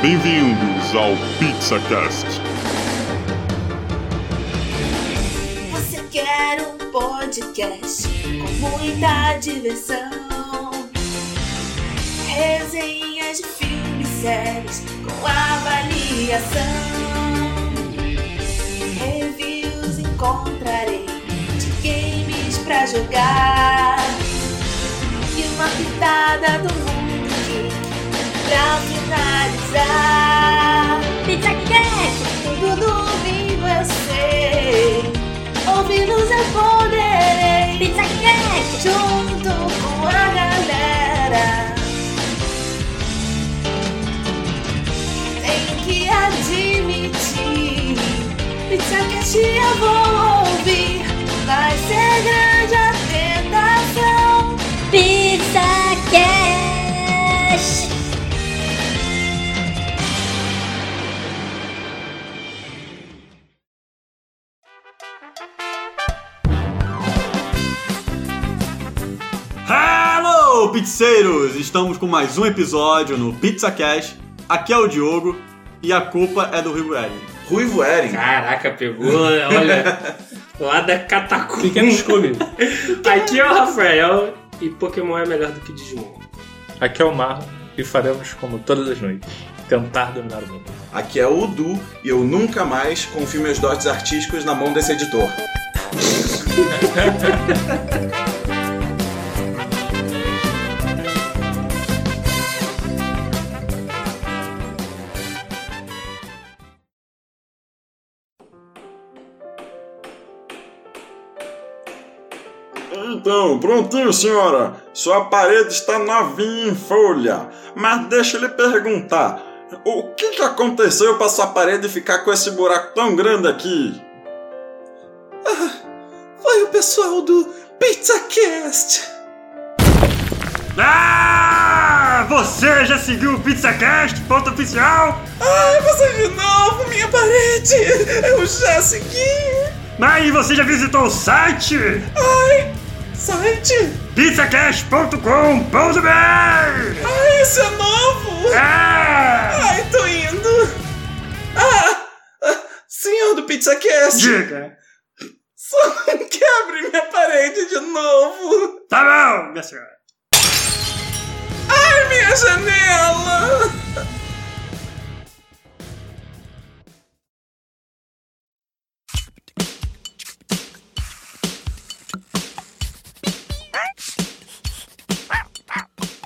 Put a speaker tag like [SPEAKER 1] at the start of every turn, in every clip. [SPEAKER 1] Bem-vindos ao PizzaCast.
[SPEAKER 2] Você quer um podcast com muita diversão? Resenhas de filmes, séries com avaliação. Reviews encontrarei de games pra jogar. E uma pitada do mundo geek pra finalizar.
[SPEAKER 3] Pizza Cat!
[SPEAKER 2] Todo domingo eu sei, ouvindo eu poderei,
[SPEAKER 3] Pizza Cat!
[SPEAKER 2] junto com a galera. Tem que admitir, pizza que eu vou ouvir, vai ser grande a tentação.
[SPEAKER 3] Pizza Cat!
[SPEAKER 4] Hello, pizzeiros! Estamos com mais um episódio no Pizza Cash. Aqui é o Diogo e a culpa é do Rio Grande.
[SPEAKER 5] Ruivo Eren.
[SPEAKER 6] Caraca, pegou, olha, lá da catacumba. Pequeno Scooby. Aqui é o Rafael e Pokémon é melhor do que Digimon.
[SPEAKER 7] Aqui é o Marlon e faremos como todas as noites. Tentar dominar o mundo.
[SPEAKER 5] Aqui é o Du e eu nunca mais confio meus dotes artísticos na mão desse editor.
[SPEAKER 8] Então, prontinho, senhora. Sua parede está novinha em folha. Mas deixa eu lhe perguntar: o que, que aconteceu para sua parede ficar com esse buraco tão grande aqui?
[SPEAKER 5] Ah, Foi o pessoal do PizzaCast.
[SPEAKER 6] Ah! Você já seguiu o PizzaCast, ponto oficial?
[SPEAKER 5] Ai, você de novo, minha parede. É Eu já segui.
[SPEAKER 6] Mas você já visitou o site
[SPEAKER 5] Ai, site.
[SPEAKER 6] pizzacast.com.br?
[SPEAKER 5] Ai, isso é novo.
[SPEAKER 6] Ah!
[SPEAKER 5] Ai, tô indo. Ah, ah, senhor do PizzaCast.
[SPEAKER 6] Diga.
[SPEAKER 5] Só não quebre minha parede de novo.
[SPEAKER 6] Tá bom, minha senhora.
[SPEAKER 5] Ai, minha janela.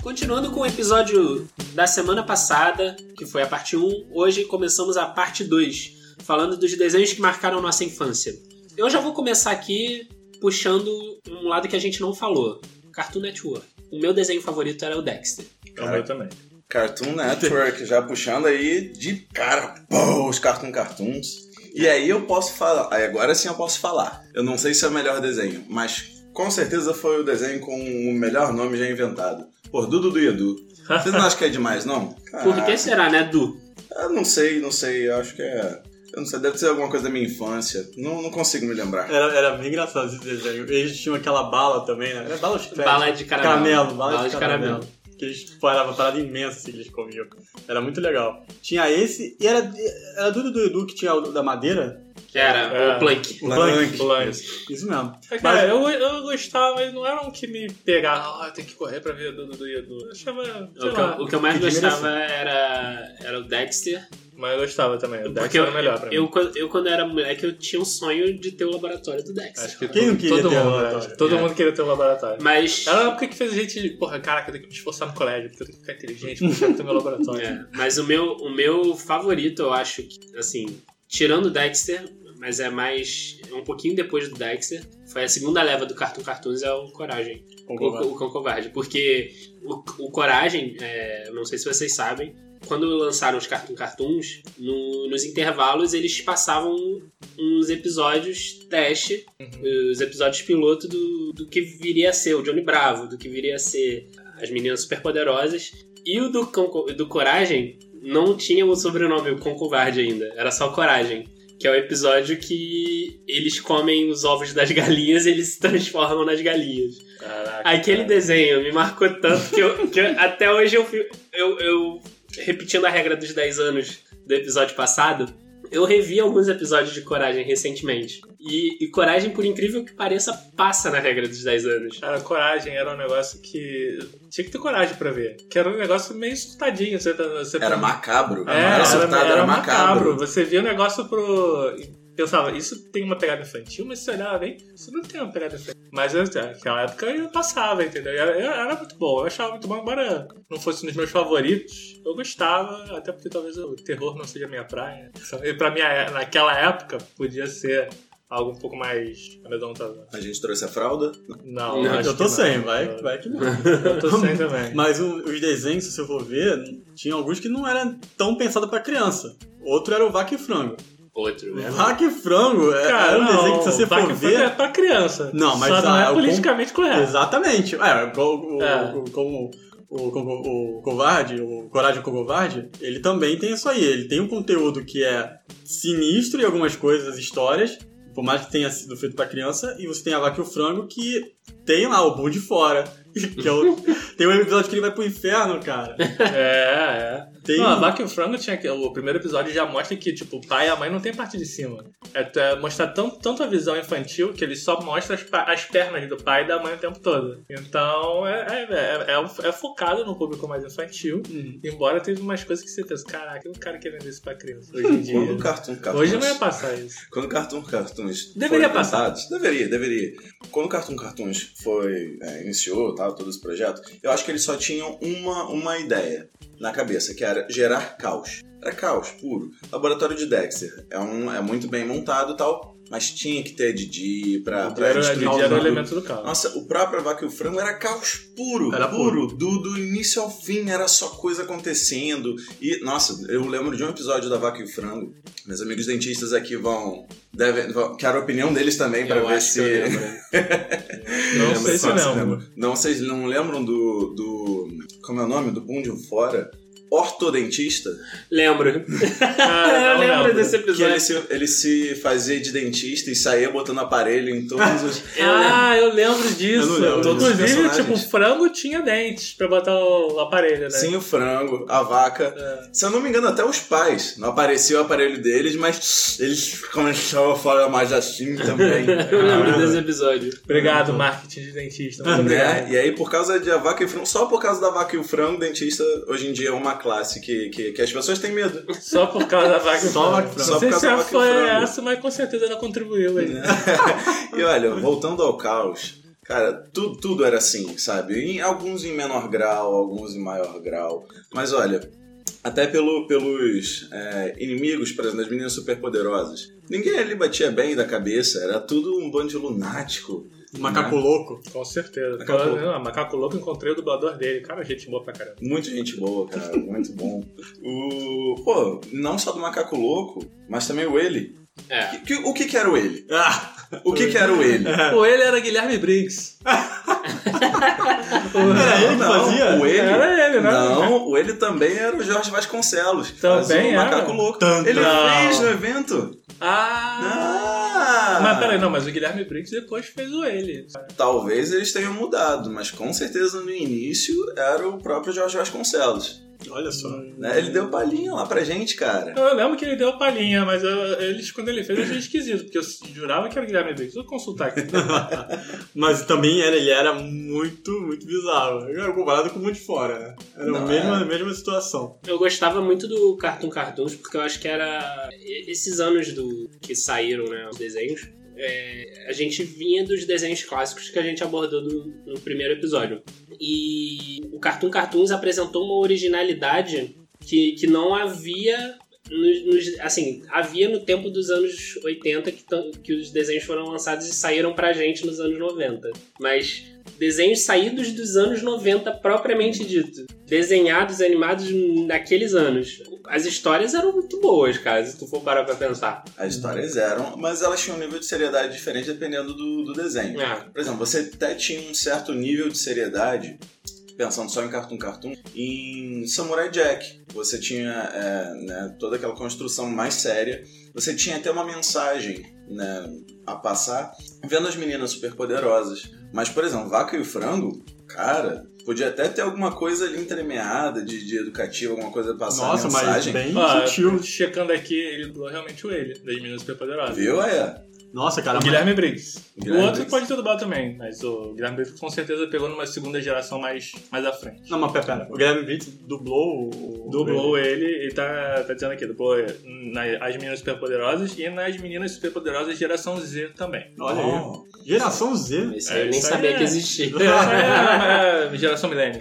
[SPEAKER 6] Continuando com o episódio da semana passada, que foi a parte 1, hoje começamos a parte 2, falando dos desenhos que marcaram nossa infância. Eu já vou começar aqui puxando um lado que a gente não falou: Cartoon Network. O meu desenho favorito era o Dexter.
[SPEAKER 7] É o meu também.
[SPEAKER 5] Cartoon Network, já puxando aí de cara, pô, os Cartoon Cartoons. E aí eu posso falar, aí agora sim eu posso falar. Eu não sei se é o melhor desenho, mas com certeza foi o desenho com o melhor nome já inventado. Por Dudu do Edu. Vocês não acham que é demais, não?
[SPEAKER 4] Ah.
[SPEAKER 6] Por que será, né, Du?
[SPEAKER 5] Ah, Eu não sei, não sei, eu acho que é... Eu não sei, deve ser alguma coisa da minha infância. Não, não consigo me lembrar.
[SPEAKER 4] Era, era bem engraçado esse desenho. Eles tinham aquela bala também, né? Era bala ou chiclete?
[SPEAKER 6] Bala de caramelo.
[SPEAKER 4] Caramelo, bala, de, caramelo. Que eles paravam parada imensa assim, que eles comiam. Era muito legal. Tinha esse e era, era do do Edu que tinha o da madeira.
[SPEAKER 6] Que era
[SPEAKER 7] É.
[SPEAKER 6] o Plank.
[SPEAKER 4] O
[SPEAKER 5] Plank.
[SPEAKER 4] Plank. Isso mesmo.
[SPEAKER 7] Cara, eu, eu gostava, mas não era um que me pegava. Ah, tem que correr pra ver a Dudu do Edu. Eu achava. Sei
[SPEAKER 6] O que,
[SPEAKER 7] lá.
[SPEAKER 6] eu- o que eu mais
[SPEAKER 4] Que desgraça.
[SPEAKER 6] gostava era, era o Dexter.
[SPEAKER 7] assim. Mas eu gostava também. O Dex
[SPEAKER 6] Porque
[SPEAKER 7] era melhor pra mim.
[SPEAKER 6] eu, quando- eu, quando era moleque, eu tinha um sonho de ter o laboratório do Dexter.
[SPEAKER 7] Acho que
[SPEAKER 4] Quem não queria
[SPEAKER 7] todo
[SPEAKER 4] ter um
[SPEAKER 7] mundo,
[SPEAKER 4] laboratório?
[SPEAKER 7] né? Todo
[SPEAKER 6] É.
[SPEAKER 7] mundo queria ter um laboratório.
[SPEAKER 6] Mas.
[SPEAKER 7] Era uma época que fez a gente. Porra, caraca, eu tenho que me esforçar no colégio, porque eu tenho que ficar inteligente, porque eu quero ter meu laboratório.
[SPEAKER 6] É, mas o meu, o meu favorito, eu acho que, assim, tirando o Dexter, mas é mais. é um pouquinho depois do Dexter, foi a segunda leva do Cartoon Cartoons, é o Coragem.
[SPEAKER 7] Um
[SPEAKER 6] O,
[SPEAKER 4] Covarde.
[SPEAKER 6] o Cão Covarde. Porque o, o Coragem, é, não sei se vocês sabem, quando lançaram os Cartoon Cartoons, no- nos intervalos eles passavam uns episódios teste, os episódios piloto do, do que viria a ser o Johnny Bravo, do que viria a ser as meninas superpoderosas. E o do, Cão Co- do Coragem não tinha o sobrenome, o Cão Covarde ainda, era só Coragem. Que é o episódio que eles comem os ovos das galinhas e eles se transformam nas galinhas.
[SPEAKER 7] Caraca.
[SPEAKER 6] Aquele desenho me marcou tanto que, eu- que eu- até hoje eu, fi- eu, eu repetindo a regra dos 10 anos do episódio passado, eu revi alguns episódios de Coragem recentemente. E, e Coragem, por incrível que pareça, passa na regra dos 10 anos.
[SPEAKER 7] Cara, coragem era um negócio que. Tinha que ter coragem pra ver. Que era um negócio meio surtadinho. Você, tá- você tá-
[SPEAKER 5] Era macabro.
[SPEAKER 7] É,
[SPEAKER 5] não era surtado, era, macabro.
[SPEAKER 7] Você via o negócio pro. e Pensava, isso tem uma pegada infantil, mas você olhava bem, isso não tem uma pegada infantil. Mas eu, naquela época eu passava, entendeu? Era, eu- era muito bom, eu achava muito bom, embora não fosse nos meus favoritos, eu gostava, até porque talvez o terror não seja a minha praia. E pra mim, naquela época, podia ser algo um pouco mais amedrontador.
[SPEAKER 5] A gente trouxe a fralda.
[SPEAKER 7] Não,
[SPEAKER 6] Eu
[SPEAKER 7] acho
[SPEAKER 4] Eu tô
[SPEAKER 7] que não.
[SPEAKER 4] sem, vai, vai que não.
[SPEAKER 7] Eu tô sem também.
[SPEAKER 4] Mas o- os desenhos, se você for ver, tinha alguns que não eram tão pensados pra criança. Outro era o Vaca e Frango.
[SPEAKER 6] Outro, né?
[SPEAKER 4] Vaca e Frango é,
[SPEAKER 7] Cara,
[SPEAKER 4] era um desenho
[SPEAKER 7] não,
[SPEAKER 4] que se você
[SPEAKER 7] Vaca
[SPEAKER 4] for
[SPEAKER 7] e Frango é
[SPEAKER 4] ver...
[SPEAKER 7] pra criança.
[SPEAKER 4] Não, mas
[SPEAKER 7] Só não
[SPEAKER 4] ah,
[SPEAKER 7] é
[SPEAKER 4] eu
[SPEAKER 7] politicamente correto.
[SPEAKER 4] Exatamente. É, o- o- o-
[SPEAKER 7] É.
[SPEAKER 4] o- como... O, o- o covarde, o coragem com o covarde, ele também tem isso aí. Ele tem um conteúdo que é sinistro em algumas coisas, histórias, por mais que tenha sido feito pra criança, e você tem a vaca e o frango que tem lá o bom de fora. Que é o- tem um episódio que ele vai pro inferno, cara.
[SPEAKER 7] É, é.
[SPEAKER 4] Tem-
[SPEAKER 7] Não, a Vaca e o Frango tinha que. O primeiro episódio já mostra que, tipo, o pai e a mãe não tem parte de cima. É, t- é mostrar tão, tanto a visão infantil que ele só mostra as, pa- as pernas do pai e da mãe o tempo todo. Então, é, é, é, é um- é focado no público mais infantil. Embora teve umas coisas que você pensa, caraca, o cara querendo isso pra criança hoje em
[SPEAKER 5] Quando o tá
[SPEAKER 7] dia.
[SPEAKER 5] Cartoon Cartoons.
[SPEAKER 7] Hoje não é ia passar isso.
[SPEAKER 5] Quando Cartoon Cartoons
[SPEAKER 7] Deveria
[SPEAKER 5] foram inventados- deveria, deveria. Quando o Cartoon Cartoons foi, é, iniciou tal, todo esse projeto, eu acho que eles só tinham uma, uma ideia na cabeça, que era gerar caos. Era caos puro. Laboratório de Dexter é, um, é muito bem montado e tal, mas tinha que ter Didi pra, pra
[SPEAKER 7] Era,
[SPEAKER 5] destruir
[SPEAKER 7] era
[SPEAKER 5] tudo.
[SPEAKER 7] o elemento do carro.
[SPEAKER 5] Nossa, o próprio Vaca e o Frango era caos puro,
[SPEAKER 4] Era
[SPEAKER 5] puro. Do, do início ao fim era só coisa acontecendo. E, nossa, eu lembro de um episódio da Vaca e o Frango. Meus amigos dentistas aqui vão. Devem, vão- quero a opinião deles também pra
[SPEAKER 6] Eu
[SPEAKER 5] ver
[SPEAKER 6] acho
[SPEAKER 5] se.
[SPEAKER 6] que eu lembro.
[SPEAKER 7] Não
[SPEAKER 5] Lembra
[SPEAKER 7] sei se
[SPEAKER 5] só,
[SPEAKER 7] não.
[SPEAKER 5] lembra. Não, vocês não lembram do. do como é o nome? Do Bundio Fora? Ortodentista?
[SPEAKER 6] Lembro.
[SPEAKER 7] Cara,
[SPEAKER 6] eu
[SPEAKER 7] não
[SPEAKER 6] lembro desse
[SPEAKER 5] Que
[SPEAKER 6] episódio.
[SPEAKER 5] ele se, ele se fazia de dentista e saía botando aparelho em todos os.
[SPEAKER 6] Eu
[SPEAKER 7] ah, eu lembro disso.
[SPEAKER 5] Eu não lembro dos
[SPEAKER 7] Inclusive,
[SPEAKER 5] personagens.
[SPEAKER 7] tipo, o frango tinha dentes pra botar o aparelho, né? É.
[SPEAKER 5] Sim, o frango, a vaca. Se eu não me engano, até os pais. Não apareceu o aparelho deles, mas eles começaram a falar mais assim também.
[SPEAKER 6] Eu lembro desse episódio.
[SPEAKER 7] Obrigado,
[SPEAKER 5] Uhum.
[SPEAKER 7] marketing de dentista. Muito
[SPEAKER 5] Né?
[SPEAKER 7] obrigado.
[SPEAKER 5] E aí, por causa da vaca e frango, só por causa da vaca e o frango, dentista hoje em dia é uma classe que, que, que as pessoas têm medo.
[SPEAKER 7] Só por causa da vaga.
[SPEAKER 4] Só
[SPEAKER 7] frango.
[SPEAKER 4] vaga frango.
[SPEAKER 5] Só
[SPEAKER 7] Não sei
[SPEAKER 5] por causa
[SPEAKER 7] se
[SPEAKER 5] da
[SPEAKER 7] ela
[SPEAKER 5] vaga
[SPEAKER 7] foi
[SPEAKER 5] frango. Né?
[SPEAKER 7] essa, mas com certeza ela contribuiu aí.
[SPEAKER 5] E olha, voltando ao caos, cara, tudo, tudo era assim, sabe? Em- alguns em menor grau, alguns em maior grau. Mas olha, até pelo, pelos é, inimigos, por exemplo, das meninas superpoderosas, ninguém ali batia bem da cabeça, era tudo um bando de lunático.
[SPEAKER 4] um Macaco louco.
[SPEAKER 7] Com certeza.
[SPEAKER 5] Macaco
[SPEAKER 7] Macaco,
[SPEAKER 5] Louco.
[SPEAKER 7] não, Macaco Louco encontrei o dublador dele. Cara, gente boa pra caramba.
[SPEAKER 5] Muita gente boa, cara, muito bom. O, pô, não só do Macaco Louco, mas também o Ele.
[SPEAKER 6] É.
[SPEAKER 5] Que- que- o que que era o Ele?
[SPEAKER 4] Ah,
[SPEAKER 5] O que que era o Ele?
[SPEAKER 7] Ou ele era Guilherme Briggs.
[SPEAKER 4] era ele que fazia?
[SPEAKER 5] O Ele?
[SPEAKER 7] Era ele, né?
[SPEAKER 5] Não, o ele também era o Jorge Vasconcelos.
[SPEAKER 7] Também
[SPEAKER 5] fazia o
[SPEAKER 7] era?
[SPEAKER 5] Macaco Louco.
[SPEAKER 4] Tanto.
[SPEAKER 5] Ele
[SPEAKER 7] Não.
[SPEAKER 5] fez no evento.
[SPEAKER 7] Ah!
[SPEAKER 5] Ah!
[SPEAKER 7] Mas peraí, não, mas o Guilherme Briggs depois fez o ele.
[SPEAKER 5] Talvez eles tenham mudado, mas com certeza no início era o próprio Jorge Vasconcelos.
[SPEAKER 4] Olha só.
[SPEAKER 5] né? Ele deu palhinha lá pra gente, cara.
[SPEAKER 7] Eu lembro que ele deu palhinha, mas eu- eles, quando ele fez, eu achei esquisito, porque eu jurava que era o Guilherme Briggs. Vou consultar aqui.
[SPEAKER 4] Mas também era, ele era muito, muito bizarro. Era comparado com o Monte Fora, né? Era a
[SPEAKER 5] Não,
[SPEAKER 4] mesma,
[SPEAKER 5] é.
[SPEAKER 4] mesma situação.
[SPEAKER 6] Eu gostava muito do Cartoon Cartoons, porque eu acho que era. Esses anos do que saíram, né? Os desenhos. é, a gente vinha dos desenhos clássicos que a gente abordou no, no primeiro episódio. E o Cartoon Cartoons apresentou uma originalidade que, que não havia. Nos, nos- assim, havia no tempo dos anos 80 que, tão- que os desenhos foram lançados e saíram pra gente nos anos 90. Mas desenhos saídos dos anos 90, propriamente dito. Desenhados, animados naqueles anos. As histórias eram muito boas, cara, se tu for parar pra pensar.
[SPEAKER 5] As histórias eram, mas elas tinham um nível de seriedade diferente dependendo do, do desenho.
[SPEAKER 6] É.
[SPEAKER 5] Por exemplo, você até tinha um certo nível de seriedade, pensando só em Cartoon Cartoon, em Samurai Jack. Você tinha é, né, toda aquela construção mais séria. Você tinha até uma mensagem né, a passar, vendo as meninas superpoderosas. Mas, por exemplo, Vaca e o Frango, cara, Podia até ter alguma coisa ali entremeada de, de educativo, alguma coisa pra passar
[SPEAKER 4] Nossa, mas
[SPEAKER 5] mensagem.
[SPEAKER 4] bem
[SPEAKER 7] Ó,
[SPEAKER 4] sutil.
[SPEAKER 7] checando aqui, ele dublou realmente o ele, das meninas superpoderosas.
[SPEAKER 5] Viu? É.
[SPEAKER 4] Nossa, cara,
[SPEAKER 7] O Guilherme Briggs.
[SPEAKER 5] Guilherme
[SPEAKER 7] o outro
[SPEAKER 5] Briggs.
[SPEAKER 7] pode ter dublado também, mas o Guilherme Briggs com certeza pegou numa segunda geração mais, mais à frente.
[SPEAKER 4] Não, mas pera, pera. O Guilherme Briggs dublou o.
[SPEAKER 7] Dublou ele e tá, tá dizendo aqui, dublou nas As Meninas Superpoderosas e nas Meninas Superpoderosas geração Z também.
[SPEAKER 4] Olha aí. Geração Z.
[SPEAKER 6] Esse
[SPEAKER 7] É,
[SPEAKER 6] eu nem
[SPEAKER 7] isso
[SPEAKER 6] sabia
[SPEAKER 7] aí é.
[SPEAKER 6] que existia.
[SPEAKER 7] Essa é a geração milênio.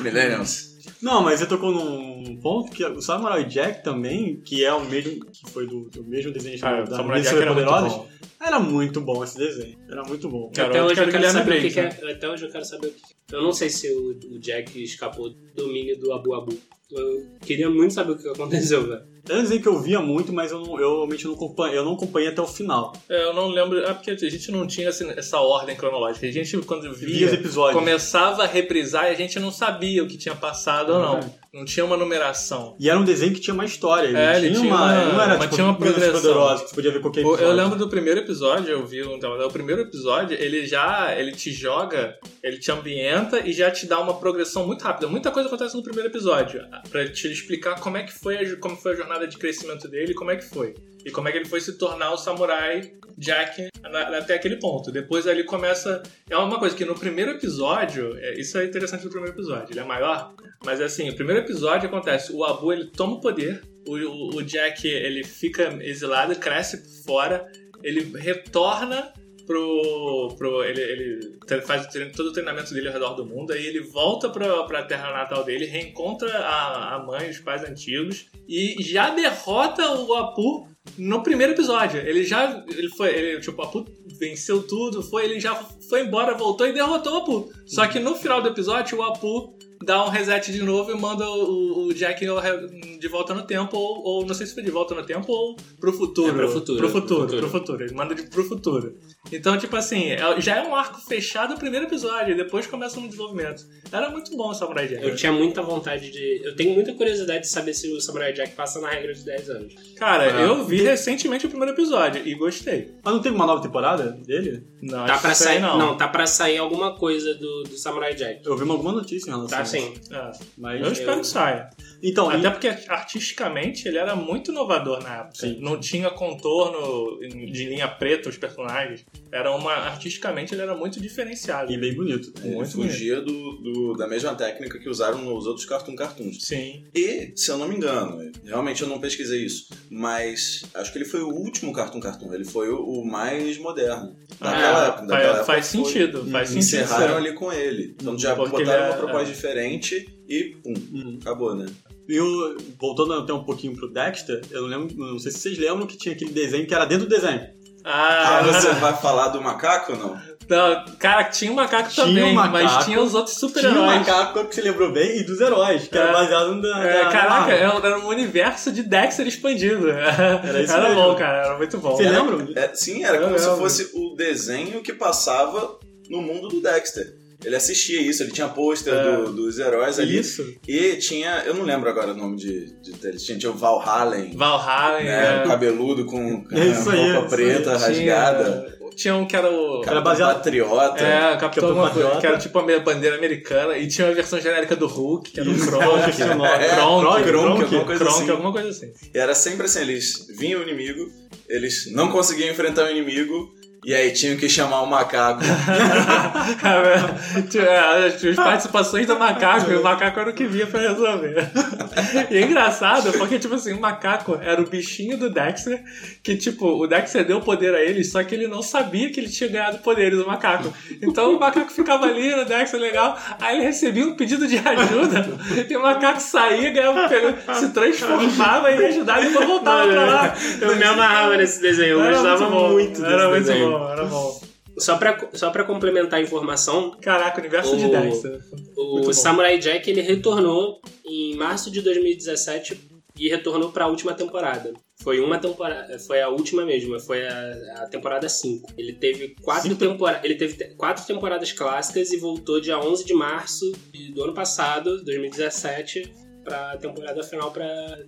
[SPEAKER 5] Millennials.
[SPEAKER 4] Não, mas você tocou num ponto que o Samurai Jack também, que é o mesmo. que foi do, do mesmo desenho
[SPEAKER 7] Ah,
[SPEAKER 4] da
[SPEAKER 7] Samurai
[SPEAKER 4] Samurai
[SPEAKER 7] Jack era muito
[SPEAKER 4] Poderosas.
[SPEAKER 7] bom.
[SPEAKER 4] Era muito bom esse desenho. Era muito bom.
[SPEAKER 7] Cara,
[SPEAKER 6] até
[SPEAKER 7] eu
[SPEAKER 6] hoje
[SPEAKER 7] quero
[SPEAKER 6] eu quero
[SPEAKER 7] Guilherme
[SPEAKER 6] saber o que,
[SPEAKER 7] Briggs, né?
[SPEAKER 6] que é. Até hoje eu quero saber o que que é. Eu não sei se o, o Jack escapou do domínio do Abu Abu. Eu queria muito saber o que aconteceu, velho.
[SPEAKER 4] Era um desenho que eu via muito, mas eu, não, eu realmente não acompanhei, eu não acompanhei até o final.
[SPEAKER 7] É, eu não lembro. Ah, porque a gente não tinha assim, essa ordem cronológica. A gente, quando
[SPEAKER 4] Via
[SPEAKER 7] via,
[SPEAKER 4] os episódios.
[SPEAKER 7] começava a reprisar e a gente não sabia o que tinha passado ou não. Não tinha uma numeração.
[SPEAKER 4] E era um desenho que tinha uma história. Ele
[SPEAKER 7] É,
[SPEAKER 4] tinha,
[SPEAKER 7] ele tinha
[SPEAKER 4] uma.
[SPEAKER 7] uma-
[SPEAKER 4] não era
[SPEAKER 7] mas
[SPEAKER 4] tipo,
[SPEAKER 7] tinha uma
[SPEAKER 4] Meninas
[SPEAKER 7] progressão.
[SPEAKER 4] Poderosas, que você podia ver qualquer
[SPEAKER 7] Eu,
[SPEAKER 4] episódio.
[SPEAKER 7] eu lembro do primeiro episódio, eu vi um tema. O primeiro episódio, ele já ele te joga, ele te ambienta e já te dá uma progressão muito rápida. Muita coisa acontece no primeiro episódio, Pra te explicar como é que foi a, jo- como foi a jornada de crescimento dele, como é que foi. E como é que ele foi se tornar o samurai Jack na- até aquele ponto. Depois ali começa. É uma coisa que no primeiro episódio, é, isso é interessante do primeiro episódio, ele é maior, mas assim, o primeiro episódio acontece, o Abu ele toma o poder, o, o- o Jack ele fica exilado, cresce por fora, ele retorna pro. pro ele, ele tre- faz o treino- todo o treinamento dele ao redor do mundo, aí ele volta pra, pra terra natal dele, reencontra a, a mãe, os pais antigos, e já derrota o Apu no primeiro episódio. Ele já. Ele foi. Ele, tipo, o Apu venceu tudo, foi, ele já foi embora, voltou e derrotou o Apu. Só que no final do episódio, o Apu dá um reset de novo e manda o, o Jack ao re- de volta no tempo, ou, ou não sei se foi de volta no tempo ou pro futuro.
[SPEAKER 6] É, pro futuro,
[SPEAKER 7] Pro
[SPEAKER 6] pro
[SPEAKER 7] futuro,
[SPEAKER 6] futuro.
[SPEAKER 7] pro futuro. Ele manda de, pro futuro. Então, tipo assim, é- já é um arco fechado o primeiro episódio, e depois começa um desenvolvimento. Era muito bom o Samurai Jack.
[SPEAKER 6] Eu tinha muita vontade de. Eu tenho muita curiosidade de saber se o Samurai Jack passa na regra de 10 anos.
[SPEAKER 7] Cara, eu vi recentemente o primeiro episódio e gostei.
[SPEAKER 4] Mas não teve uma nova temporada dele?
[SPEAKER 7] Não,
[SPEAKER 6] Tá
[SPEAKER 7] acho
[SPEAKER 6] pra
[SPEAKER 7] que isso aí
[SPEAKER 6] sair.
[SPEAKER 7] não.
[SPEAKER 6] Não. tá pra sair alguma coisa do, do Samurai Jack.
[SPEAKER 4] Eu vi uma- alguma notícia em relação
[SPEAKER 6] Tá
[SPEAKER 4] a isso.
[SPEAKER 6] sim.
[SPEAKER 7] É,
[SPEAKER 4] Mas.
[SPEAKER 7] eu espero que saia.
[SPEAKER 4] Então,
[SPEAKER 7] Até porque artisticamente ele era muito inovador na época.
[SPEAKER 4] Sim.
[SPEAKER 7] Não tinha contorno de linha preta os personagens. Era uma artisticamente ele era muito diferenciado.
[SPEAKER 4] e, e bem bonito. né?
[SPEAKER 5] Ele
[SPEAKER 7] Muito
[SPEAKER 5] fugia do, do- da mesma técnica que usaram nos outros Cartoon Cartoons.
[SPEAKER 7] Sim.
[SPEAKER 5] E, se eu não me engano, realmente eu não pesquisei isso, mas acho que ele foi o último Cartoon Cartoon, ele foi o, o mais moderno. Daquela
[SPEAKER 7] Ah,
[SPEAKER 5] época.
[SPEAKER 7] faz,
[SPEAKER 5] Daquela
[SPEAKER 7] faz
[SPEAKER 5] época foi-
[SPEAKER 7] sentido, faz sentido.
[SPEAKER 5] Encerraram ali com ele. Então já
[SPEAKER 7] Porque
[SPEAKER 5] botaram
[SPEAKER 7] ele é-
[SPEAKER 5] uma proposta diferente e pum,
[SPEAKER 4] Uhum.
[SPEAKER 5] acabou, né?
[SPEAKER 4] E o- voltando até um pouquinho pro Dexter, eu não lembro, não sei se vocês lembram que tinha aquele desenho que era dentro do desenho.
[SPEAKER 7] Ah,
[SPEAKER 5] Ah, você vai falar do macaco ou não?
[SPEAKER 7] não, cara, tinha um macaco
[SPEAKER 4] Tinha
[SPEAKER 7] também,
[SPEAKER 4] um macaco.
[SPEAKER 7] mas tinha os outros
[SPEAKER 4] Tinha o
[SPEAKER 7] super-heróis.
[SPEAKER 4] macaco que você lembrou bem e dos heróis, que
[SPEAKER 7] É.
[SPEAKER 4] era baseado na.
[SPEAKER 7] É,
[SPEAKER 4] na-
[SPEAKER 7] caraca,
[SPEAKER 4] na-
[SPEAKER 7] era era um universo de Dexter expandido. Era,
[SPEAKER 4] isso mesmo.
[SPEAKER 7] bom, cara, era muito bom.
[SPEAKER 4] Você lembra?
[SPEAKER 5] É, sim, era
[SPEAKER 7] Eu
[SPEAKER 5] como se
[SPEAKER 7] lembro.
[SPEAKER 5] fosse o desenho que passava no mundo do Dexter. Ele assistia isso, ele tinha pôster
[SPEAKER 7] É.
[SPEAKER 5] do- dos heróis ali.
[SPEAKER 4] Isso.
[SPEAKER 5] E tinha, eu não lembro agora o nome de, de deles, tinha, tinha o Valhallen,
[SPEAKER 7] Valhalla,
[SPEAKER 5] né,
[SPEAKER 7] é.
[SPEAKER 5] cabeludo com né,
[SPEAKER 4] É isso aí,
[SPEAKER 5] roupa
[SPEAKER 4] isso
[SPEAKER 5] preta,
[SPEAKER 7] aí. Tinha-
[SPEAKER 5] rasgada,
[SPEAKER 7] tinha um que era o.
[SPEAKER 5] cara
[SPEAKER 4] baseado-
[SPEAKER 5] patriota.
[SPEAKER 7] É, o Capitão
[SPEAKER 4] Capitão
[SPEAKER 7] alguma coisa,
[SPEAKER 4] Patriota.
[SPEAKER 7] que era tipo a meia bandeira americana, e tinha uma versão genérica do Hulk, que era o
[SPEAKER 4] Isso,
[SPEAKER 7] Kronk,
[SPEAKER 4] Kronk, seu nome.
[SPEAKER 7] Kronk,
[SPEAKER 4] Kronk,
[SPEAKER 7] Kronk,
[SPEAKER 5] alguma coisa
[SPEAKER 7] Kronk,
[SPEAKER 5] assim.
[SPEAKER 7] alguma coisa assim.
[SPEAKER 5] E era sempre assim, eles vinham o inimigo, eles não conseguiam enfrentar o inimigo, e aí tinham que chamar o macaco.
[SPEAKER 7] Tinha é, As participações do macaco, e o macaco era o que vinha pra resolver. E é engraçado, porque, tipo assim, o macaco era o bichinho do Dexter, que, tipo, o Dexter deu poder a ele, só que ele não sabia que ele tinha ganhado poderes do macaco. Então o macaco ficava ali no Dexter, legal, aí ele recebia um pedido de ajuda, e o macaco saía, ganhava, pegava- se transformava e ia ajudar, e depois voltava pra lá.
[SPEAKER 6] Eu me amarrava nesse desenho, eu
[SPEAKER 7] então, Era
[SPEAKER 6] gostava
[SPEAKER 7] muito bom,
[SPEAKER 6] muito desse
[SPEAKER 7] Era muito
[SPEAKER 6] desenho.
[SPEAKER 7] bom, era bom.
[SPEAKER 6] Só pra, só pra complementar a informação,
[SPEAKER 7] Caraca, universo de
[SPEAKER 6] O-
[SPEAKER 7] Dexter. Muito bom.
[SPEAKER 6] o Samurai Jack ele retornou em março de 2017 e retornou pra última temporada. Foi uma temporada, foi a última mesmo, foi a, a temporada 5. Ele teve quatro temporadas, ele teve te- quatro temporadas clássicas e voltou dia 11 de março de- do ano passado, 2017, pra temporada final pra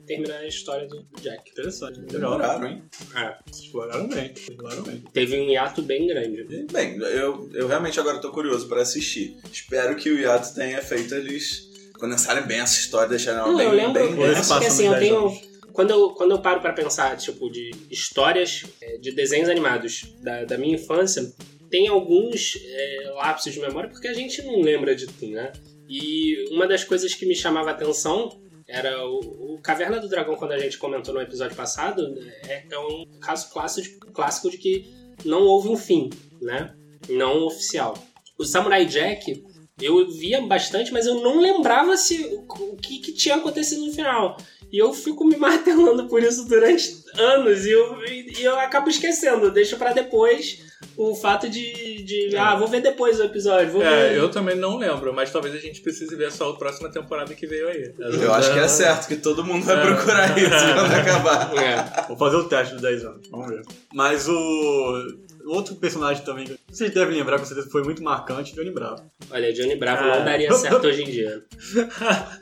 [SPEAKER 6] terminar a história do do Jack.
[SPEAKER 4] Interessante. Legal.
[SPEAKER 5] Demoraram, hein?
[SPEAKER 6] É,
[SPEAKER 4] Exploraram bem. Exploraram bem.
[SPEAKER 6] teve um hiato bem grande.
[SPEAKER 5] Bem, eu, eu realmente agora tô curioso pra assistir. Espero que o Yato tenha feito eles condensarem bem essa história, deixarem ela
[SPEAKER 6] Não,
[SPEAKER 5] bem,
[SPEAKER 6] eu lembro.
[SPEAKER 5] bem
[SPEAKER 6] eu
[SPEAKER 4] Eles
[SPEAKER 6] acho que
[SPEAKER 4] passam
[SPEAKER 6] assim, eu
[SPEAKER 4] nos dez
[SPEAKER 6] tenho. Quando eu, quando eu paro pra pensar, tipo, de histórias é, de desenhos animados da, da minha infância, tem alguns é, lapsos de memória, porque a gente não lembra de tudo, né? E uma das coisas que me chamava a atenção era o, o Caverna do Dragão, quando a gente comentou no episódio passado, é, é um caso clássico de, clássico de que não houve um fim, né? Não oficial. O Samurai Jack, eu via bastante, mas eu não lembrava se o que, que tinha acontecido no final. E eu fico me martelando por isso durante anos e eu, e eu acabo esquecendo. Eu deixo pra depois o fato de, de,
[SPEAKER 7] É.
[SPEAKER 6] ah, vou ver depois o episódio, vou
[SPEAKER 7] É,
[SPEAKER 6] ver.
[SPEAKER 7] eu também não lembro, mas talvez a gente precise ver só a próxima temporada que veio aí.
[SPEAKER 5] Eu acho que é certo que todo mundo vai procurar isso quando acabar.
[SPEAKER 6] É.
[SPEAKER 4] Vou fazer o teste dos 10 anos, vamos ver. Mas o. Outro personagem também que vocês devem lembrar, com certeza foi muito marcante, eu lembrava.
[SPEAKER 6] Olha, Johnny Bravo
[SPEAKER 7] Ah.
[SPEAKER 6] não daria certo hoje em dia.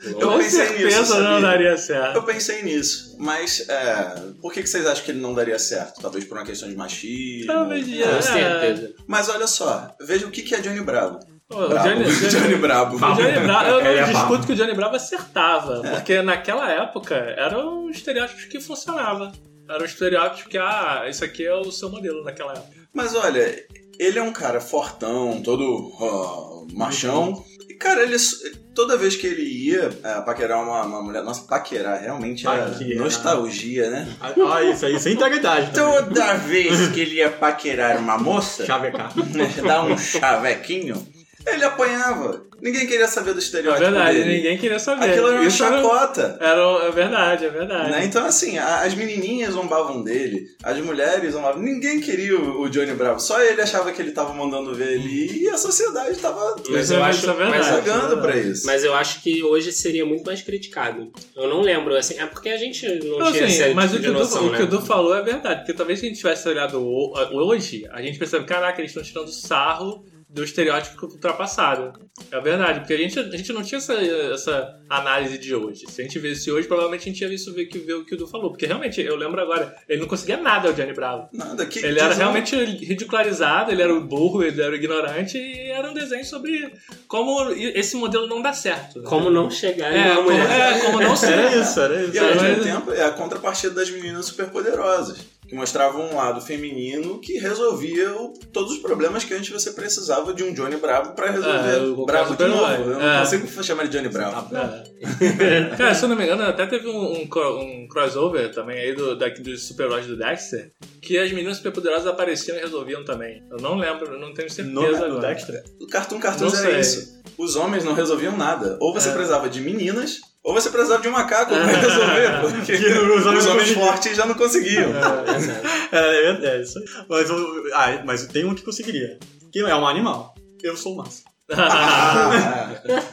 [SPEAKER 5] Eu
[SPEAKER 7] Com
[SPEAKER 5] pensei
[SPEAKER 7] certeza
[SPEAKER 5] nisso, sabia?
[SPEAKER 7] não daria certo.
[SPEAKER 5] Eu pensei nisso, mas é, por que, que vocês acham que ele não daria certo? Talvez por uma questão de machismo.
[SPEAKER 7] Talvez
[SPEAKER 6] Com
[SPEAKER 7] É.
[SPEAKER 6] certeza.
[SPEAKER 5] Mas olha só, veja o que, que é Johnny Bravo.
[SPEAKER 7] Ô, o
[SPEAKER 5] Bravo.
[SPEAKER 7] Johnny- Johnny-
[SPEAKER 5] Johnny Bravo.
[SPEAKER 7] O Johnny Bravo, eu
[SPEAKER 4] Ele é
[SPEAKER 7] não
[SPEAKER 4] brabo.
[SPEAKER 7] discuto que o Johnny Bravo acertava, porque naquela época eram os estereótipos que funcionavam. Eram os estereótipos que, ah, isso aqui é o seu modelo naquela época.
[SPEAKER 5] Mas olha, ele é um cara fortão, todo ó, machão. E, cara, ele é toda vez que ele ia é, paquerar uma, uma mulher. Nossa, paquerar realmente era
[SPEAKER 4] Paquerar.
[SPEAKER 5] nostalgia, né?
[SPEAKER 4] Ah, ah, isso aí, sem integridade. Então...
[SPEAKER 5] Toda vez que ele ia paquerar uma moça,
[SPEAKER 7] é
[SPEAKER 4] Chavecar.
[SPEAKER 5] dar um chavequinho, ele apanhava. Ninguém queria saber do
[SPEAKER 7] É
[SPEAKER 5] estereótipo
[SPEAKER 7] verdade,
[SPEAKER 5] dele.
[SPEAKER 7] ninguém queria saber.
[SPEAKER 5] Aquilo era uma
[SPEAKER 7] Isso era-
[SPEAKER 5] chacota.
[SPEAKER 7] era- é verdade, é verdade.
[SPEAKER 5] né? Então, assim, a- as menininhas zombavam dele, as mulheres zombavam. Ninguém queria o, o Johnny Bravo, só ele achava que ele tava mandando ver
[SPEAKER 7] Hum.
[SPEAKER 5] ele e a sociedade tava
[SPEAKER 6] Mas
[SPEAKER 7] Isso
[SPEAKER 6] eu
[SPEAKER 7] é-
[SPEAKER 6] acho-
[SPEAKER 7] isso é verdade,
[SPEAKER 6] mas eu-
[SPEAKER 7] isso é
[SPEAKER 5] cagando
[SPEAKER 7] verdade.
[SPEAKER 5] pra isso.
[SPEAKER 6] Mas eu acho que hoje seria muito mais criticado. Eu não lembro, assim. É porque a gente não
[SPEAKER 7] Não,
[SPEAKER 6] tinha
[SPEAKER 7] assim,
[SPEAKER 6] essa
[SPEAKER 7] mas o
[SPEAKER 6] tipo
[SPEAKER 7] que,
[SPEAKER 6] de
[SPEAKER 7] o Du-
[SPEAKER 6] noção,
[SPEAKER 7] o que o
[SPEAKER 6] né?
[SPEAKER 7] Du falou é verdade, porque talvez se a gente tivesse olhado ho- hoje, a gente percebe, caraca, eles estão tirando sarro do estereótipo ultrapassado. É verdade, porque a gente, a gente não tinha essa, essa análise de hoje. Se a gente visse hoje, provavelmente a gente ia visto ver, que- ver o que o Du falou, porque realmente, eu lembro agora, ele não conseguia nada, o Johnny Bravo.
[SPEAKER 5] Nada, que,
[SPEAKER 7] Ele
[SPEAKER 5] que
[SPEAKER 7] era
[SPEAKER 5] zoom-
[SPEAKER 7] realmente ridicularizado, ele era o burro, ele era o ignorante, e era um desenho sobre como esse modelo não dá certo. né?
[SPEAKER 6] Como não chegar em
[SPEAKER 7] é,
[SPEAKER 6] uma
[SPEAKER 7] como,
[SPEAKER 6] mulher.
[SPEAKER 7] é, como não
[SPEAKER 4] Era
[SPEAKER 7] ser.
[SPEAKER 4] isso, era isso.
[SPEAKER 5] E ao
[SPEAKER 7] Era-
[SPEAKER 5] mesmo tempo é a contrapartida das meninas superpoderosas, que mostravam um lado feminino que resolvia o- todos os problemas que antes você precisava de um Johnny Bravo pra
[SPEAKER 7] É,
[SPEAKER 5] resolver.
[SPEAKER 7] o
[SPEAKER 5] Bravo de
[SPEAKER 7] super-herói.
[SPEAKER 5] novo, eu
[SPEAKER 7] É.
[SPEAKER 5] não consigo chamar ele de Johnny Bravo.
[SPEAKER 7] É. Cara, se eu não me engano, até teve um, um cro- um crossover também aí do, daqui dos super-heróis do Dexter, que as meninas superpoderosas apareciam e resolviam também. Eu não lembro, eu não tenho certeza
[SPEAKER 4] Nome do
[SPEAKER 7] agora.
[SPEAKER 4] Dexter?
[SPEAKER 5] O Cartoon Cartoons
[SPEAKER 7] Não
[SPEAKER 5] era
[SPEAKER 7] sei.
[SPEAKER 5] isso. Os homens não resolviam nada. Ou você
[SPEAKER 7] É.
[SPEAKER 5] precisava de meninas, ou você precisava de um macaco pra resolver, porque
[SPEAKER 4] Que os
[SPEAKER 5] os
[SPEAKER 4] homens
[SPEAKER 5] homens,
[SPEAKER 4] não conseguiam.
[SPEAKER 5] fortes já não conseguiam.
[SPEAKER 4] É, é, é isso aí. Mas, o- ah, mas tem um que conseguiria. Que é um animal. Eu sou o Márcio.
[SPEAKER 7] é.
[SPEAKER 5] Ah,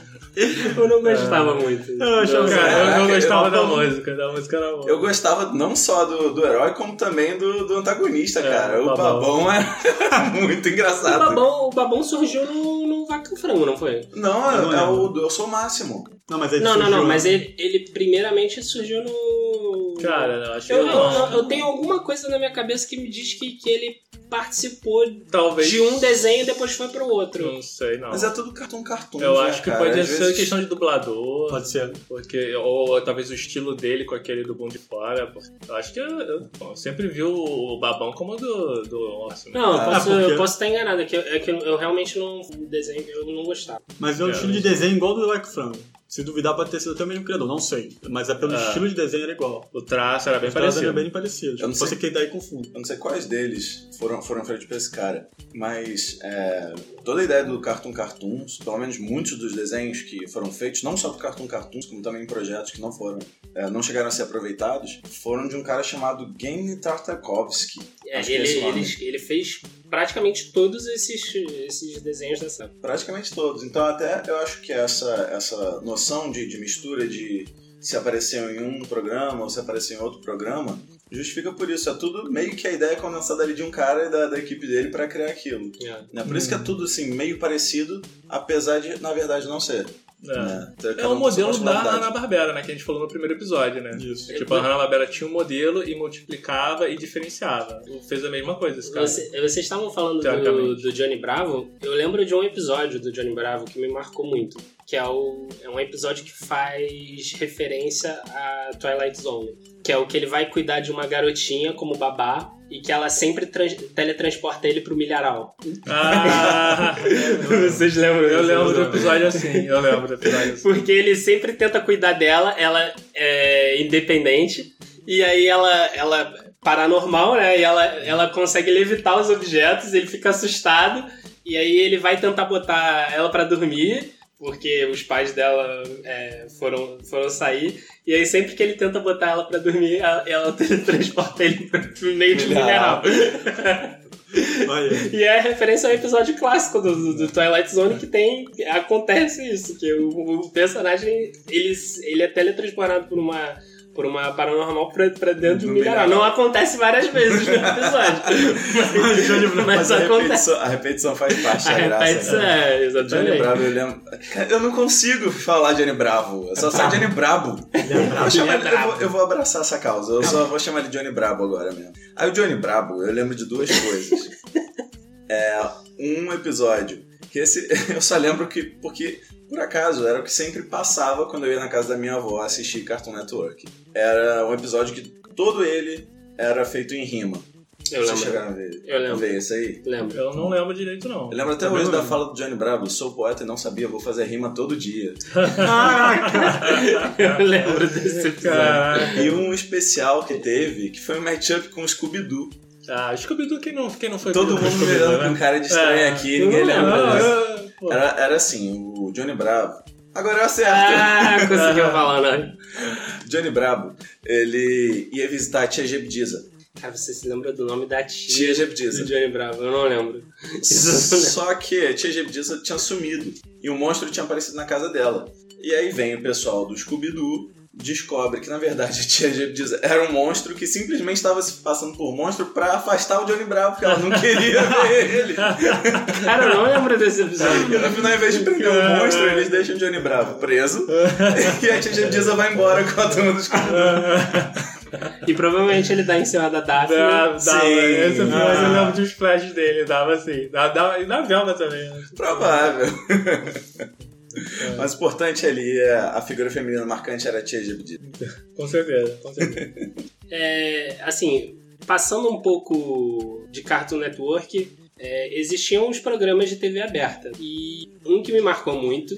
[SPEAKER 6] Eu não gostava muito.
[SPEAKER 4] Eu achava
[SPEAKER 6] Não,
[SPEAKER 4] que
[SPEAKER 7] Cara, É. eu- eu,
[SPEAKER 5] Caraca,
[SPEAKER 7] gostava
[SPEAKER 5] eu-
[SPEAKER 7] da música, da música era boa.
[SPEAKER 5] eu gostava não só do, do herói, como também do, do antagonista,
[SPEAKER 7] É,
[SPEAKER 5] cara. O
[SPEAKER 7] o Babão.
[SPEAKER 5] babão, era muito
[SPEAKER 6] O
[SPEAKER 5] engraçado.
[SPEAKER 6] babão, o babão surgiu no, no Vaca e Frango, não foi?
[SPEAKER 5] Não, é-
[SPEAKER 4] Não
[SPEAKER 5] é
[SPEAKER 4] lembro.
[SPEAKER 5] o do Eu Sou o Máximo.
[SPEAKER 7] Tá
[SPEAKER 4] Não, mas ele
[SPEAKER 6] Não, não,
[SPEAKER 4] surgiu-
[SPEAKER 6] não, mas ele, ele primeiramente surgiu no.
[SPEAKER 7] Cara, eu acho que
[SPEAKER 6] eu, eu- eu- eu tenho alguma coisa na minha cabeça que me diz que, que ele participou
[SPEAKER 7] Talvez. Hum.
[SPEAKER 6] de um desenho e depois foi pro outro.
[SPEAKER 7] Não sei, não.
[SPEAKER 5] Mas é tudo cartão cartoon.
[SPEAKER 7] eu
[SPEAKER 5] né,
[SPEAKER 7] acho que
[SPEAKER 5] cara?
[SPEAKER 7] pode
[SPEAKER 5] Às
[SPEAKER 7] ser
[SPEAKER 5] vezes-
[SPEAKER 7] questão de dublador,
[SPEAKER 4] Pode ser.
[SPEAKER 7] Porque, ou talvez o estilo dele com aquele do Bom de Fora. porque Eu acho que eu, eu- eu sempre vi o Babão como do, do Orson. né?
[SPEAKER 6] Não, eu
[SPEAKER 5] Ah,
[SPEAKER 6] posso,
[SPEAKER 4] porque-
[SPEAKER 6] eu posso estar enganado, é que, eu- é que eu, eu realmente não desenho, eu não gostava.
[SPEAKER 4] Mas é um
[SPEAKER 7] É,
[SPEAKER 4] estilo de
[SPEAKER 7] mas-
[SPEAKER 4] desenho igual do Like Frango. Se duvidar, pode ter sido até o mesmo criador, não sei. Mas é pelo
[SPEAKER 7] É.
[SPEAKER 4] estilo de desenho era igual.
[SPEAKER 7] O traço era bem
[SPEAKER 4] Os caras
[SPEAKER 7] parecido.
[SPEAKER 4] eram bem parecidos.
[SPEAKER 5] Eu não
[SPEAKER 4] Não fosse
[SPEAKER 5] sei.
[SPEAKER 4] quem daí tá confunde.
[SPEAKER 5] Eu não sei quais deles foram, foram feitos pra esse cara, mas é, toda a ideia do Cartoon Cartoons, pelo menos muitos dos desenhos que foram feitos, não só pro Cartoon Cartoons, como também em projetos que não foram, é, não chegaram a ser aproveitados, foram de um cara chamado Game Tartakovsky.
[SPEAKER 6] É,
[SPEAKER 5] Acho que é
[SPEAKER 6] ele,
[SPEAKER 5] esse o nome.
[SPEAKER 6] ele, ele fez praticamente todos esses, esses desenhos dessa época.
[SPEAKER 5] Praticamente todos. Então até eu acho que essa, essa noção de, de mistura de se apareceu em um programa ou se apareceu em outro programa, justifica por isso. É tudo meio que a ideia condensada ali de um cara e da, da equipe dele pra criar aquilo.
[SPEAKER 6] É.
[SPEAKER 5] né? Por isso que é tudo assim, meio parecido, apesar de, na verdade, não ser.
[SPEAKER 7] É.
[SPEAKER 5] né? Então,
[SPEAKER 7] É
[SPEAKER 5] cada
[SPEAKER 7] o
[SPEAKER 5] um com sua
[SPEAKER 7] modelo da
[SPEAKER 5] personalidade.
[SPEAKER 7] Hanna-Barbera, né? Que a gente falou no primeiro episódio, né?
[SPEAKER 4] Isso.
[SPEAKER 7] Tipo, a Hanna-Barbera tinha um modelo e multiplicava e diferenciava. O- Fez a mesma coisa esse cara.
[SPEAKER 6] Você- vocês estavam falando do,
[SPEAKER 7] Teoricamente.
[SPEAKER 6] do Johnny Bravo. Eu lembro de um episódio do Johnny Bravo que me marcou muito. Que é, o, é um episódio que faz referência a Twilight Zone. Que é o que ele vai cuidar de uma garotinha como babá e que ela sempre trans- teletransporta ele pro milharal.
[SPEAKER 7] Ah!
[SPEAKER 6] Vocês lembram
[SPEAKER 7] Eu
[SPEAKER 6] disso,
[SPEAKER 7] lembro do
[SPEAKER 6] não?
[SPEAKER 7] episódio assim, eu lembro do episódio assim.
[SPEAKER 6] Porque ele sempre tenta cuidar dela, ela é independente, e aí ela, ela paranormal, né? E ela, ela consegue levitar os objetos, ele fica assustado, e aí ele vai tentar botar ela pra dormir, porque os pais dela é, foram, foram sair, e aí sempre que ele tenta botar ela pra dormir, ela, ela transporta ele pro meio de um mineral.
[SPEAKER 5] Mineral.
[SPEAKER 4] Olha aí.
[SPEAKER 6] E é referência ao episódio clássico do, do- do Twilight Zone que tem. Acontece isso, que o, o personagem ele, ele é teletransportado por uma, por uma paranormal pra, pra dentro de um
[SPEAKER 5] No
[SPEAKER 6] milharal.
[SPEAKER 5] milharal.
[SPEAKER 6] Não acontece várias vezes no episódio.
[SPEAKER 5] Mas, Johnny Bravo,
[SPEAKER 6] Mas
[SPEAKER 5] a,
[SPEAKER 6] acontece.
[SPEAKER 5] repetição, a repetição faz parte
[SPEAKER 6] A
[SPEAKER 5] da graça.
[SPEAKER 6] repetição
[SPEAKER 5] né?
[SPEAKER 6] é,
[SPEAKER 5] Johnny
[SPEAKER 6] exatamente.
[SPEAKER 5] Bravo, eu lembro. Cara, Eu não consigo falar Johnny Bravo. Eu só sei Johnny Brabo. Eu, vou chamar ele- eu vou- eu vou abraçar essa causa. Eu só vou chamar ele Johnny Brabo agora mesmo. Aí o Johnny Brabo, eu lembro de duas coisas. É um episódio. Que esse. Eu só lembro que. Porque, por acaso, era o que sempre passava quando eu ia na casa da minha avó assistir Cartoon Network. Era um episódio que todo ele era feito em rima.
[SPEAKER 6] Eu
[SPEAKER 5] Vocês
[SPEAKER 6] lembro.
[SPEAKER 5] chegaram a ver,
[SPEAKER 6] Eu lembro.
[SPEAKER 5] ver isso aí?
[SPEAKER 6] Lembro.
[SPEAKER 7] Eu não lembro direito, não.
[SPEAKER 5] Eu lembro até
[SPEAKER 4] Eu
[SPEAKER 5] hoje
[SPEAKER 4] lembro.
[SPEAKER 5] da
[SPEAKER 7] né?
[SPEAKER 5] fala do Johnny Bravo, sou poeta e não sabia, vou fazer rima todo dia.
[SPEAKER 6] Eu lembro desse episódio.
[SPEAKER 7] Caraca.
[SPEAKER 5] E um especial que teve, que foi um matchup com o Scooby-Doo.
[SPEAKER 7] Ah, Scooby-Doo, quem não, quem não foi
[SPEAKER 5] Todo
[SPEAKER 7] pro
[SPEAKER 5] mundo
[SPEAKER 7] Scooby-Doo,
[SPEAKER 5] virando com
[SPEAKER 7] né? Ah,
[SPEAKER 5] cara de estranho
[SPEAKER 7] É.
[SPEAKER 5] aqui, ninguém
[SPEAKER 7] Não, não,
[SPEAKER 5] lembra disso.
[SPEAKER 7] eu- pô.
[SPEAKER 5] Era, era assim, o Johnny Bravo. Agora eu acerto.
[SPEAKER 6] Ah, conseguiu falar, né? não.
[SPEAKER 5] Johnny Bravo, ele ia visitar a tia Jebediza.
[SPEAKER 6] Cara, você se lembra do nome da tia
[SPEAKER 5] Tia
[SPEAKER 6] do
[SPEAKER 5] Jebediza.
[SPEAKER 6] Johnny Bravo? Eu não lembro. Isso eu não lembro.
[SPEAKER 5] Só que a tia Jebediza tinha sumido e o monstro tinha aparecido na casa dela. E aí vem o pessoal do Scooby-Doo, descobre que na verdade a tia Jebediza era um monstro que simplesmente estava se passando por monstro pra afastar o Johnny Bravo, porque ela não queria ver ele.
[SPEAKER 6] Cara, eu não lembro desse episódio.
[SPEAKER 5] E no final, ao invés de prender o monstro, eles deixam o Johnny Bravo preso e a tia Jebediza vai embora com a turma do Scooby-Doo.
[SPEAKER 6] E provavelmente ele dá em cima da né? Daphne.
[SPEAKER 7] Dava, dava.
[SPEAKER 5] Sim.
[SPEAKER 7] Esse episódio eu
[SPEAKER 5] Ah.
[SPEAKER 7] lembro de uns flashes dele, dava assim. Dava, dava- e na Velma também. né?
[SPEAKER 5] Provável. Mas o importante ali é a figura feminina marcante era a tia Jebediza.
[SPEAKER 7] Com certeza, com certeza.
[SPEAKER 6] É, assim, passando um pouco de Cartoon Network, é, existiam os programas de TV aberta. E um que me marcou muito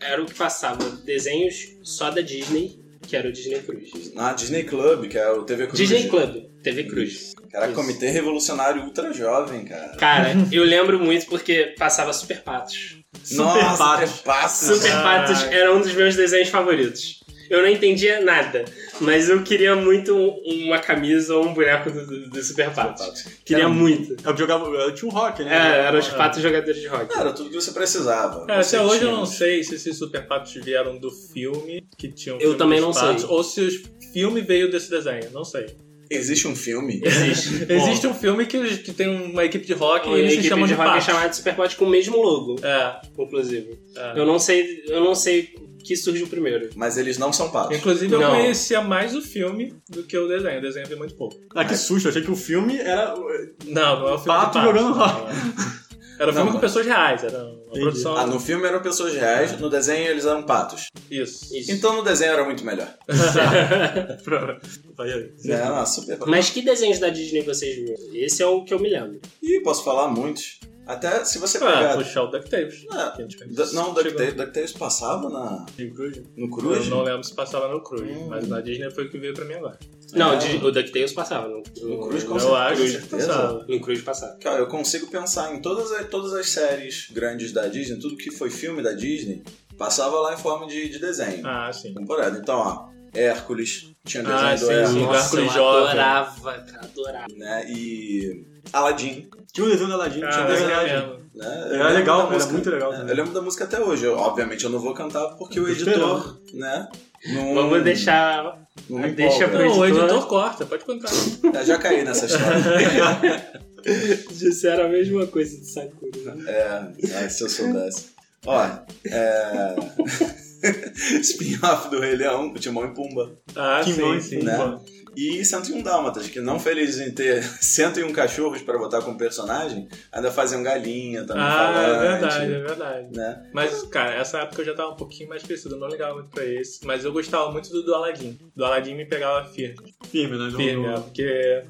[SPEAKER 6] era o que passava desenhos só da Disney, que era o Disney Cruz.
[SPEAKER 5] Na Ah, Disney Club, que é o TV Cruz.
[SPEAKER 6] Disney Club, TV Cruz.
[SPEAKER 5] Cara,
[SPEAKER 6] Isso.
[SPEAKER 5] comitê revolucionário ultra jovem, cara.
[SPEAKER 6] Cara, eu lembro muito porque passava Super Patos.
[SPEAKER 5] Nossa,
[SPEAKER 4] Patos.
[SPEAKER 5] Super Patos.
[SPEAKER 6] Super Patos era um dos meus desenhos favoritos. Eu não entendia nada, mas eu queria muito um- uma camisa ou um boneco do, do- do Super Patos. Queria
[SPEAKER 4] Era-
[SPEAKER 6] muito.
[SPEAKER 4] É o que jogava. Era o Tio Rock, né?
[SPEAKER 6] É, eram os patos jogadores de rock.
[SPEAKER 5] Cara, tudo que você precisava.
[SPEAKER 7] Cara,
[SPEAKER 5] Você
[SPEAKER 7] É, até hoje
[SPEAKER 5] tinha.
[SPEAKER 7] eu não sei se esses super patos vieram do filme que tinham.
[SPEAKER 6] Eu também não sei.
[SPEAKER 7] Ou se o filme veio desse desenho, não sei.
[SPEAKER 5] Existe um filme?
[SPEAKER 6] Existe.
[SPEAKER 7] Existe um filme que, que tem uma equipe de rock
[SPEAKER 6] Bom,
[SPEAKER 7] e
[SPEAKER 6] a
[SPEAKER 7] eles se
[SPEAKER 6] equipe
[SPEAKER 7] chamam
[SPEAKER 6] de
[SPEAKER 7] de,
[SPEAKER 6] rock é
[SPEAKER 7] patos.
[SPEAKER 6] chamada de Superbot com o mesmo logo,
[SPEAKER 7] É,
[SPEAKER 6] inclusive.
[SPEAKER 7] é.
[SPEAKER 6] Eu não sei, eu não sei o que surgiu primeiro.
[SPEAKER 5] Mas eles não são patos.
[SPEAKER 7] Inclusive, eu
[SPEAKER 6] Não.
[SPEAKER 7] conhecia mais o filme do que o desenho. O desenho eu vi muito pouco.
[SPEAKER 4] Ah, que susto. eu Achei que o filme era.
[SPEAKER 7] Não, não é o filme.
[SPEAKER 4] Pato
[SPEAKER 7] de patos,
[SPEAKER 4] jogando
[SPEAKER 7] não,
[SPEAKER 4] rock.
[SPEAKER 7] é. Era
[SPEAKER 5] Não,
[SPEAKER 7] um filme
[SPEAKER 5] mas-
[SPEAKER 7] com pessoas reais, era uma produção.
[SPEAKER 5] Ah, no filme eram pessoas reais, no desenho eles eram patos.
[SPEAKER 7] Isso.
[SPEAKER 6] Isso.
[SPEAKER 5] Então no desenho era muito melhor.
[SPEAKER 4] Vai aí.
[SPEAKER 5] É, não, super patos.
[SPEAKER 6] Mas que desenhos da Disney vocês viram? Esse é o que eu me lembro.
[SPEAKER 5] Ih, posso falar muitos. Até se você
[SPEAKER 7] Ah,
[SPEAKER 5] pegar...
[SPEAKER 7] puxar o DuckTales.
[SPEAKER 5] Ah,
[SPEAKER 7] Que a gente
[SPEAKER 5] Da- não,
[SPEAKER 7] chegou-
[SPEAKER 5] DuckTales, DuckTales passava na, no
[SPEAKER 7] Eu
[SPEAKER 5] Cruz?
[SPEAKER 7] não lembro se passava no Cruz,
[SPEAKER 5] Hum.
[SPEAKER 7] mas na Disney foi o que veio pra mim agora.
[SPEAKER 6] Não,
[SPEAKER 5] Ah.
[SPEAKER 6] de- o DuckTales passava. No,
[SPEAKER 5] No Cruz, com
[SPEAKER 7] eu
[SPEAKER 5] certeza.
[SPEAKER 7] acho que
[SPEAKER 5] certeza.
[SPEAKER 7] passava.
[SPEAKER 6] No Cruz passava.
[SPEAKER 5] Cara, eu consigo pensar em todas as, todas as séries grandes da Disney, tudo que foi filme da Disney, passava lá em forma de, de desenho.
[SPEAKER 7] Ah, sim.
[SPEAKER 5] Temporada. Então, ó, Hércules, tinha desenho
[SPEAKER 7] Ah,
[SPEAKER 5] do
[SPEAKER 7] sim,
[SPEAKER 5] Hércules,
[SPEAKER 7] sim.
[SPEAKER 6] Nossa,
[SPEAKER 7] Hércules
[SPEAKER 6] eu
[SPEAKER 7] jovem.
[SPEAKER 6] adorava, cara, adorava.
[SPEAKER 5] né? E Aladdin,
[SPEAKER 4] Tinha um desenho da Aladdin. Tinha um
[SPEAKER 7] Caraca,
[SPEAKER 4] desenho da
[SPEAKER 7] é
[SPEAKER 4] Aladdin.
[SPEAKER 7] mesmo.
[SPEAKER 5] né? Eu
[SPEAKER 4] Era
[SPEAKER 5] lembro
[SPEAKER 4] legal,
[SPEAKER 5] da
[SPEAKER 4] era muito legal também.
[SPEAKER 5] Eu lembro da música até hoje. Eu, obviamente eu não vou cantar porque o editor, né? Não,
[SPEAKER 6] Vamos deixar.
[SPEAKER 5] não me
[SPEAKER 6] deixa
[SPEAKER 5] empolga.
[SPEAKER 6] pro
[SPEAKER 7] Não, o
[SPEAKER 6] editor.
[SPEAKER 7] editor corta, pode contar.
[SPEAKER 5] Eu já caí nessa história.
[SPEAKER 6] Disseram a mesma coisa de né? Sakura.
[SPEAKER 5] é, ai, se eu soubesse. Ó, é. Spin-off do Rei Leão, o Timão e Pumba.
[SPEAKER 7] Ah,
[SPEAKER 4] Que
[SPEAKER 7] sim,
[SPEAKER 4] bom,
[SPEAKER 7] sim.
[SPEAKER 5] né? E 101 Dálmatas, que não felizes em ter 101 cachorros pra botar como personagem, ainda faziam galinha também.
[SPEAKER 7] Ah, é
[SPEAKER 5] falante,
[SPEAKER 7] verdade, é verdade.
[SPEAKER 5] Né?
[SPEAKER 7] Mas, cara, essa época eu já tava um pouquinho mais crescido, não ligava muito pra esse. Mas eu gostava muito do, do Aladdin. Do Aladdin me pegava firme.
[SPEAKER 4] Firme, né? No-
[SPEAKER 7] firme,
[SPEAKER 4] no-
[SPEAKER 7] é, porque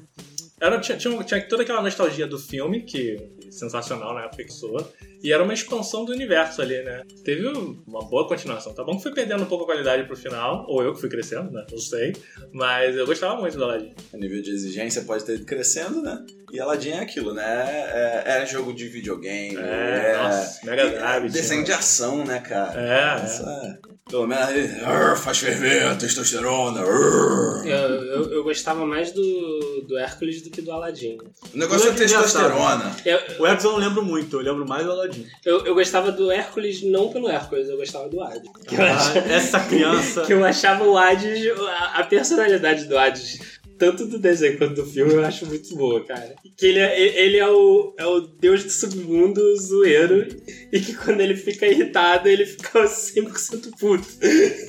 [SPEAKER 7] era, tinha, tinha, tinha toda aquela nostalgia do filme, que sensacional na época que soa, e era uma expansão do universo ali, né? Teve uma boa continuação. Tá bom que foi perdendo um pouco a qualidade pro final, ou eu que fui crescendo, né? Não sei. Mas eu gostava muito do Aladdin.
[SPEAKER 5] O nível de exigência pode ter ido crescendo, né? E Aladdin é aquilo, né? É, é jogo de videogame.
[SPEAKER 7] É, nossa, Mega Drive. tinha-
[SPEAKER 5] Desenho de ação, né, cara?
[SPEAKER 7] É, é.
[SPEAKER 5] Essa- Pelo menos aí, "Arr, faz ferver, testosterona. arr."
[SPEAKER 6] Eu, eu, eu gostava mais do, do Hércules do que do Aladdin.
[SPEAKER 5] O negócio é
[SPEAKER 4] Tudo é engraçado.
[SPEAKER 5] testosterona.
[SPEAKER 6] Eu,
[SPEAKER 4] O Hércules eu não lembro muito, eu lembro mais do Aladdin.
[SPEAKER 6] eu, eu gostava do Hércules não pelo Hércules, eu gostava do Hades. Que eu achava-
[SPEAKER 4] Ah, essa criança.
[SPEAKER 6] que eu achava o Hades, a, a personalidade do Hades, tanto do desenho quanto do filme, eu acho muito boa, cara. Que ele, é- ele ele é, o, é o deus do submundo zoeiro e que quando ele fica irritado, ele fica 100% puto.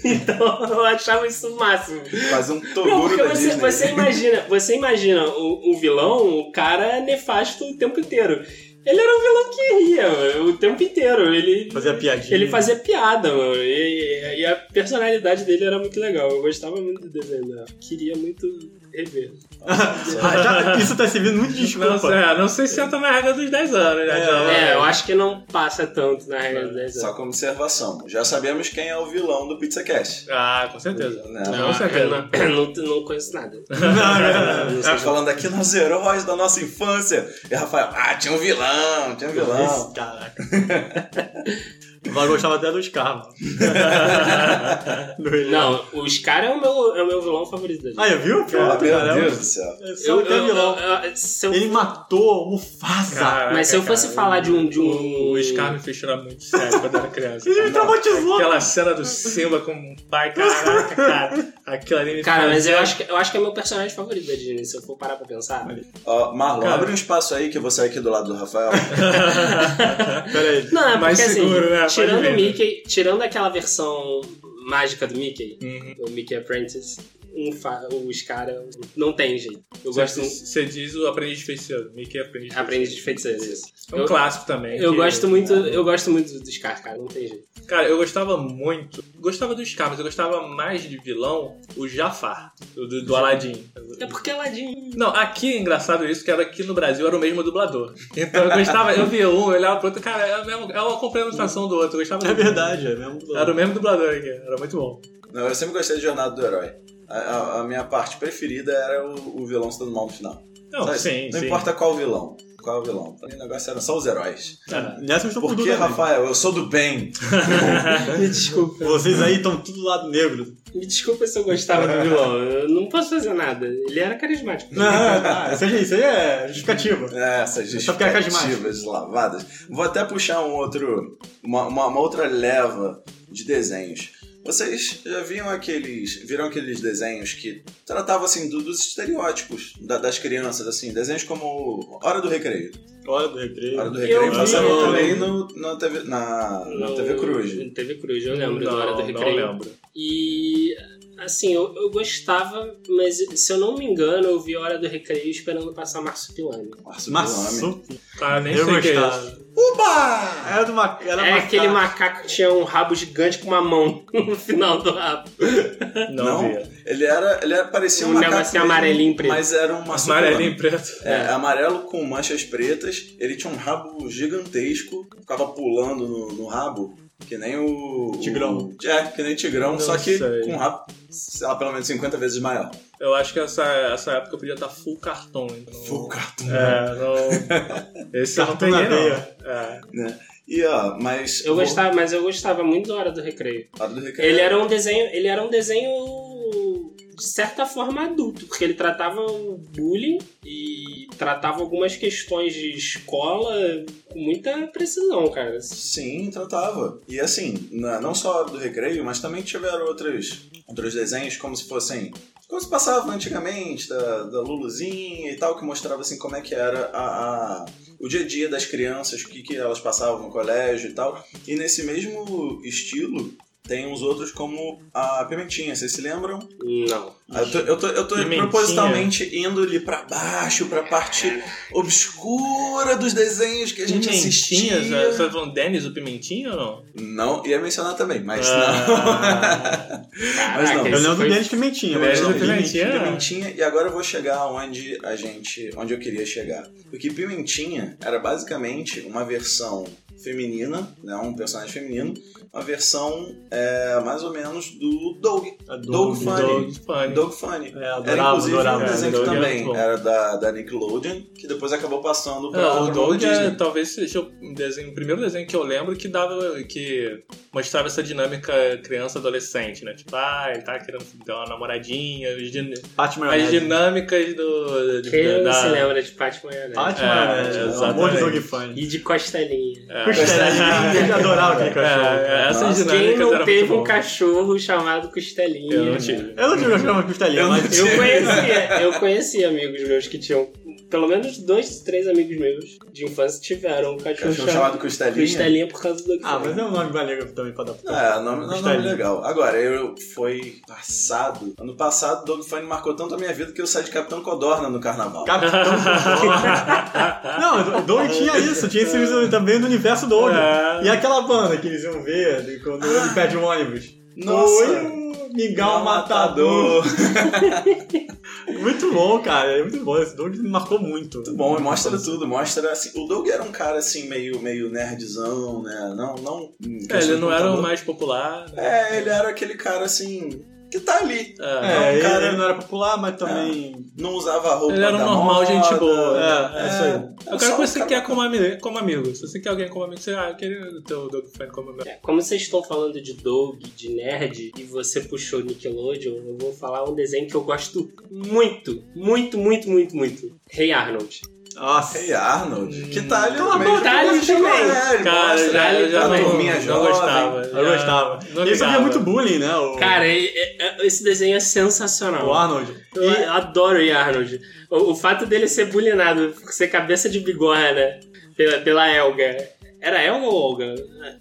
[SPEAKER 6] Então eu achava isso o máximo.
[SPEAKER 5] Faz um
[SPEAKER 6] Não,
[SPEAKER 5] toguro
[SPEAKER 6] porque
[SPEAKER 5] da
[SPEAKER 6] você,
[SPEAKER 5] Disney.
[SPEAKER 6] você imagina, você imagina o, o vilão, o cara nefasto o tempo inteiro. Ele era um vilão que ria o tempo inteiro. Ele
[SPEAKER 4] Fazia piadinha.
[SPEAKER 6] ele fazia piada, mano. E, e a personalidade dele era muito legal. Eu gostava muito do desenho dela. Queria muito rever.
[SPEAKER 4] Ah, já- isso tá servindo muito de
[SPEAKER 7] Não, sei-
[SPEAKER 4] desculpa.
[SPEAKER 7] é, não sei se entra na regra dos 10 anos, né? Então,
[SPEAKER 6] É, eu acho que não passa tanto na regra do
[SPEAKER 5] Só
[SPEAKER 6] desenho.
[SPEAKER 5] com observação. Já sabemos quem é o vilão do PizzaCast.
[SPEAKER 7] Ah, com certeza.
[SPEAKER 5] Né?
[SPEAKER 7] Não, com certeza.
[SPEAKER 6] eu não, não conheço nada.
[SPEAKER 5] Nós estamos Tá falando aqui nos heróis da nossa infância. E Rafael, ah, tinha um vilão, tinha um vilão.
[SPEAKER 4] Caraca. Mas gostava até dos carros.
[SPEAKER 6] Não, o Scar é o meu, é o meu vilão favorito da Disney.
[SPEAKER 4] Aí, viu?
[SPEAKER 5] Ah,
[SPEAKER 4] Pronto,
[SPEAKER 5] meu
[SPEAKER 4] caramba.
[SPEAKER 5] Deus do céu.
[SPEAKER 4] É só o teu vilão.
[SPEAKER 6] eu- eu- se eu-
[SPEAKER 4] Ele matou o Mufasa.
[SPEAKER 7] Caraca,
[SPEAKER 6] mas se eu fosse
[SPEAKER 7] cara,
[SPEAKER 6] falar de um. De um
[SPEAKER 7] O o Scar me fez chorar muito sério quando eu era criança.
[SPEAKER 4] Ele me
[SPEAKER 7] Não,
[SPEAKER 4] traumatizou.
[SPEAKER 7] Aquela cena do Simba com o pai, caraca, cara. Aquilo ali me
[SPEAKER 6] Cara, mas
[SPEAKER 7] fazia-
[SPEAKER 6] eu acho, que, eu acho que é meu personagem favorito da Disney, se eu for parar pra pensar.
[SPEAKER 5] Ó, Marlon,
[SPEAKER 7] Cara.
[SPEAKER 5] abre um espaço aí que eu vou sair aqui do lado do Rafael.
[SPEAKER 4] Pera aí.
[SPEAKER 6] Não, é porque
[SPEAKER 7] Mais seguro,
[SPEAKER 6] assim,
[SPEAKER 7] né? Pode
[SPEAKER 6] tirando
[SPEAKER 7] ver,
[SPEAKER 6] o
[SPEAKER 7] né?
[SPEAKER 6] Mickey, tirando aquela versão mágica do Mickey,
[SPEAKER 7] Uhum.
[SPEAKER 6] o Mickey Apprentice, um fa- os caras um, não tem jeito. Eu
[SPEAKER 7] Você-
[SPEAKER 6] gosto muito.
[SPEAKER 7] Você diz o Aprendiz de Feiticeiro, Mickey Aprendiz de
[SPEAKER 6] Aprendiz de feiticeiro, isso.
[SPEAKER 7] É um
[SPEAKER 6] Eu-
[SPEAKER 7] clássico também.
[SPEAKER 6] Eu
[SPEAKER 7] que- é um-
[SPEAKER 6] gosto muito, eu gosto muito do Scar, cara, não tem jeito.
[SPEAKER 7] Cara, eu gostava muito. Gostava do Scar, mas eu gostava mais de vilão, o Jafar, do, do, do Aladdin.
[SPEAKER 6] É porque Aladdin.
[SPEAKER 7] Não, aqui é engraçado isso, que era aqui no Brasil era o mesmo dublador. Então eu gostava, eu via um, eu olhava pro outro, cara, é, o mesmo- é uma complementação do outro. Eu gostava
[SPEAKER 4] É
[SPEAKER 7] do-
[SPEAKER 4] verdade, é mesmo.
[SPEAKER 7] Era o mesmo dublador aqui, era muito bom.
[SPEAKER 5] Não, eu sempre gostei de Jornada do Herói. A, a- a minha parte preferida era o, o vilão se dando mal no final.
[SPEAKER 7] Não,
[SPEAKER 5] Sabe?
[SPEAKER 7] sim,
[SPEAKER 5] não
[SPEAKER 7] sim.
[SPEAKER 5] importa qual vilão. Qual vilão? Pra mim, o negócio era só os heróis.
[SPEAKER 7] Cara,
[SPEAKER 4] Nessa eu estou com
[SPEAKER 5] Por que,
[SPEAKER 4] dúvida. também.
[SPEAKER 5] Rafael? Eu sou do bem.
[SPEAKER 6] Me desculpa.
[SPEAKER 4] Vocês aí estão tudo do lado negro.
[SPEAKER 6] Me desculpa se eu gostava do vilão. Eu não posso fazer nada. Ele era carismático.
[SPEAKER 4] Não, tá. Isso aí, isso aí é justificativa.
[SPEAKER 5] É, Essas
[SPEAKER 4] Só porque é
[SPEAKER 5] justificativas lavadas. Vou até puxar um outro, uma, uma- uma outra leva de desenhos. Vocês já viam aqueles, viram aqueles desenhos que tratavam assim do- dos estereótipos da- das crianças, assim, desenhos como Hora do Recreio.
[SPEAKER 4] Hora do
[SPEAKER 5] Hora
[SPEAKER 4] recreio.
[SPEAKER 5] do Recreio
[SPEAKER 6] vi,
[SPEAKER 5] passava
[SPEAKER 4] eu
[SPEAKER 5] também
[SPEAKER 4] vi.
[SPEAKER 5] no, na TV, na, na
[SPEAKER 6] No-
[SPEAKER 5] TV Cruz.
[SPEAKER 6] TV Cruz, eu lembro
[SPEAKER 7] não,
[SPEAKER 6] da hora do recreio.
[SPEAKER 7] Não lembro.
[SPEAKER 6] E assim, eu, eu gostava, mas se eu não me engano, eu vi a hora do recreio esperando passar Marsupilami.
[SPEAKER 4] Marsup.
[SPEAKER 7] Cara, nem
[SPEAKER 4] Eu
[SPEAKER 7] sei o que é
[SPEAKER 4] gostava.
[SPEAKER 7] isso.
[SPEAKER 4] Era do ma... Era
[SPEAKER 6] É
[SPEAKER 4] macaco.
[SPEAKER 6] aquele macaco que tinha um rabo gigante com uma mão no final do rabo.
[SPEAKER 7] Não,
[SPEAKER 5] Não?
[SPEAKER 7] via.
[SPEAKER 5] Ele era, ele era parecia um,
[SPEAKER 6] Um
[SPEAKER 5] macaco
[SPEAKER 6] negocinho
[SPEAKER 5] mesmo,
[SPEAKER 6] amarelinho preto.
[SPEAKER 5] Mas era um maçulano.
[SPEAKER 7] Amarelinho e preto.
[SPEAKER 5] É, amarelo com manchas pretas, ele tinha um rabo gigantesco, ficava pulando no, no rabo, que nem o.
[SPEAKER 4] Tigrão.
[SPEAKER 5] o- é, que nem tigrão,
[SPEAKER 7] Não
[SPEAKER 5] só que
[SPEAKER 7] sei.
[SPEAKER 5] com um rabo, sei lá, pelo menos 50 vezes maior.
[SPEAKER 7] Eu acho que essa, essa época eu podia estar full cartão. Então...
[SPEAKER 5] cartão.
[SPEAKER 7] É, não. Esse eu não
[SPEAKER 4] Cartão na
[SPEAKER 7] peguei, não.
[SPEAKER 4] veia.
[SPEAKER 7] É.
[SPEAKER 5] E ó, mas.
[SPEAKER 6] Eu gostava, mas eu gostava muito da hora do recreio.
[SPEAKER 5] Hora do recreio.
[SPEAKER 6] Ele era um desenho, ele era um desenho de certa forma adulto, porque ele tratava o bullying e tratava algumas questões de escola com muita precisão, cara.
[SPEAKER 5] Sim, tratava. E assim, na- não só a hora do recreio, mas também tiveram outros, outros desenhos como se fossem. Como se passava antigamente, da, da Luluzinha e tal, que mostrava assim como é que era a, a, o dia a dia das crianças, o que, que elas passavam no colégio e tal. E nesse mesmo estilo, tem uns outros como a Pimentinha, vocês se lembram?
[SPEAKER 6] Não.
[SPEAKER 5] Ah, Eu tô, eu tô, eu tô
[SPEAKER 7] Pimentinha.
[SPEAKER 5] propositalmente indo ali pra baixo, pra parte obscura dos desenhos que a gente
[SPEAKER 7] Pimentinha?
[SPEAKER 5] assistia.
[SPEAKER 7] Você tá falando Dennis, o Pimentinha ou não?
[SPEAKER 5] Não, ia mencionar também, mas
[SPEAKER 7] Ah.
[SPEAKER 5] Mas não,
[SPEAKER 6] esse
[SPEAKER 4] Eu lembro
[SPEAKER 6] foi-
[SPEAKER 4] do Dennis Pimentinha,
[SPEAKER 5] não.
[SPEAKER 7] Dennis
[SPEAKER 4] mas não
[SPEAKER 7] Pimentinha.
[SPEAKER 4] Pimentinha.
[SPEAKER 5] Pimentinha, e agora eu vou chegar onde a gente. onde eu queria chegar. Porque Pimentinha era basicamente uma versão feminina, né? Um personagem feminino, uma versão é, mais ou menos do Doug. Doug Funny.
[SPEAKER 7] Doug Funny.
[SPEAKER 5] Doug Funny.
[SPEAKER 4] É,
[SPEAKER 5] Era
[SPEAKER 4] adorava,
[SPEAKER 5] inclusive
[SPEAKER 4] adorava.
[SPEAKER 5] um
[SPEAKER 7] cara,
[SPEAKER 5] desenho que
[SPEAKER 7] Doug era
[SPEAKER 5] também
[SPEAKER 7] muito bom.
[SPEAKER 5] era da, da Nickelodeon, que depois acabou passando pra,
[SPEAKER 7] Ah, o
[SPEAKER 5] pra
[SPEAKER 7] Doug
[SPEAKER 5] Disney.
[SPEAKER 7] é, talvez seja o, desenho- o primeiro desenho que eu lembro que dava que mostrava essa dinâmica criança-adolescente, né? Tipo, ah, ele tá querendo dar uma namoradinha, os din-
[SPEAKER 4] Pátio
[SPEAKER 7] as
[SPEAKER 4] Maionese.
[SPEAKER 7] dinâmicas do.
[SPEAKER 6] Quem
[SPEAKER 7] da-
[SPEAKER 6] se lembra de Batman né?
[SPEAKER 4] Pátio
[SPEAKER 7] É,
[SPEAKER 4] Maionese. O amor um de
[SPEAKER 7] exatamente.
[SPEAKER 4] Doug Funny.
[SPEAKER 6] E de Costelinha.
[SPEAKER 7] É.
[SPEAKER 4] Costelinha. Eu adorava aquele cachorro.
[SPEAKER 7] É,
[SPEAKER 4] cara.
[SPEAKER 7] essas
[SPEAKER 5] Nossa,
[SPEAKER 7] dinâmicas
[SPEAKER 6] Quem
[SPEAKER 7] eram
[SPEAKER 6] não teve
[SPEAKER 7] muito
[SPEAKER 6] um
[SPEAKER 7] bom.
[SPEAKER 6] cachorro chamado Costelinha?
[SPEAKER 7] Eu não tive.
[SPEAKER 4] Eu não tive cachorro de costelinha, mas
[SPEAKER 6] Eu conhecia, eu conheci amigos meus que tinham. Pelo menos dois, três amigos meus de infância tiveram um cachorro,
[SPEAKER 5] Cachorro chamado Costelinha.
[SPEAKER 6] Costelinha por causa do
[SPEAKER 4] Ah, mas é um nome maneiro também pra dar pro
[SPEAKER 5] É, nome, não, nome
[SPEAKER 4] Costelinha.
[SPEAKER 5] legal. Agora, eu foi passado. Ano passado, Doug Funny marcou tanto a minha vida que eu saí de Capitão Codorna no carnaval.
[SPEAKER 4] Capitão Codorna. Não, o Doug tinha isso, tinha esse vídeo também do universo Doug.
[SPEAKER 7] É.
[SPEAKER 4] E aquela banda que eles iam ver de quando ele perde um ônibus.
[SPEAKER 5] Nossa.
[SPEAKER 4] Foi o Mingau Matador. Muito bom, cara. É muito bom. Esse Doug me marcou muito.
[SPEAKER 5] Muito bom, e mostra tudo, mostra assim. O Doug era um cara assim, meio, meio nerdzão, né? Não, não. em
[SPEAKER 7] É,
[SPEAKER 5] questão
[SPEAKER 7] ele
[SPEAKER 5] de
[SPEAKER 7] não era o
[SPEAKER 5] computador.
[SPEAKER 7] mais popular. né?
[SPEAKER 5] É, ele era aquele cara assim. Que tá ali.
[SPEAKER 7] É.
[SPEAKER 4] É,
[SPEAKER 5] Não,
[SPEAKER 4] ele
[SPEAKER 5] cara.
[SPEAKER 4] não era popular, mas também.
[SPEAKER 5] Não usava roupa.
[SPEAKER 7] Ele era um
[SPEAKER 5] da
[SPEAKER 7] normal,
[SPEAKER 5] moda,
[SPEAKER 7] gente boa.
[SPEAKER 4] É, é,
[SPEAKER 7] É.
[SPEAKER 4] isso aí.
[SPEAKER 5] só
[SPEAKER 7] Eu quero que
[SPEAKER 5] um
[SPEAKER 7] você
[SPEAKER 5] cara-
[SPEAKER 7] quer como, ami- como amigo. Se você quer alguém como amigo, você ah, eu queria o teu Doug Funny como amigo.
[SPEAKER 6] É, Como vocês estão falando de Doug, de nerd, e você puxou Nickelodeon, eu vou falar um desenho que eu gosto muito, muito, muito, muito, muito. Rei Arnold.
[SPEAKER 4] Nossa.
[SPEAKER 5] Hey Arnold, que tá ali no meio.
[SPEAKER 6] tá ali
[SPEAKER 5] Mostra,
[SPEAKER 6] também.
[SPEAKER 5] né? Ele
[SPEAKER 7] Hum. Cara,
[SPEAKER 5] mostra
[SPEAKER 7] já,
[SPEAKER 5] ali
[SPEAKER 7] eu já
[SPEAKER 5] pra
[SPEAKER 7] não,
[SPEAKER 5] turminha
[SPEAKER 7] não
[SPEAKER 5] jovem.
[SPEAKER 7] gostava.
[SPEAKER 4] Eu
[SPEAKER 7] já
[SPEAKER 4] gostava.
[SPEAKER 7] não
[SPEAKER 4] ele sofria
[SPEAKER 7] ligava.
[SPEAKER 4] muito bullying, né? O,
[SPEAKER 6] Cara, e- e- esse desenho é
[SPEAKER 4] o
[SPEAKER 6] sensacional.
[SPEAKER 4] Arnold.
[SPEAKER 6] Eu eu adoro o Rei Arnold. O, o fato dele ser bulinado, ser cabeça de bigorna né? pela, pela Elga. Era Elga ou Olga?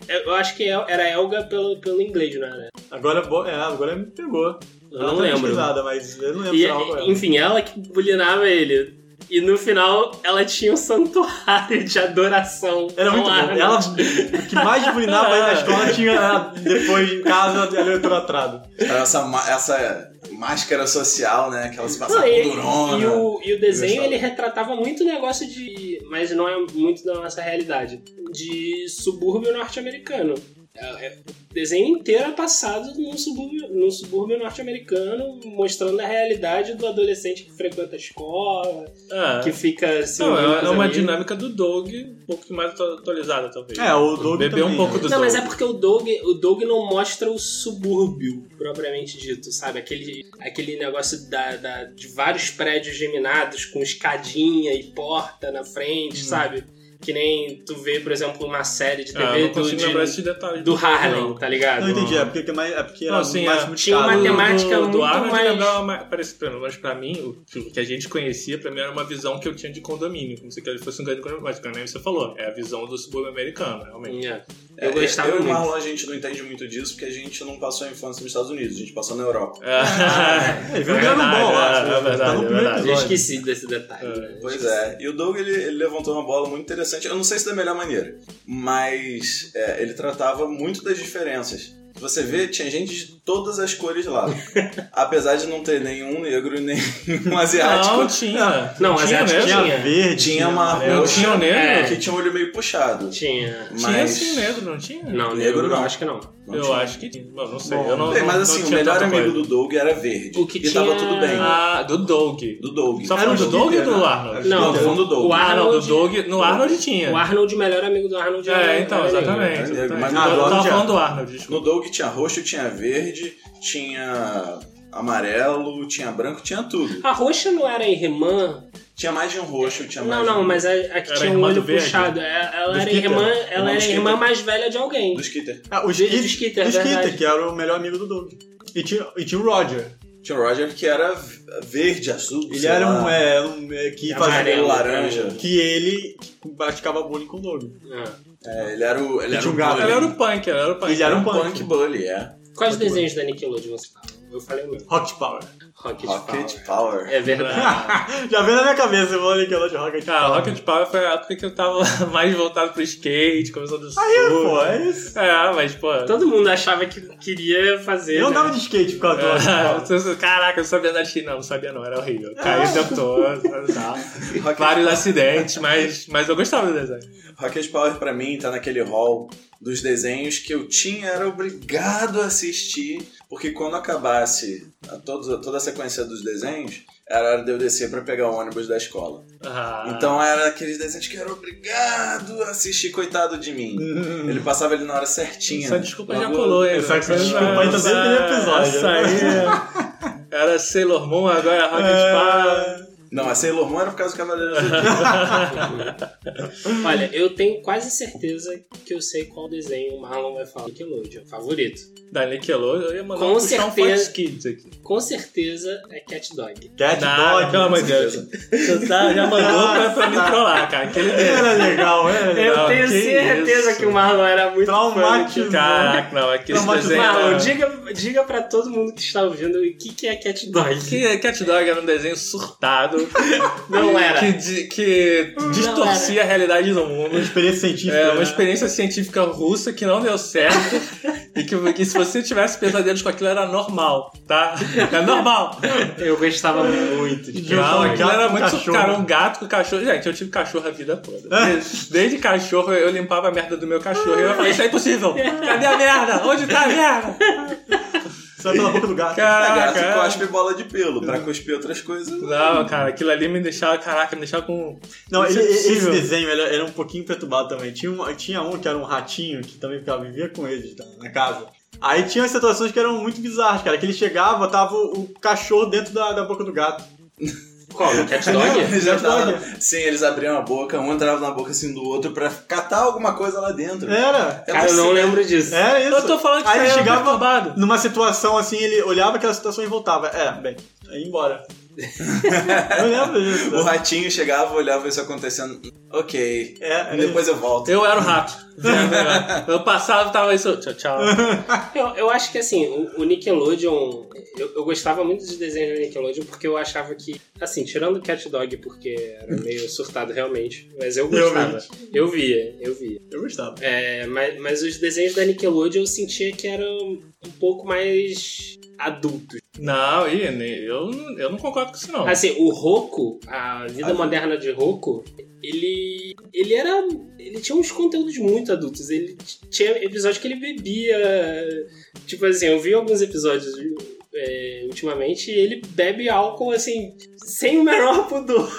[SPEAKER 6] É, Eu eu acho que El- era Elga pelo, pelo inglês, não era?
[SPEAKER 4] Agora, bo- é, agora me pegou.
[SPEAKER 6] Eu
[SPEAKER 4] Ela
[SPEAKER 6] não
[SPEAKER 4] tá
[SPEAKER 6] lembro.
[SPEAKER 4] pesquisada, Mas eu não lembro
[SPEAKER 6] E,
[SPEAKER 4] se era algo-
[SPEAKER 6] enfim, ela que bulinava ele. E no final, ela tinha um santuário de adoração.
[SPEAKER 4] Era muito
[SPEAKER 6] ao
[SPEAKER 4] bom.
[SPEAKER 6] Arnold.
[SPEAKER 4] Ela, o que mais bulinava ele na escola tinha ela, depois em casa, ela entrou atrado.
[SPEAKER 5] Essa, ma- essa máscara social, né? Que ela se passa
[SPEAKER 6] Não,
[SPEAKER 5] por
[SPEAKER 6] e,
[SPEAKER 5] durona.
[SPEAKER 6] e o, e o desenho
[SPEAKER 5] Engraçado.
[SPEAKER 6] ele retratava muito o negócio de. Mas não é muito da nossa realidade. De subúrbio norte-americano. É, é, O desenho inteiro é passado num subúrbio, num subúrbio norte-americano, mostrando a realidade do adolescente que frequenta a escola,
[SPEAKER 7] É.
[SPEAKER 6] que fica se
[SPEAKER 7] Não,
[SPEAKER 6] unindo com
[SPEAKER 7] é,
[SPEAKER 6] os
[SPEAKER 7] é uma
[SPEAKER 6] amigos.
[SPEAKER 7] dinâmica do Doug, um pouco mais atu- atualizada, talvez.
[SPEAKER 4] É, o Doug
[SPEAKER 7] Bebeu
[SPEAKER 4] também,
[SPEAKER 7] um pouco
[SPEAKER 4] né?
[SPEAKER 7] do
[SPEAKER 6] Não,
[SPEAKER 7] Doug.
[SPEAKER 6] mas é porque o Doug, o Doug não mostra o subúrbio, propriamente dito, sabe? Aquele, aquele negócio da, da- de vários prédios geminados com escadinha e porta na
[SPEAKER 7] Hum.
[SPEAKER 6] frente, sabe? Que nem tu vê, por exemplo, uma série de
[SPEAKER 7] Ah, eu
[SPEAKER 6] TV
[SPEAKER 7] não
[SPEAKER 6] do,
[SPEAKER 7] consigo
[SPEAKER 6] de-
[SPEAKER 7] lembrar esses detalhes.
[SPEAKER 6] do
[SPEAKER 7] Doug,
[SPEAKER 6] Harlem,
[SPEAKER 7] não.
[SPEAKER 6] tá ligado?
[SPEAKER 4] Não entendi, é porque, que mais- é porque era
[SPEAKER 7] Não, assim,
[SPEAKER 4] mais
[SPEAKER 7] é,
[SPEAKER 6] tinha uma
[SPEAKER 4] multiplicado.
[SPEAKER 6] temática-
[SPEAKER 7] do, do
[SPEAKER 6] muito
[SPEAKER 7] Arnold
[SPEAKER 6] mais-
[SPEAKER 7] lembrava mais- é Parece, pelo menos pra mim, o que- o que a gente conhecia, pra mim era uma visão que eu tinha de condomínio. Como se que ele fosse um grande condomínio. Mas, como você falou, é a visão do subúrbio americano, realmente.
[SPEAKER 6] É.
[SPEAKER 5] É,
[SPEAKER 6] Eu gostava
[SPEAKER 5] eu e o
[SPEAKER 6] muito.
[SPEAKER 5] Marlon, a gente não entende muito disso porque a gente não passou a infância nos Estados Unidos, a gente passou na Europa.
[SPEAKER 6] Ah.
[SPEAKER 7] É,
[SPEAKER 4] Ele veio ganhando bom, eu
[SPEAKER 7] é, é
[SPEAKER 4] acho. Tá no
[SPEAKER 7] verdade, é
[SPEAKER 4] primeiro
[SPEAKER 7] verdade.
[SPEAKER 6] Eu esqueci desse detalhe. né?
[SPEAKER 5] Pois é, e o Doug ele, ele levantou uma bola muito interessante, eu não sei se da melhor maneira, mas é, ele tratava muito das diferenças. Se Você vê, tinha gente de todas as cores lá. Apesar de não ter nenhum negro e nenhum asiático.
[SPEAKER 7] Não, É. Tipo, tinha.
[SPEAKER 6] Não, mas
[SPEAKER 7] tinha
[SPEAKER 6] acho que
[SPEAKER 7] mesmo.
[SPEAKER 4] Tinha
[SPEAKER 6] Tinha.
[SPEAKER 4] verde. né?
[SPEAKER 5] Tinha uma
[SPEAKER 4] amarelo.
[SPEAKER 7] Não
[SPEAKER 5] roxa
[SPEAKER 7] tinha o negro?
[SPEAKER 6] É.
[SPEAKER 5] que tinha um olho meio puxado.
[SPEAKER 6] Tinha.
[SPEAKER 5] Mas...
[SPEAKER 7] Tinha sim né? negro, não tinha?
[SPEAKER 6] Não,
[SPEAKER 5] Negro
[SPEAKER 6] negro
[SPEAKER 5] não.
[SPEAKER 6] não, acho que não.
[SPEAKER 5] não
[SPEAKER 7] eu
[SPEAKER 5] tinha.
[SPEAKER 7] acho que tinha. Bom, não sei.
[SPEAKER 4] Bom,
[SPEAKER 7] eu não,
[SPEAKER 5] Bem, mas
[SPEAKER 7] não-
[SPEAKER 5] assim,
[SPEAKER 7] não
[SPEAKER 5] o
[SPEAKER 7] tinha
[SPEAKER 5] melhor
[SPEAKER 7] tanta
[SPEAKER 5] amigo
[SPEAKER 7] coisa.
[SPEAKER 5] do Doug era verde.
[SPEAKER 6] O que
[SPEAKER 5] e tava
[SPEAKER 6] tinha-
[SPEAKER 5] tudo bem.
[SPEAKER 7] Ah, do Doug.
[SPEAKER 5] Do Doug.
[SPEAKER 7] Só
[SPEAKER 4] Era
[SPEAKER 7] falando
[SPEAKER 4] o
[SPEAKER 7] do Doug
[SPEAKER 4] Doug,
[SPEAKER 7] ou do
[SPEAKER 4] né?
[SPEAKER 7] Arnold?
[SPEAKER 5] um Não,
[SPEAKER 6] Não,
[SPEAKER 5] tô falando do Doug.
[SPEAKER 6] o
[SPEAKER 7] Ah, não, do
[SPEAKER 6] Arnold.
[SPEAKER 7] Doug. No Arnold tinha.
[SPEAKER 6] O Arnold, o melhor amigo do Arnold era-
[SPEAKER 7] É, então,
[SPEAKER 6] era negro. né?
[SPEAKER 7] exatamente.
[SPEAKER 5] Era negro, né? mas
[SPEAKER 7] Mas
[SPEAKER 5] no
[SPEAKER 7] eu
[SPEAKER 5] Arnold
[SPEAKER 7] tava
[SPEAKER 5] já-
[SPEAKER 7] falando do Arnold, desculpa.
[SPEAKER 5] No Doug tinha roxo, tinha verde, tinha amarelo, tinha branco, tinha tudo.
[SPEAKER 6] A roxa não era irmã?
[SPEAKER 5] Tinha mais de um roxo, tinha mais
[SPEAKER 6] Não,
[SPEAKER 5] de um...
[SPEAKER 6] não, mas a, a que
[SPEAKER 7] Era
[SPEAKER 6] tinha um
[SPEAKER 7] irmã do
[SPEAKER 6] olho
[SPEAKER 7] verde.
[SPEAKER 6] puxado. É, Ela
[SPEAKER 7] Do
[SPEAKER 6] era
[SPEAKER 7] Skeeter.
[SPEAKER 6] irmã,
[SPEAKER 5] Irmã do
[SPEAKER 6] ela era
[SPEAKER 5] Skeeter.
[SPEAKER 6] irmã mais velha de alguém.
[SPEAKER 5] Do Skitter.
[SPEAKER 4] Ah, o
[SPEAKER 6] Do
[SPEAKER 4] Skeeter,
[SPEAKER 6] Skeeter,
[SPEAKER 4] o Skeeter,
[SPEAKER 6] verdade.
[SPEAKER 4] que era o melhor amigo do Doug. E tinha, e tinha o Roger.
[SPEAKER 5] Tinha o Roger que era verde, azul,
[SPEAKER 4] Ele
[SPEAKER 5] sei
[SPEAKER 4] era
[SPEAKER 5] lá.
[SPEAKER 4] um, é, um é, que
[SPEAKER 5] amarelo,
[SPEAKER 4] fazia-
[SPEAKER 5] laranja.
[SPEAKER 4] Que ele praticava bullying com o Doug.
[SPEAKER 6] É.
[SPEAKER 5] É, ele era o. Ele
[SPEAKER 4] Ele
[SPEAKER 5] era
[SPEAKER 4] tinha
[SPEAKER 5] um
[SPEAKER 4] um gato.
[SPEAKER 5] bully.
[SPEAKER 7] Ela era o punk, ela era o punk.
[SPEAKER 4] Ele era um punk.
[SPEAKER 5] punk bully, é.
[SPEAKER 6] Quais desenhos da Nickelodeon você fala? Eu falei o meu.
[SPEAKER 4] Rocket Power.
[SPEAKER 6] Rocket,
[SPEAKER 5] Rocket
[SPEAKER 6] Power.
[SPEAKER 5] Power.
[SPEAKER 6] um É verdade.
[SPEAKER 4] Já veio na minha cabeça, eu falei que ela de Rocket Power.
[SPEAKER 7] Cara, Rocket Power foi tipo, a época que eu tava mais voltado pro skate, começou do sul.
[SPEAKER 4] Aí, pô, é isso.
[SPEAKER 7] É, mas, pô.
[SPEAKER 6] Todo mundo achava que queria fazer.
[SPEAKER 4] Eu
[SPEAKER 6] né?
[SPEAKER 4] andava de skate por causa do Rocket Power.
[SPEAKER 7] É, Caraca, eu sabia andar de skate. Não, não sabia não, era
[SPEAKER 4] É.
[SPEAKER 7] horrível. Caí o tempo todo, tá.
[SPEAKER 5] Rocket-
[SPEAKER 7] vários acidentes, mas, mas eu gostava do desenho.
[SPEAKER 5] Rocket Power pra mim tá naquele hall dos desenhos que eu tinha, era obrigado a assistir, porque quando acabasse a todo- toda a sequência dos desenhos, era hora de eu descer pra pegar o ônibus da escola.
[SPEAKER 7] Ah,
[SPEAKER 5] Então era aqueles desenhos que eu era obrigado a assistir, coitado de mim. Ele passava ele na hora certinha.
[SPEAKER 7] Essa desculpa já
[SPEAKER 5] Logo-
[SPEAKER 7] colou, hein? né?
[SPEAKER 4] Essa
[SPEAKER 7] Essa-
[SPEAKER 4] desculpa aí tá sempre no episódio, né?
[SPEAKER 7] Essa aí. é- Era Sailor Moon, agora é Rocket
[SPEAKER 5] Não, a Sailor Moon era por causa do Cavaleiro do Zodíaco.
[SPEAKER 6] Olha, eu tenho quase certeza que eu sei qual desenho o Marlon vai falar. Nickelodeon, favorito.
[SPEAKER 7] Power. Da Nickelodeon, eu ia mandar
[SPEAKER 6] Com
[SPEAKER 7] puxar um
[SPEAKER 6] certeza.
[SPEAKER 7] Fox Kids aqui.
[SPEAKER 6] Com certeza é Cat Dog.
[SPEAKER 4] Cat
[SPEAKER 7] Nada,
[SPEAKER 4] Dog.
[SPEAKER 7] pelo amor de Deus. Você tá- já mandou pra, pra me trollar, cara. Aquele desenho.
[SPEAKER 4] Era legal, era
[SPEAKER 6] Eu
[SPEAKER 4] legal.
[SPEAKER 6] tenho
[SPEAKER 7] que
[SPEAKER 6] certeza
[SPEAKER 7] isso.
[SPEAKER 6] que o Marlon era muito
[SPEAKER 4] Traumatizou.
[SPEAKER 6] fã do Cat
[SPEAKER 7] Caraca, não, aqui esse
[SPEAKER 4] Não, mas
[SPEAKER 6] Dog.
[SPEAKER 7] desenho.
[SPEAKER 6] Marlon,
[SPEAKER 7] era-
[SPEAKER 6] diga, diga pra todo mundo que está ouvindo o que, que é Cat Dog.
[SPEAKER 7] Que Cat Dog era um desenho surtado.
[SPEAKER 6] Não era.
[SPEAKER 7] Que, di- que distorcia a realidade do mundo.
[SPEAKER 4] Uma experiência científica.
[SPEAKER 7] É, uma
[SPEAKER 4] né?
[SPEAKER 7] experiência científica russa que não deu certo e que, que se você tivesse pesadelos com aquilo era normal, tá? É normal.
[SPEAKER 6] Eu gostava muito de Cat
[SPEAKER 7] Não,
[SPEAKER 6] Dog.
[SPEAKER 7] aquilo
[SPEAKER 4] gato
[SPEAKER 7] era
[SPEAKER 4] com
[SPEAKER 7] muito
[SPEAKER 4] cachorro.
[SPEAKER 7] cara, um gato com cachorro. Gente, eu tive cachorro a vida toda. Desde, desde cachorro eu limpava a merda do meu cachorro e eu falei, isso é impossível! Cadê a merda? Onde tá a merda?
[SPEAKER 4] Só pela boca do gato.
[SPEAKER 6] Ah,
[SPEAKER 7] Caraca.
[SPEAKER 5] Gato cospe bola de pelo, pra cuspir outras coisas.
[SPEAKER 7] Não, cara, aquilo ali me deixava, caraca, me deixava com.
[SPEAKER 4] Não,
[SPEAKER 7] Isso
[SPEAKER 4] ele-
[SPEAKER 7] é
[SPEAKER 4] esse
[SPEAKER 7] possível.
[SPEAKER 4] desenho ele era um pouquinho perturbado também. Tinha um, tinha um que era um ratinho que também ficava, vivia com eles tá, na casa. Aí tinha situações que eram muito bizarras, cara. Que ele chegava, tava o, o cachorro dentro da, da boca do gato.
[SPEAKER 6] Qual? Cat Dog?
[SPEAKER 5] Eles já
[SPEAKER 4] Cat
[SPEAKER 6] tá.
[SPEAKER 4] Dog.
[SPEAKER 5] estavam- Sim, eles abriam a boca, um entrava na boca assim do outro pra catar alguma coisa lá dentro.
[SPEAKER 4] Era.
[SPEAKER 6] É. Cara, eu não lembro disso.
[SPEAKER 4] Era isso.
[SPEAKER 7] Eu tô falando que
[SPEAKER 4] Aí
[SPEAKER 7] isso
[SPEAKER 4] ele
[SPEAKER 7] aí era
[SPEAKER 4] chegava
[SPEAKER 7] perturbado.
[SPEAKER 4] numa situação assim, ele olhava aquela situação e voltava. É, bem, aí embora. eu lembro disso. né?
[SPEAKER 5] O ratinho chegava, olhava isso acontecendo. Ok.
[SPEAKER 4] É, era
[SPEAKER 5] Depois eu volto.
[SPEAKER 7] Eu era o rato. Eu passava e tava isso. Tchau, tchau.
[SPEAKER 6] Eu, eu acho que assim, o, o Nickelodeon. Eu, eu gostava muito dos desenhos da Nickelodeon porque eu achava que. Assim, tirando o Cat Dog, porque era meio surtado realmente. Mas eu gostava.
[SPEAKER 4] Realmente.
[SPEAKER 6] Eu via, eu via.
[SPEAKER 4] Eu gostava.
[SPEAKER 6] É, mas, mas os desenhos da Nickelodeon eu sentia que eram um pouco mais adultos.
[SPEAKER 7] Não, e nem- eu, não- eu não concordo com isso, não.
[SPEAKER 6] Assim, o Roku, a
[SPEAKER 5] Ah,
[SPEAKER 6] vida moderna de Roku, ele. Ele era. Ele tinha uns conteúdos muito adultos. Ele t- tinha episódio que ele bebia. Tipo assim, eu vi alguns episódios é, ultimamente e ele bebe álcool assim, sem o menor pudor.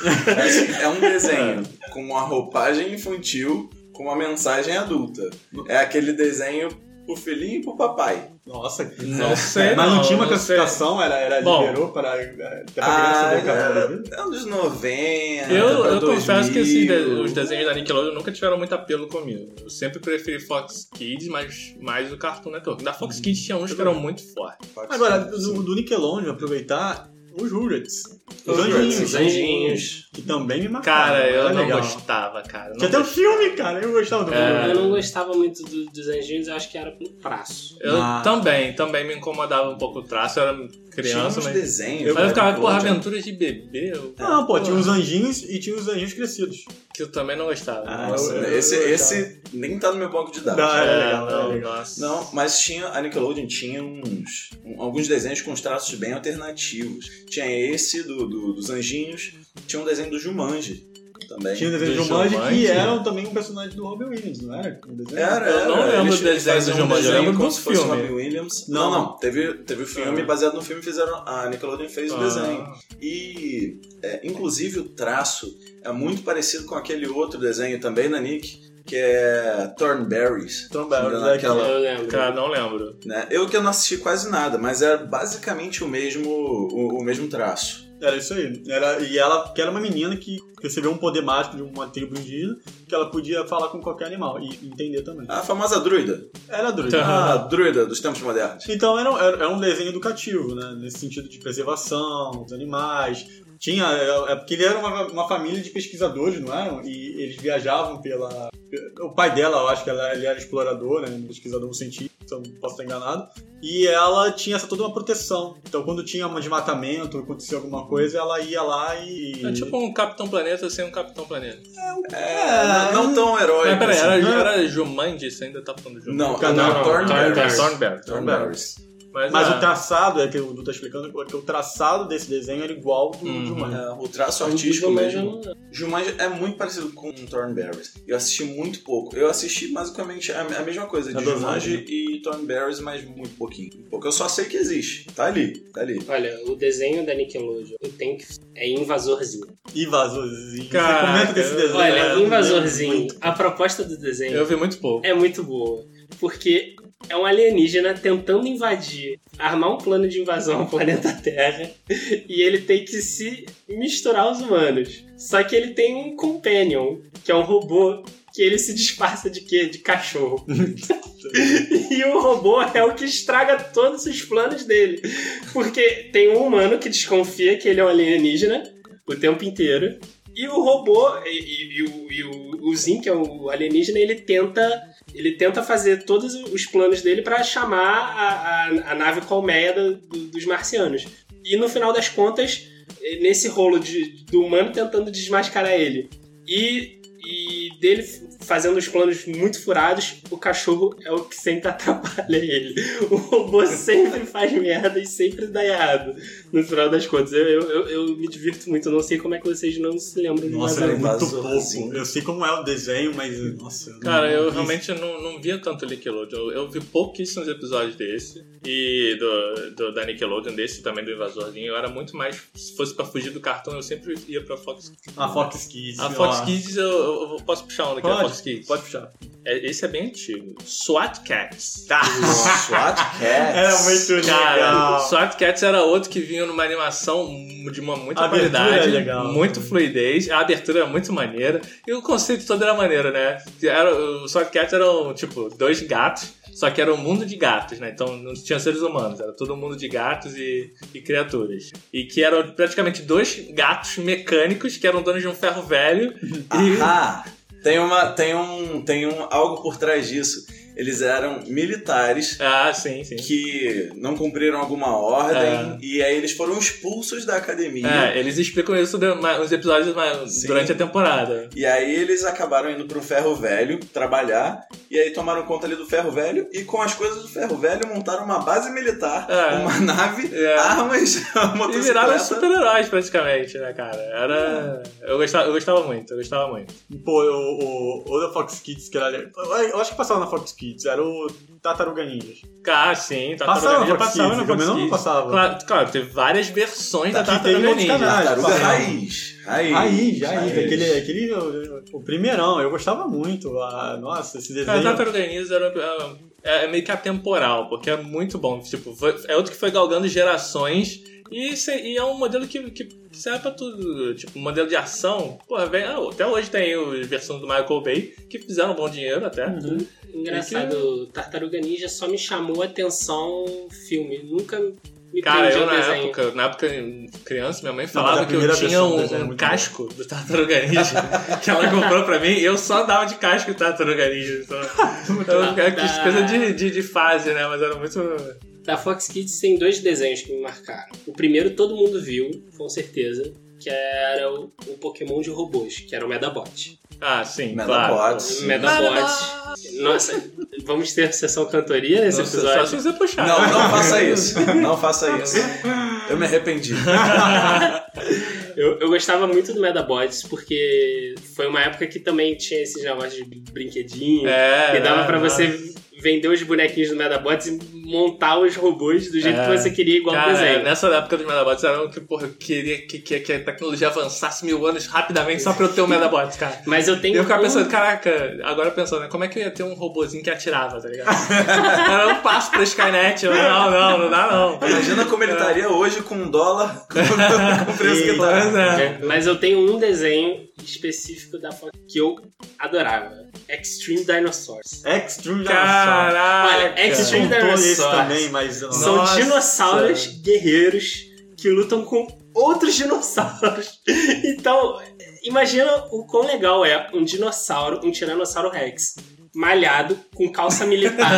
[SPEAKER 5] É um desenho com uma roupagem infantil, com uma mensagem adulta. É aquele desenho pro filhinho e pro papai.
[SPEAKER 4] Nossa, que
[SPEAKER 7] Não sei,
[SPEAKER 4] É, Mas não tinha uma
[SPEAKER 7] sei.
[SPEAKER 4] classificação, era, era
[SPEAKER 7] Bom.
[SPEAKER 4] liberou para, para criança
[SPEAKER 5] Ah,
[SPEAKER 4] ver o né? cabelo.
[SPEAKER 5] é anos 90.
[SPEAKER 7] Eu,
[SPEAKER 5] pra
[SPEAKER 7] eu
[SPEAKER 5] 2000.
[SPEAKER 7] confesso que esses de- os desenhos da Nickelodeon nunca tiveram muito apelo comigo. Eu sempre preferi Fox Kids, mas mais o Cartoon Network. Da Fox Kids tinha uns que eram muito fortes.
[SPEAKER 4] Agora, do, do Nickelodeon, aproveitar os Rugrats. Os
[SPEAKER 5] Rugrats,
[SPEAKER 4] anjinhos.
[SPEAKER 5] os anjinhos.
[SPEAKER 4] Que também me marcaram.
[SPEAKER 7] Cara, eu
[SPEAKER 4] era
[SPEAKER 7] não
[SPEAKER 4] legal.
[SPEAKER 7] gostava, cara. Não
[SPEAKER 4] Tinha até um
[SPEAKER 7] gostava.
[SPEAKER 4] filme, cara. Eu gostava do
[SPEAKER 5] É.
[SPEAKER 6] Eu
[SPEAKER 4] Rugrats.
[SPEAKER 6] não gostava muito do- dos anjinhos, eu acho que era um pelo traço.
[SPEAKER 7] Eu
[SPEAKER 4] Ah.
[SPEAKER 7] também, também me incomodava um pouco o traço. Eu era criança,
[SPEAKER 5] Tinha uns
[SPEAKER 7] mas...
[SPEAKER 5] desenhos. né,
[SPEAKER 7] Eu, mas eu
[SPEAKER 5] velho,
[SPEAKER 7] ficava,
[SPEAKER 5] pô,
[SPEAKER 7] porra,
[SPEAKER 5] tinha-
[SPEAKER 7] aventuras de bebê. eu-
[SPEAKER 4] Não, pô,
[SPEAKER 7] porra,
[SPEAKER 4] tinha os anjinhos e tinha os anjinhos crescidos.
[SPEAKER 7] Que eu também não gostava.
[SPEAKER 4] Ah,
[SPEAKER 5] Nossa,
[SPEAKER 4] eu- eu-
[SPEAKER 5] esse,
[SPEAKER 4] eu-
[SPEAKER 5] esse nem tá no meu banco de dados.
[SPEAKER 4] Não,
[SPEAKER 7] É,
[SPEAKER 4] era legal, era
[SPEAKER 7] não,
[SPEAKER 4] legal.
[SPEAKER 7] nossa.
[SPEAKER 5] Não, mas tinha a Nickelodeon tinha uns um- alguns desenhos com os traços bem alternativos. Tinha esse do, do- dos anjinhos, tinha um desenho do Jumanji também.
[SPEAKER 4] Tinha o desenho
[SPEAKER 7] Do
[SPEAKER 4] de Jumanji,
[SPEAKER 7] Jumanji.
[SPEAKER 4] que eram também um personagem do Robin Williams, não era? Um desenho?
[SPEAKER 5] Era,
[SPEAKER 7] Eu
[SPEAKER 5] era,
[SPEAKER 7] não lembro
[SPEAKER 5] eles-
[SPEAKER 7] do
[SPEAKER 5] eles
[SPEAKER 7] desenho do
[SPEAKER 5] faziam um
[SPEAKER 7] Jumanji, eu
[SPEAKER 5] desenho
[SPEAKER 7] lembro
[SPEAKER 5] como
[SPEAKER 7] do
[SPEAKER 5] se fosse
[SPEAKER 7] filme.
[SPEAKER 5] o Robin Williams. Não,
[SPEAKER 4] Não.
[SPEAKER 5] não, teve teve o filme
[SPEAKER 7] Ah.
[SPEAKER 5] baseado no filme fizeram a Nickelodeon fez o
[SPEAKER 7] Ah.
[SPEAKER 5] desenho. E, é, inclusive, o traço é muito parecido com aquele outro desenho também na Nick, que é Thornberries.
[SPEAKER 4] Thornberries,
[SPEAKER 5] Não,
[SPEAKER 4] é
[SPEAKER 5] aquela-
[SPEAKER 6] Eu lembro.
[SPEAKER 7] Ah, Cara, não lembro.
[SPEAKER 5] né? Eu que eu não assisti quase nada, mas era basicamente o mesmo, o, o mesmo traço.
[SPEAKER 4] Era isso aí. Era, e ela que era uma menina que recebeu um poder mágico de uma tribo indígena que ela podia falar com qualquer animal e entender também.
[SPEAKER 5] A famosa druida.
[SPEAKER 4] Era Ah, druida.
[SPEAKER 5] A
[SPEAKER 7] Tá.
[SPEAKER 5] druida dos tempos modernos.
[SPEAKER 4] Então era, um- era- era um desenho educativo, né? Nesse sentido de preservação dos animais. Tinha. É é porque ele era uma, uma família de pesquisadores, não eram? E eles viajavam pela. O pai dela, eu acho que ela, ele era explorador, né? Pesquisador, um cientista, não posso estar enganado. E ela tinha essa, toda uma proteção. Então quando tinha um desmatamento, acontecia alguma coisa, ela ia lá e.
[SPEAKER 7] É tipo um Capitão Planeta sem um Capitão Planeta.
[SPEAKER 5] É, não tão heróico.
[SPEAKER 7] Mas peraí,
[SPEAKER 5] assim.
[SPEAKER 7] era,
[SPEAKER 4] não.
[SPEAKER 7] era Jumanji? Você ainda tá falando de Jumanji?
[SPEAKER 5] Não,
[SPEAKER 4] Não,
[SPEAKER 5] não,
[SPEAKER 4] não,
[SPEAKER 5] Thornberries.
[SPEAKER 6] Thornberries.
[SPEAKER 7] Thornberry.
[SPEAKER 5] Thornberries.
[SPEAKER 7] Mas,
[SPEAKER 4] Mas
[SPEAKER 7] é,
[SPEAKER 4] o traçado, é que o Du tá explicando, é que o traçado desse desenho era igual do
[SPEAKER 7] Uhum.
[SPEAKER 4] de uma.
[SPEAKER 5] É, o traço artístico mesmo. Jumanji é muito parecido com Thornberries. Eu assisti muito pouco. Eu assisti basicamente a, a mesma
[SPEAKER 7] É
[SPEAKER 5] coisa de
[SPEAKER 4] A dosagem,
[SPEAKER 5] Jumanji
[SPEAKER 7] né?
[SPEAKER 5] e Thornberries, mas muito pouquinho. Porque eu só sei que existe. Tá ali, tá ali.
[SPEAKER 6] Olha, o desenho da Nickelodeon, eu tenho que. É invasorzinho.
[SPEAKER 4] Invasorzinho.
[SPEAKER 7] Caraca.
[SPEAKER 4] Você comenta desse desenho. né?
[SPEAKER 5] é,
[SPEAKER 6] Olha,
[SPEAKER 4] Eu
[SPEAKER 6] invasorzinho.
[SPEAKER 4] lembro muito.
[SPEAKER 6] A proposta do desenho
[SPEAKER 7] Eu vi muito pouco.
[SPEAKER 6] é muito boa. Porque é um alienígena tentando invadir, armar um plano de invasão ao planeta Terra e ele tem que se misturar aos humanos. Só que ele tem um companion, que é um robô, que ele se disfarça de quê? De cachorro. e o robô é o que estraga todos os planos dele. Porque tem um humano que desconfia que ele é um alienígena o tempo inteiro. E o robô, e, e- e o, e o- o Zin, que é o alienígena, ele tenta ele tenta fazer todos os planos dele pra chamar a, a- a nave colmeia do- do- dos marcianos. E no final das contas, eh, nesse rolo de- do humano tentando desmascarar ele. E, e dele f- fazendo os planos muito furados, o cachorro é o que sempre atrapalha ele. O robô sempre faz merda e sempre dá errado. No final das contas, eu, eu, eu- eu me divirto muito. Eu não sei como é que vocês não se lembram de
[SPEAKER 4] Nossa,
[SPEAKER 6] nada.
[SPEAKER 4] era muito
[SPEAKER 5] Invasorzinho.
[SPEAKER 4] pouco. Eu sei como é o desenho, mas. Nossa. eu
[SPEAKER 7] Cara,
[SPEAKER 4] não-
[SPEAKER 7] eu
[SPEAKER 4] isso.
[SPEAKER 7] realmente não, não via tanto Nickelodeon. Eu, eu vi pouquíssimos episódios desse. E do, do- da Nickelodeon, desse também do Invasorzinho. Eu era muito mais. Se fosse pra fugir do cartão, eu sempre ia pra Fox Kids.
[SPEAKER 4] A Fox Kids.
[SPEAKER 7] A
[SPEAKER 4] sei
[SPEAKER 7] Fox
[SPEAKER 4] lá.
[SPEAKER 7] Kids, eu, eu- eu posso puxar um daqui da
[SPEAKER 4] Pode,
[SPEAKER 7] Fox Kids.
[SPEAKER 4] Pode puxar.
[SPEAKER 7] É, esse é bem antigo. SWAT Cats.
[SPEAKER 4] Tá.
[SPEAKER 5] SWAT Cats.
[SPEAKER 7] É
[SPEAKER 4] Era É, muito
[SPEAKER 7] Cara,
[SPEAKER 4] legal.
[SPEAKER 7] Sword Cats era outro que vinha numa animação de uma muita
[SPEAKER 4] A abertura
[SPEAKER 7] qualidade,
[SPEAKER 4] é legal.
[SPEAKER 7] muito fluidez, a abertura era muito maneira, e o conceito todo era maneiro, né? Era, o Sword Cats eram, tipo, dois gatos, só que era um mundo de gatos, né? Então não tinha seres humanos, era todo um mundo de gatos e, e criaturas. E que eram praticamente dois gatos mecânicos que eram donos de um ferro velho. e-
[SPEAKER 5] Ah, tem uma, tem um, tem um algo por trás disso. Eles eram militares
[SPEAKER 7] Ah, sim, sim.
[SPEAKER 5] que não cumpriram alguma ordem e aí eles foram expulsos da academia.
[SPEAKER 7] É, eles explicam isso de- ma- nos episódios ma-
[SPEAKER 5] Sim.
[SPEAKER 7] durante a temporada.
[SPEAKER 5] E aí eles acabaram indo pro ferro velho trabalhar e aí tomaram conta ali do ferro velho e com as coisas do ferro velho montaram uma base militar,
[SPEAKER 7] É.
[SPEAKER 5] uma nave,
[SPEAKER 7] É.
[SPEAKER 5] armas,
[SPEAKER 7] E viraram
[SPEAKER 5] motocicleta.
[SPEAKER 7] super-heróis praticamente, né, cara? Era. Eu gostava, eu gostava muito, eu gostava muito.
[SPEAKER 4] Pô, o, o, o da Fox Kids, que era. Eu acho que passava na Fox Kids, era o Tartaruga Ninjas.
[SPEAKER 7] Cara, ah, sim,
[SPEAKER 4] Passava na
[SPEAKER 7] Ninja
[SPEAKER 4] Fox
[SPEAKER 7] passava na
[SPEAKER 4] Kids, pelo
[SPEAKER 7] Fox
[SPEAKER 4] menos não
[SPEAKER 7] Kids.
[SPEAKER 4] passava.
[SPEAKER 7] Claro, claro, teve várias versões da
[SPEAKER 4] Tá, que tem
[SPEAKER 7] Tartaruga
[SPEAKER 4] outros
[SPEAKER 7] Ninja.
[SPEAKER 4] canais.
[SPEAKER 5] Tartaruga
[SPEAKER 4] Passava.
[SPEAKER 5] raiz, tá. raiz.
[SPEAKER 4] Raiz, raiz. Aquele, aquele, o, o primeirão, eu gostava muito. Ah, nossa, esse desenho.
[SPEAKER 7] Cara, Tartaruga Ninja era, era- é meio que atemporal, porque é muito bom. Tipo, foi- é outro que foi galgando gerações e, se- e é um modelo que, que serve pra tudo. Tipo, um modelo de ação. Porra, vem, ah, até hoje tem a versão do Michael Bay, que fizeram um bom dinheiro até.
[SPEAKER 4] Uhum.
[SPEAKER 7] É
[SPEAKER 6] Engraçado, Tartaruga Ninja só me chamou a atenção o filme. Nunca me
[SPEAKER 7] Cara,
[SPEAKER 6] prendeu
[SPEAKER 7] eu
[SPEAKER 6] o
[SPEAKER 7] na
[SPEAKER 6] um desenho.
[SPEAKER 7] época, na época criança, minha mãe
[SPEAKER 4] mas
[SPEAKER 7] falava
[SPEAKER 4] a
[SPEAKER 7] que eu
[SPEAKER 4] primeira
[SPEAKER 7] tinha
[SPEAKER 4] versão do
[SPEAKER 7] um,
[SPEAKER 4] desenho é
[SPEAKER 7] um
[SPEAKER 4] muito
[SPEAKER 7] casco do Tartaruga Ninja que ela comprou pra mim e eu só dava de casco do Tartaruga Ninja. Então, então, é que isso é coisa de, de, de fase, né? Mas era muito.
[SPEAKER 6] Da Tá, Fox Kids tem dois desenhos que me marcaram. O primeiro todo mundo viu, com certeza, que era o, o Pokémon de robôs, que era o Medabot.
[SPEAKER 7] Ah, sim, claro.
[SPEAKER 5] Medabots.
[SPEAKER 6] Medabot. Nossa, vamos ter sessão cantoria nesse
[SPEAKER 7] Não, só, só
[SPEAKER 6] episódio.
[SPEAKER 7] se você puxar.
[SPEAKER 5] Não, não faça isso. Não faça isso. Eu me arrependi.
[SPEAKER 6] Eu, eu gostava muito do Medabots, porque foi uma época que também tinha esses negócios de brinquedinho.
[SPEAKER 7] É,
[SPEAKER 6] E dava
[SPEAKER 7] né,
[SPEAKER 6] pra
[SPEAKER 7] nossa.
[SPEAKER 6] você vender os bonequinhos do Medabots e montar os robôs do jeito
[SPEAKER 7] É.
[SPEAKER 6] que você queria, igual o
[SPEAKER 7] Cara,
[SPEAKER 6] um
[SPEAKER 7] né?
[SPEAKER 6] desenho.
[SPEAKER 7] nessa época dos Metabots era o que, porra, eu queria que, que, que a tecnologia avançasse mil anos rapidamente só pra eu ter um Metabots, cara.
[SPEAKER 6] Mas eu
[SPEAKER 7] E
[SPEAKER 6] tenho.
[SPEAKER 7] eu ficava
[SPEAKER 6] um-
[SPEAKER 7] pensando, caraca, agora pensando, né, como é que eu ia ter um robozinho que atirava, tá ligado? era um passo pra Skynet, eu, não, não, não dá não.
[SPEAKER 5] Imagina como ele estaria hoje com um dólar com com o preço que
[SPEAKER 7] Pois
[SPEAKER 5] tá.
[SPEAKER 7] é.
[SPEAKER 6] Mas eu tenho um desenho específico da Fox que eu adorava: Extreme Dinosaurs.
[SPEAKER 4] Extreme Dinosaur.
[SPEAKER 7] Caraca.
[SPEAKER 6] Olha, Extreme
[SPEAKER 4] Contou esse
[SPEAKER 6] Dinosaurs.
[SPEAKER 4] também, mas...
[SPEAKER 6] São
[SPEAKER 7] Nossa.
[SPEAKER 6] dinossauros guerreiros que lutam com outros dinossauros. Então, imagina o quão legal é um dinossauro, um Tiranossauro Rex, malhado, com calça militar,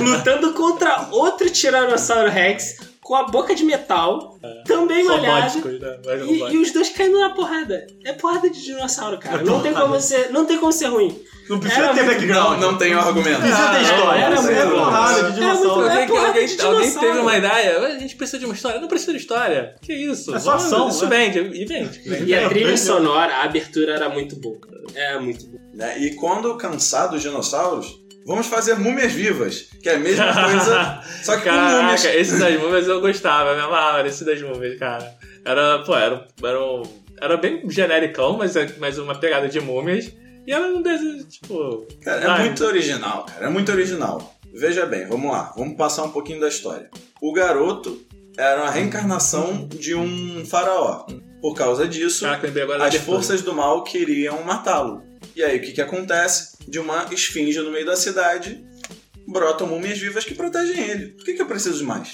[SPEAKER 6] lutando contra outro Tiranossauro Rex com a boca de metal, também malhado.
[SPEAKER 7] Robóticos, né? Mas
[SPEAKER 6] E, e
[SPEAKER 7] robóticos.
[SPEAKER 6] os dois caindo na porrada. É porrada de dinossauro, cara. Não tem como ser, não tem como ser ruim.
[SPEAKER 4] Não precisa
[SPEAKER 6] Era
[SPEAKER 4] ter
[SPEAKER 6] muito-
[SPEAKER 4] background.
[SPEAKER 5] Não tenho argumento.
[SPEAKER 4] precisa ter é história.
[SPEAKER 6] Ah, era
[SPEAKER 4] Isso aí é
[SPEAKER 6] muito bom.
[SPEAKER 4] porrada de
[SPEAKER 6] Era muito
[SPEAKER 4] dinossauro.
[SPEAKER 6] legal.
[SPEAKER 7] Alguém, que- alguém-
[SPEAKER 6] porrada é de
[SPEAKER 7] alguém
[SPEAKER 6] dinossauro.
[SPEAKER 7] teve uma ideia, "Ué, a gente precisa de uma história, não precisa de história. Que isso?
[SPEAKER 4] É só
[SPEAKER 7] Vamos,
[SPEAKER 4] ação,
[SPEAKER 7] Isso
[SPEAKER 4] né?
[SPEAKER 7] vende, e vende.
[SPEAKER 6] E
[SPEAKER 4] É,
[SPEAKER 6] a trilha sonora, a abertura era muito boa. É muito boa.
[SPEAKER 5] né? E quando cansar dos dinossauros, vamos fazer múmias vivas, que é a mesma coisa, só que com múmias.
[SPEAKER 7] Caraca, esse das múmias eu gostava, eu me amava esse das múmias, cara. Era, pô, era, era, um, era bem genericão, mas, mas uma pegada de múmias. E era um desenho, tipo.
[SPEAKER 5] Cara, é
[SPEAKER 7] sabe?
[SPEAKER 5] muito original, cara, é muito original. Veja bem, vamos lá, vamos passar um pouquinho da história. O garoto era a reencarnação de um faraó. Por causa disso,
[SPEAKER 7] Caraca, lembrei agora da
[SPEAKER 5] as
[SPEAKER 7] abertura.
[SPEAKER 5] forças do mal queriam matá-lo. E aí o que, que acontece? De uma esfinge no meio da cidade, brotam múmias vivas que protegem ele. O que, que eu preciso de mais?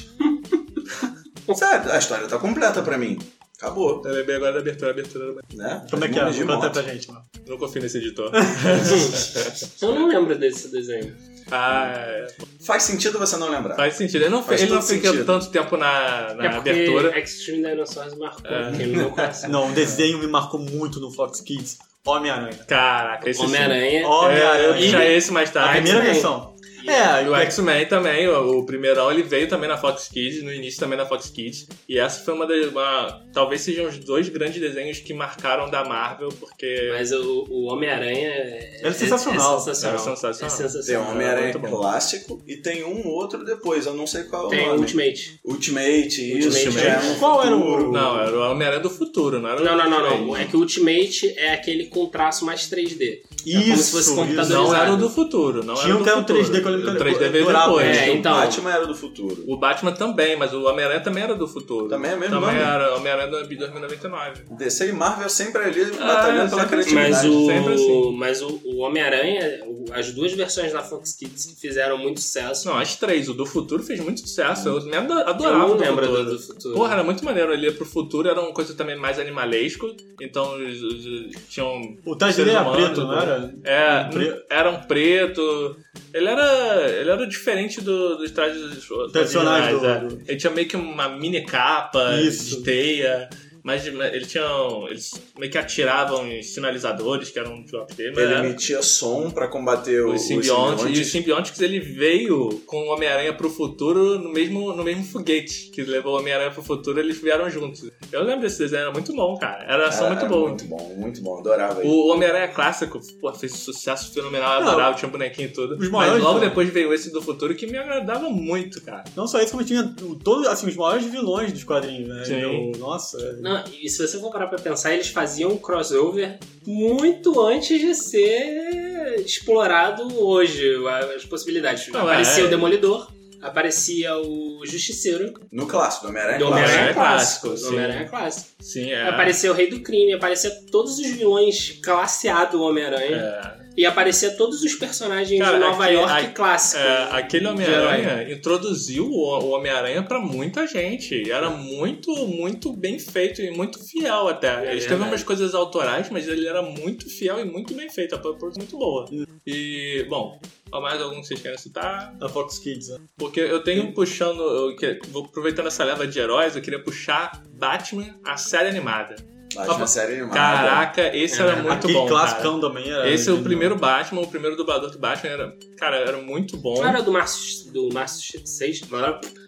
[SPEAKER 5] Sério, a história tá completa pra mim. Acabou,
[SPEAKER 7] Eu lembrei agora da abertura, a abertura era
[SPEAKER 5] né?
[SPEAKER 4] Como é que
[SPEAKER 5] Múmias
[SPEAKER 4] é?
[SPEAKER 5] de
[SPEAKER 4] Conta
[SPEAKER 5] morte.
[SPEAKER 4] pra gente, mano.
[SPEAKER 7] Não confio nesse editor.
[SPEAKER 6] Eu não lembro desse desenho.
[SPEAKER 7] ah, é.
[SPEAKER 5] Faz sentido você não lembrar.
[SPEAKER 7] faz sentido. Ele não,
[SPEAKER 5] Faz
[SPEAKER 7] ele não
[SPEAKER 5] todo
[SPEAKER 7] fica
[SPEAKER 5] sentido.
[SPEAKER 7] tanto tempo na, na
[SPEAKER 6] é porque
[SPEAKER 7] abertura.
[SPEAKER 6] Extreme Dinosaurs marcou
[SPEAKER 7] É.
[SPEAKER 6] aqui no meu coração.
[SPEAKER 4] Não, o desenho me marcou muito no Fox Kids. Homem-Aranha.
[SPEAKER 7] Caraca, esse
[SPEAKER 6] Homem-Aranha.
[SPEAKER 7] É, eu
[SPEAKER 4] Homem-Aranha.
[SPEAKER 7] puxar esse mais
[SPEAKER 4] A
[SPEAKER 7] tarde.
[SPEAKER 4] primeira
[SPEAKER 6] X-Men.
[SPEAKER 4] versão.
[SPEAKER 6] E-
[SPEAKER 4] É,
[SPEAKER 7] E o X-Men também, o, o primeirão, ele veio também na Fox Kids, no início também na Fox Kids. E essa foi uma das. uma- talvez sejam os dois grandes desenhos que marcaram da Marvel, porque.
[SPEAKER 6] Mas o, o Homem-Aranha é,
[SPEAKER 4] Ele é sensacional.
[SPEAKER 6] É sensacional.
[SPEAKER 7] É sensacional.
[SPEAKER 6] É
[SPEAKER 5] Tem o
[SPEAKER 6] sensacional.
[SPEAKER 5] Homem-Aranha
[SPEAKER 7] muito bom.
[SPEAKER 5] clássico e tem um outro depois, eu não sei
[SPEAKER 7] um
[SPEAKER 5] qual
[SPEAKER 6] Tem um
[SPEAKER 5] é
[SPEAKER 6] o
[SPEAKER 5] o nome.
[SPEAKER 6] Ultimate.
[SPEAKER 5] Ultimate, isso.
[SPEAKER 6] Ultimate.
[SPEAKER 5] já é um
[SPEAKER 4] Qual era
[SPEAKER 5] futuro.
[SPEAKER 4] o-
[SPEAKER 7] Não, é era o Homem-Aranha do futuro, não era o
[SPEAKER 6] Não, não, não,
[SPEAKER 7] Ultimate.
[SPEAKER 6] não. É que o Ultimate é aquele com traço mais 3D.
[SPEAKER 4] Isso,
[SPEAKER 6] como se fosse
[SPEAKER 4] isso.
[SPEAKER 6] computadorizado.
[SPEAKER 7] Não era o do futuro, não
[SPEAKER 4] Tinha
[SPEAKER 7] era
[SPEAKER 4] um
[SPEAKER 7] o
[SPEAKER 4] que
[SPEAKER 7] do
[SPEAKER 4] era um
[SPEAKER 7] futuro.
[SPEAKER 4] 3D que eu lembro
[SPEAKER 7] O
[SPEAKER 4] que eu
[SPEAKER 7] 3D veio
[SPEAKER 4] adorava.
[SPEAKER 7] depois.
[SPEAKER 6] É, então.
[SPEAKER 5] um Batman era do futuro.
[SPEAKER 7] O Batman também, mas o Homem-Aranha também era do futuro.
[SPEAKER 5] Também é mesmo
[SPEAKER 7] Também
[SPEAKER 5] nome?
[SPEAKER 7] era Homem-Aranha do- de 2099.
[SPEAKER 5] DC e Marvel sempre ali batalhando pela
[SPEAKER 7] sempre
[SPEAKER 5] criatividade.
[SPEAKER 6] Ah, Mas o,
[SPEAKER 7] sempre assim.
[SPEAKER 6] mas o, o Homem-Aranha, o- as duas versões da Fox Kids que fizeram muito sucesso.
[SPEAKER 7] Não, as três. O do futuro fez muito sucesso. Eu me ado-
[SPEAKER 6] eu
[SPEAKER 7] adorava
[SPEAKER 6] não
[SPEAKER 7] o do
[SPEAKER 6] lembro
[SPEAKER 7] futuro.
[SPEAKER 6] do, do futuro.
[SPEAKER 7] Porra, era muito maneiro. Ele ia pro futuro, era uma coisa também mais animalesco. Então, os- os- os- tinham.
[SPEAKER 4] O traje dele era
[SPEAKER 7] Seres humanos,
[SPEAKER 4] preto, não era?
[SPEAKER 7] É,
[SPEAKER 4] Um pre-
[SPEAKER 7] era um preto. Ele era, ele era diferente do, dos trajes
[SPEAKER 4] Tradicionais do-
[SPEAKER 7] é.
[SPEAKER 4] do-
[SPEAKER 7] Ele tinha meio que uma mini capa
[SPEAKER 4] Isso.
[SPEAKER 7] de teia. Mas de- ele tinha, um, eles meio que atiravam em sinalizadores, que eram um job dele. Mas
[SPEAKER 5] Ele
[SPEAKER 7] era-
[SPEAKER 5] emitia som pra combater os
[SPEAKER 7] os simbiontes. E os
[SPEAKER 5] simbiontes.
[SPEAKER 7] simbiontes ele veio com o Homem-Aranha pro futuro no mesmo, no mesmo foguete que levou o Homem-Aranha pro futuro, eles vieram juntos. Eu lembro desse desenho, era muito bom, cara. Era ação
[SPEAKER 5] Era-
[SPEAKER 7] muito
[SPEAKER 5] era
[SPEAKER 7] boa.
[SPEAKER 5] É, Muito bom, muito bom. Adorava ele.
[SPEAKER 7] O Homem-Aranha clássico, pô, fez um sucesso fenomenal, eu
[SPEAKER 4] Não.
[SPEAKER 7] adorava, tinha um bonequinho e tudo.
[SPEAKER 4] Os
[SPEAKER 7] Mas
[SPEAKER 4] maiores,
[SPEAKER 7] logo
[SPEAKER 4] né?
[SPEAKER 7] depois veio esse do futuro que me agradava muito, cara.
[SPEAKER 4] Não só isso, como tinha o- todo, assim, os maiores vilões dos quadrinhos, né?
[SPEAKER 7] Sim.
[SPEAKER 4] O- nossa.
[SPEAKER 6] Não, e se você for parar pra pensar, eles faziam um crossover muito antes de ser explorado hoje as possibilidades.
[SPEAKER 7] Não,
[SPEAKER 6] aparecia
[SPEAKER 7] é.
[SPEAKER 6] o Demolidor, aparecia o Justiceiro,
[SPEAKER 5] No É clássico, do Homem-Aranha né?
[SPEAKER 6] do
[SPEAKER 5] clássico.
[SPEAKER 6] Homem-Aranha
[SPEAKER 7] Homem-Aranha
[SPEAKER 6] clássico.
[SPEAKER 7] É clássico,
[SPEAKER 6] do Homem-Aranha clássico.
[SPEAKER 7] Sim, é.
[SPEAKER 6] Aparecia o Rei do Crime, aparecia todos os vilões classe A do Homem-Aranha
[SPEAKER 7] É,
[SPEAKER 6] e aparecia todos os personagens
[SPEAKER 7] Cara,
[SPEAKER 6] de Nova
[SPEAKER 7] aqui-
[SPEAKER 6] York
[SPEAKER 7] a-
[SPEAKER 6] clássico.
[SPEAKER 7] é, aquele Homem-Aranha introduziu o o Homem-Aranha pra muita gente. E era muito, muito bem feito e muito fiel até.
[SPEAKER 6] É
[SPEAKER 7] Ele teve
[SPEAKER 6] verdade.
[SPEAKER 7] umas coisas autorais, mas ele era muito fiel e muito bem feito. A produção muito boa. E, bom, há mais algum que vocês querem citar?
[SPEAKER 4] Da Fox Kids. né?
[SPEAKER 7] Porque eu tenho um puxando, eu que- vou aproveitando essa leva de heróis, eu queria puxar Batman, a série animada.
[SPEAKER 5] Batman, série animada.
[SPEAKER 7] Caraca, esse era
[SPEAKER 6] Ah, É,
[SPEAKER 7] muito
[SPEAKER 4] Aquele
[SPEAKER 7] bom.
[SPEAKER 4] classicão também
[SPEAKER 7] cara.
[SPEAKER 4] era.
[SPEAKER 7] Esse é o
[SPEAKER 4] genial.
[SPEAKER 7] primeiro
[SPEAKER 6] né?
[SPEAKER 7] Batman, o primeiro dublador do Batman era, cara, era muito bom.
[SPEAKER 6] Não era do Márcio do Márcio 6,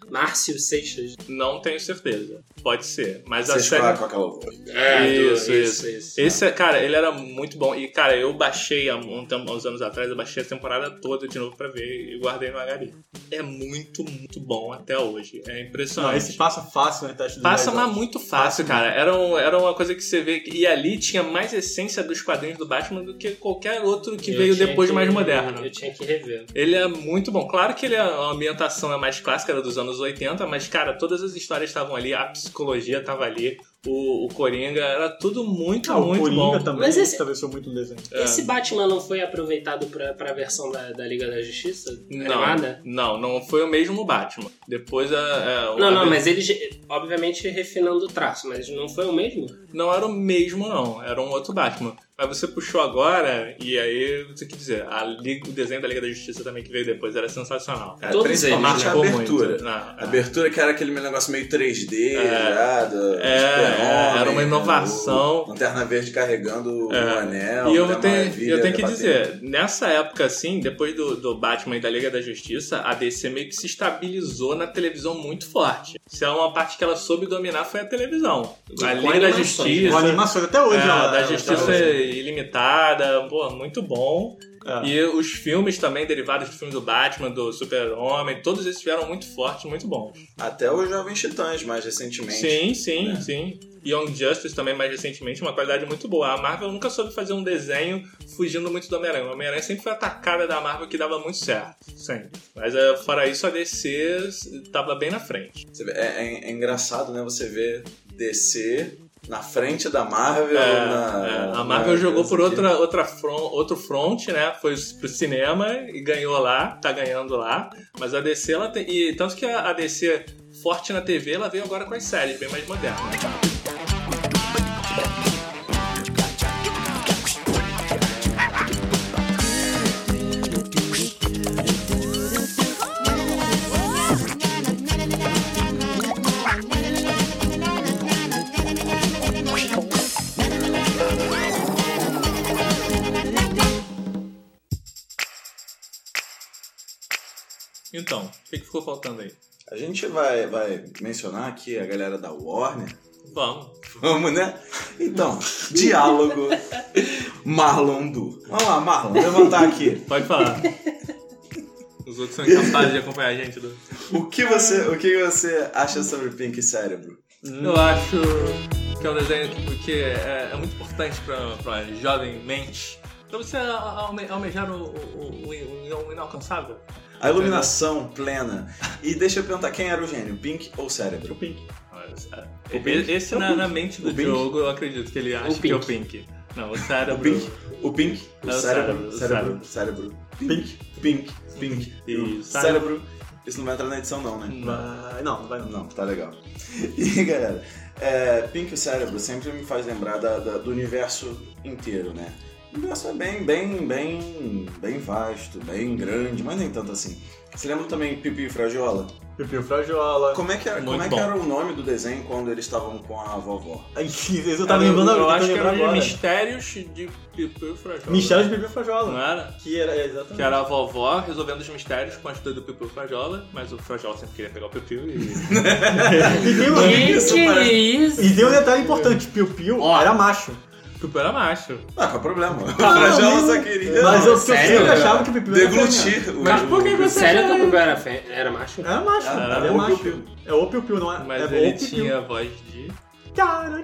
[SPEAKER 6] Márcio Seixas.
[SPEAKER 7] Não tenho certeza. Pode ser. Mas a
[SPEAKER 5] Vocês
[SPEAKER 7] série.
[SPEAKER 5] falam com aquela voz.
[SPEAKER 6] É, do-
[SPEAKER 7] Isso, isso. Esse, é- cara, ele era muito bom. E, cara, eu baixei há um tempo, há uns anos atrás, eu baixei a temporada toda de novo pra ver e guardei no HD. É muito, muito bom até hoje. É
[SPEAKER 4] Não,
[SPEAKER 7] impressionante.
[SPEAKER 4] esse passa fácil, né? Teste do
[SPEAKER 7] Passa,
[SPEAKER 4] 10
[SPEAKER 7] mas
[SPEAKER 4] anos.
[SPEAKER 7] muito fácil, cara. Era, um- era uma coisa que você vê. E ali tinha mais essência dos quadrinhos do Batman do que qualquer outro que
[SPEAKER 6] Eu
[SPEAKER 7] veio
[SPEAKER 6] tinha
[SPEAKER 7] depois
[SPEAKER 6] que-
[SPEAKER 7] mais moderno.
[SPEAKER 6] Eu tinha que rever.
[SPEAKER 7] Ele é muito bom. Claro que ele, é- a ambientação é mais clássica, era dos anos 80, mas, cara, todas as histórias estavam ali, a psicologia tava ali, o, o Coringa, era tudo muito,
[SPEAKER 4] Ah, o
[SPEAKER 7] muito
[SPEAKER 4] Coringa
[SPEAKER 7] bom.
[SPEAKER 4] também
[SPEAKER 6] Mas esse-
[SPEAKER 4] estabeleceu muito um desenho.
[SPEAKER 6] Esse Batman não foi aproveitado pra, pra versão da, da Liga da Justiça?
[SPEAKER 7] Não,
[SPEAKER 6] Animada?
[SPEAKER 7] não, não foi o mesmo Batman. Depois é, a. a-
[SPEAKER 6] Não,
[SPEAKER 7] a-
[SPEAKER 6] não, mas eles, obviamente, refinando o traço, mas não foi o mesmo?
[SPEAKER 7] Não era o mesmo, não. Era um outro Batman. Mas você puxou agora, e aí, você quer dizer, a Liga- o desenho da Liga da Justiça também que veio depois era sensacional.
[SPEAKER 5] É,
[SPEAKER 6] Todos
[SPEAKER 5] principalmente
[SPEAKER 6] eles,
[SPEAKER 5] a
[SPEAKER 7] Marcou
[SPEAKER 5] abertura.
[SPEAKER 7] muito. Ah,
[SPEAKER 5] A abertura que era aquele negócio meio 3D,
[SPEAKER 7] É.
[SPEAKER 5] já, do,
[SPEAKER 7] É,
[SPEAKER 5] Super-Homem,
[SPEAKER 7] era uma inovação.
[SPEAKER 5] o Lanterna Verde carregando
[SPEAKER 7] É.
[SPEAKER 5] o anel.
[SPEAKER 7] E eu,
[SPEAKER 5] Mulher
[SPEAKER 7] tenho,
[SPEAKER 5] Maravilha tá
[SPEAKER 7] eu tenho que
[SPEAKER 5] debatendo.
[SPEAKER 7] dizer, nessa época, assim, depois do, do Batman e da Liga da Justiça, a DC meio que se estabilizou na televisão muito forte. Isso é uma parte que ela soube dominar foi a televisão.
[SPEAKER 6] E
[SPEAKER 7] a
[SPEAKER 6] com
[SPEAKER 7] Liga da
[SPEAKER 6] animações,
[SPEAKER 4] Com
[SPEAKER 7] Justiça.
[SPEAKER 4] animações até hoje,
[SPEAKER 7] é,
[SPEAKER 4] ela-
[SPEAKER 7] da
[SPEAKER 4] ela-
[SPEAKER 7] Justiça
[SPEAKER 4] ela-
[SPEAKER 7] Ilimitada, pô, muito bom.
[SPEAKER 4] É.
[SPEAKER 7] E os filmes também, derivados do filme do Batman, do Super-Homem, todos esses vieram muito fortes, muito bons.
[SPEAKER 5] Até os Jovens Titãs, mais recentemente.
[SPEAKER 7] Sim, sim,
[SPEAKER 5] né?
[SPEAKER 7] sim. Young Justice também, mais recentemente, uma qualidade muito boa. A Marvel nunca soube fazer um desenho fugindo muito do Homem-Aranha. O Homem-Aranha sempre foi atacada da Marvel que dava muito certo. Sempre. Mas eh, fora isso, a DC tava bem na frente.
[SPEAKER 5] Você vê- É, é- é engraçado, né? Você ver DC na frente da Marvel.
[SPEAKER 7] É,
[SPEAKER 5] na-
[SPEAKER 7] é, a
[SPEAKER 5] na-
[SPEAKER 7] Marvel jogou por
[SPEAKER 5] aqui.
[SPEAKER 7] outra, outra front, outro front, né? Foi pro cinema e ganhou lá, tá ganhando lá. Mas a DC, ela tem. E tanto que a a DC forte na TV, ela veio agora com as séries, bem mais modernas. Então, o que que ficou faltando aí?
[SPEAKER 5] A gente vai, vai mencionar aqui a galera da Warner.
[SPEAKER 7] Vamos.
[SPEAKER 5] Vamos, né? Então, diálogo. Marlon Du. Vamos lá, Marlon, levantar aqui.
[SPEAKER 7] Pode falar. Os outros são incapazes de acompanhar a gente. né? Do...
[SPEAKER 5] O que você, o que você acha sobre Pink Cérebro?
[SPEAKER 7] Eu acho que é um desenho que, que é, é muito importante pra, pra jovem mente. Pra você a- a- alme- almejar o, o- o- o- o inalcançável.
[SPEAKER 5] A iluminação plena. E deixa eu perguntar, quem era o gênio? Pink ou Cérebro? Pink.
[SPEAKER 7] E- Esse na, na mente do
[SPEAKER 5] O Pink.
[SPEAKER 7] jogo, eu acredito que ele acha que é o Pink. Não, o cérebro.
[SPEAKER 5] O Pink. O Pink. O
[SPEAKER 7] É o
[SPEAKER 5] cérebro.
[SPEAKER 7] cérebro,
[SPEAKER 5] Cérebro. Cérebro. Pink. Pink. Pink. E o
[SPEAKER 7] E
[SPEAKER 5] cérebro. Isso não vai entrar na edição não, né?
[SPEAKER 4] Vai- Não, não vai não.
[SPEAKER 5] Não, tá legal. E galera, é, Pink o Cérebro sempre me faz lembrar da- da- do universo inteiro, né? O universo é bem, bem, bem, bem vasto, bem grande, mas nem tanto assim. Você lembra também Pipi e Frajola?
[SPEAKER 4] Pipiu Frajola.
[SPEAKER 5] Como é que era, como
[SPEAKER 7] Muito
[SPEAKER 5] é que
[SPEAKER 7] bom.
[SPEAKER 5] era o nome do desenho quando eles estavam com a vovó?
[SPEAKER 4] Ai, Isso eu
[SPEAKER 7] Cara,
[SPEAKER 4] tava lembrando
[SPEAKER 7] eu, eu
[SPEAKER 4] agora.
[SPEAKER 7] acho
[SPEAKER 4] tô
[SPEAKER 7] que era
[SPEAKER 4] lembrando
[SPEAKER 7] de
[SPEAKER 4] agora.
[SPEAKER 7] mistérios de Pipo e Frajola.
[SPEAKER 4] Mistérios de Pipiu
[SPEAKER 7] Não
[SPEAKER 4] Frajola.
[SPEAKER 7] era?
[SPEAKER 4] Que era, é, exatamente.
[SPEAKER 7] Que era a vovó resolvendo os mistérios com a ajuda do Pipiu Frajola, mas o Frajola sempre queria pegar o Pipiu e.
[SPEAKER 4] E tem um,
[SPEAKER 6] Gente, isso!
[SPEAKER 4] e tem um detalhe importante: Piu Piu era macho.
[SPEAKER 7] o Pipiu era macho.
[SPEAKER 5] Ah, qual é o problema? O Frajola
[SPEAKER 4] não,
[SPEAKER 5] só queria
[SPEAKER 4] Mas eu, porque eu
[SPEAKER 6] sério,
[SPEAKER 4] sempre
[SPEAKER 6] cara?
[SPEAKER 4] achava que o Pipiu era feminino.
[SPEAKER 5] deglutir o...
[SPEAKER 7] Mas por que você
[SPEAKER 6] Sério que o
[SPEAKER 7] acha-
[SPEAKER 6] Pimpão era, fe- era macho?
[SPEAKER 4] Era macho,
[SPEAKER 5] Ah,
[SPEAKER 4] cara,
[SPEAKER 7] era
[SPEAKER 4] ele é
[SPEAKER 5] o
[SPEAKER 4] macho.
[SPEAKER 5] Piu
[SPEAKER 4] É o Piu Piu, não é?
[SPEAKER 7] Mas
[SPEAKER 4] é
[SPEAKER 7] ele
[SPEAKER 4] o Piu
[SPEAKER 7] tinha
[SPEAKER 4] Piu.
[SPEAKER 7] a voz de.
[SPEAKER 4] Cara,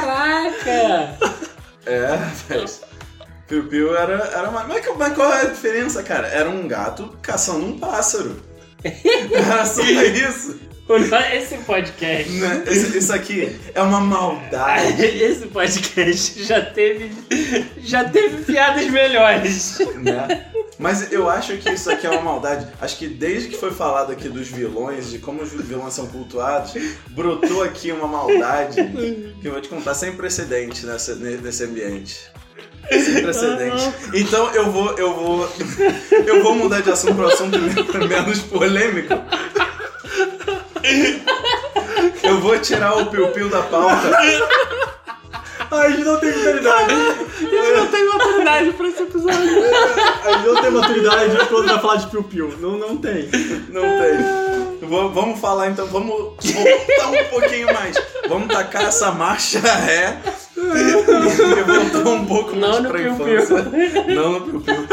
[SPEAKER 6] Caraca!
[SPEAKER 5] É, mas... Piu Piu era, era uma... Mas, que- mas qual é a diferença, cara? Era um gato caçando um pássaro. Era só isso.
[SPEAKER 6] Esse podcast.
[SPEAKER 5] Né? Isso, isso aqui é uma maldade.
[SPEAKER 6] Esse podcast já teve. Já teve piadas melhores.
[SPEAKER 5] né? Mas eu acho que isso aqui é uma maldade. Acho que desde que foi falado aqui dos vilões, de como os vilões são cultuados, brotou aqui uma maldade que eu vou te contar sem precedente nessa- ne- nesse ambiente. Sem precedente. Então eu vou, eu vou. Eu vou mudar de assunto para um assunto men- menos polêmico. Eu vou tirar o piu-piu da pauta.
[SPEAKER 4] Ah, a gente não tem vitalidade.
[SPEAKER 7] Eu não tenho maturidade pra esse episódio.
[SPEAKER 4] Aí não tem maturidade quando vai falar de piu-piu. Não, não tem.
[SPEAKER 5] Não tem. V- vamos falar então, vamos voltar um pouquinho mais. Vamos tacar essa marcha ré e voltar um pouco
[SPEAKER 6] Não
[SPEAKER 5] mais
[SPEAKER 6] no
[SPEAKER 5] pra
[SPEAKER 6] Piu
[SPEAKER 5] infância. Não no piu-piu.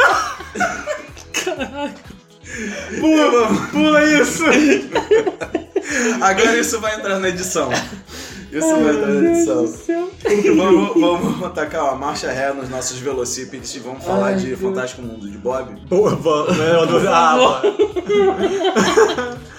[SPEAKER 5] Pula, pula isso! Agora isso vai entrar na edição. Isso vai entrar na edição. Vamos, vamos atacar uma marcha ré nos nossos velocípedes e vamos falar de Fantástico Mundo de Bob.
[SPEAKER 4] Boa, boa. Eu adorava.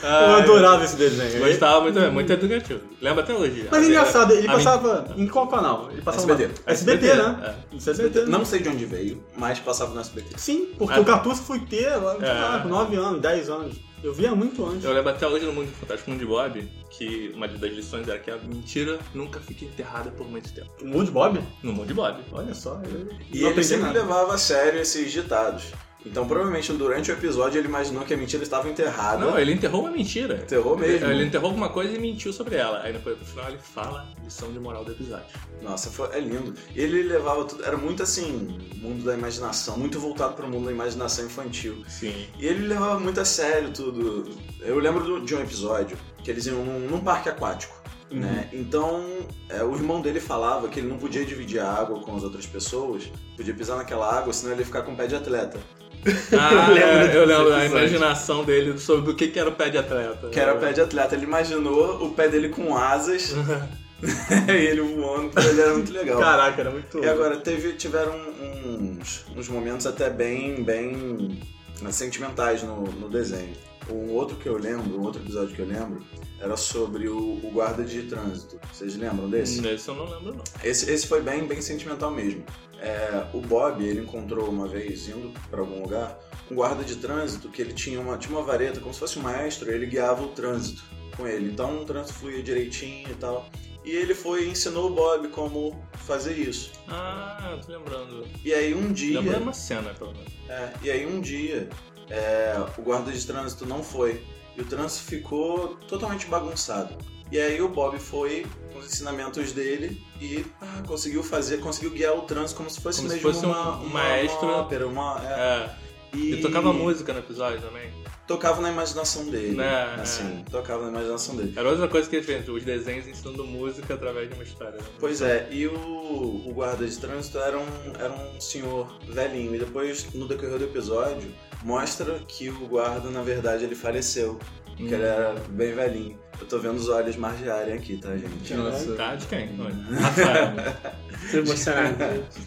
[SPEAKER 4] Eu adorava esse desenho.
[SPEAKER 7] Gostava muito, é muito educativo. Lembra até hoje.
[SPEAKER 4] Mas é engraçado, ele
[SPEAKER 7] A
[SPEAKER 4] passava em qual canal? Ele passava
[SPEAKER 5] SBT.
[SPEAKER 4] na- SBT, né? Isso é SBT. né?
[SPEAKER 5] Não sei de onde veio, mas passava no SBT.
[SPEAKER 4] Sim, porque
[SPEAKER 7] É.
[SPEAKER 4] o Cartucho foi ter lá, sei lá,
[SPEAKER 7] É.
[SPEAKER 4] com 9 anos, 10 anos. Eu via muito antes.
[SPEAKER 7] Eu lembro até hoje no Mundo Fantástico Mundo de Bob que uma das lições era que a mentira nunca fica enterrada por muito tempo.
[SPEAKER 4] O Mundo Bob?
[SPEAKER 7] No Mundo de Bob.
[SPEAKER 4] Olha só, é eu
[SPEAKER 5] E
[SPEAKER 4] não
[SPEAKER 5] ele
[SPEAKER 4] aprendi
[SPEAKER 5] sempre
[SPEAKER 4] nada.
[SPEAKER 5] levava a sério esses ditados. Então, provavelmente, durante o episódio, ele imaginou que a mentira estava enterrada.
[SPEAKER 7] Não, ele enterrou uma mentira.
[SPEAKER 5] Ah, Enterrou mesmo.
[SPEAKER 7] Ele enterrou alguma coisa e mentiu sobre ela. Aí depois, no final ele fala a lição de moral do episódio.
[SPEAKER 5] Nossa, foi- é lindo. Ele levava tudo... Era muito, assim, mundo da imaginação. Muito voltado para o mundo da imaginação infantil.
[SPEAKER 7] Sim.
[SPEAKER 5] E ele levava muito a sério tudo. Eu lembro do- de um episódio que eles iam num, num parque aquático.
[SPEAKER 7] Uhum.
[SPEAKER 5] Né? Então, é, o irmão dele falava que ele não podia dividir a água com as outras pessoas, podia pisar naquela água, senão ele ia ficar com o pé de atleta.
[SPEAKER 7] Ah,
[SPEAKER 6] lembro
[SPEAKER 7] eu lembro da
[SPEAKER 6] desse episódio.
[SPEAKER 7] imaginação dele sobre o que que era o pé de atleta.
[SPEAKER 5] Que era o pé de atleta. Ele imaginou o pé dele com asas e ele voando, porque ele era muito legal.
[SPEAKER 4] Caraca, era muito.
[SPEAKER 5] e agora teve, tiveram uns, uns momentos até bem, bem né, sentimentais no, no desenho. Um outro que eu lembro, um outro episódio que eu lembro, era sobre o, o guarda de trânsito. Vocês lembram desse?
[SPEAKER 7] Hum, Esse eu não lembro, não.
[SPEAKER 5] Esse, esse foi bem, bem sentimental mesmo. É, o Bob, ele encontrou uma vez, indo pra algum lugar, um guarda de trânsito que ele tinha uma, tinha uma vareta, como se fosse um maestro, ele guiava o trânsito com ele. Então o trânsito fluía direitinho e tal. E ele foi e ensinou o Bob como fazer isso.
[SPEAKER 7] Ah, eu tô lembrando.
[SPEAKER 5] E aí um dia.
[SPEAKER 7] Lembro de uma cena, pelo menos.
[SPEAKER 5] É, e aí um dia é, o guarda de trânsito não foi. E o trânsito ficou totalmente bagunçado. E aí o Bob foi com os ensinamentos dele e ah, conseguiu fazer, conseguiu guiar o trânsito como se fosse
[SPEAKER 7] Como se
[SPEAKER 5] mesmo
[SPEAKER 7] fosse um-
[SPEAKER 5] uma,
[SPEAKER 7] um
[SPEAKER 5] uma,
[SPEAKER 7] maestro.
[SPEAKER 5] uma ópera, uma. é,
[SPEAKER 7] É.
[SPEAKER 5] e,
[SPEAKER 7] E tocava música no episódio também.
[SPEAKER 5] Tocava na imaginação dele.
[SPEAKER 7] Né,
[SPEAKER 5] Assim, tocava na imaginação dele.
[SPEAKER 7] Era outra coisa que ele fez, os desenhos ensinando música através de uma história. né?
[SPEAKER 5] Pois é, e o, o guarda de trânsito era um, era um senhor velhinho. E depois, no decorrer do episódio, mostra que o guarda, na verdade, ele faleceu.
[SPEAKER 7] Hum.
[SPEAKER 5] Que ele era bem velhinho. Eu tô vendo os olhos margearem aqui, tá,
[SPEAKER 4] É.
[SPEAKER 5] gente?
[SPEAKER 7] Nossa. Tá de quem? Olha, Rafael.
[SPEAKER 6] Tô emocionado.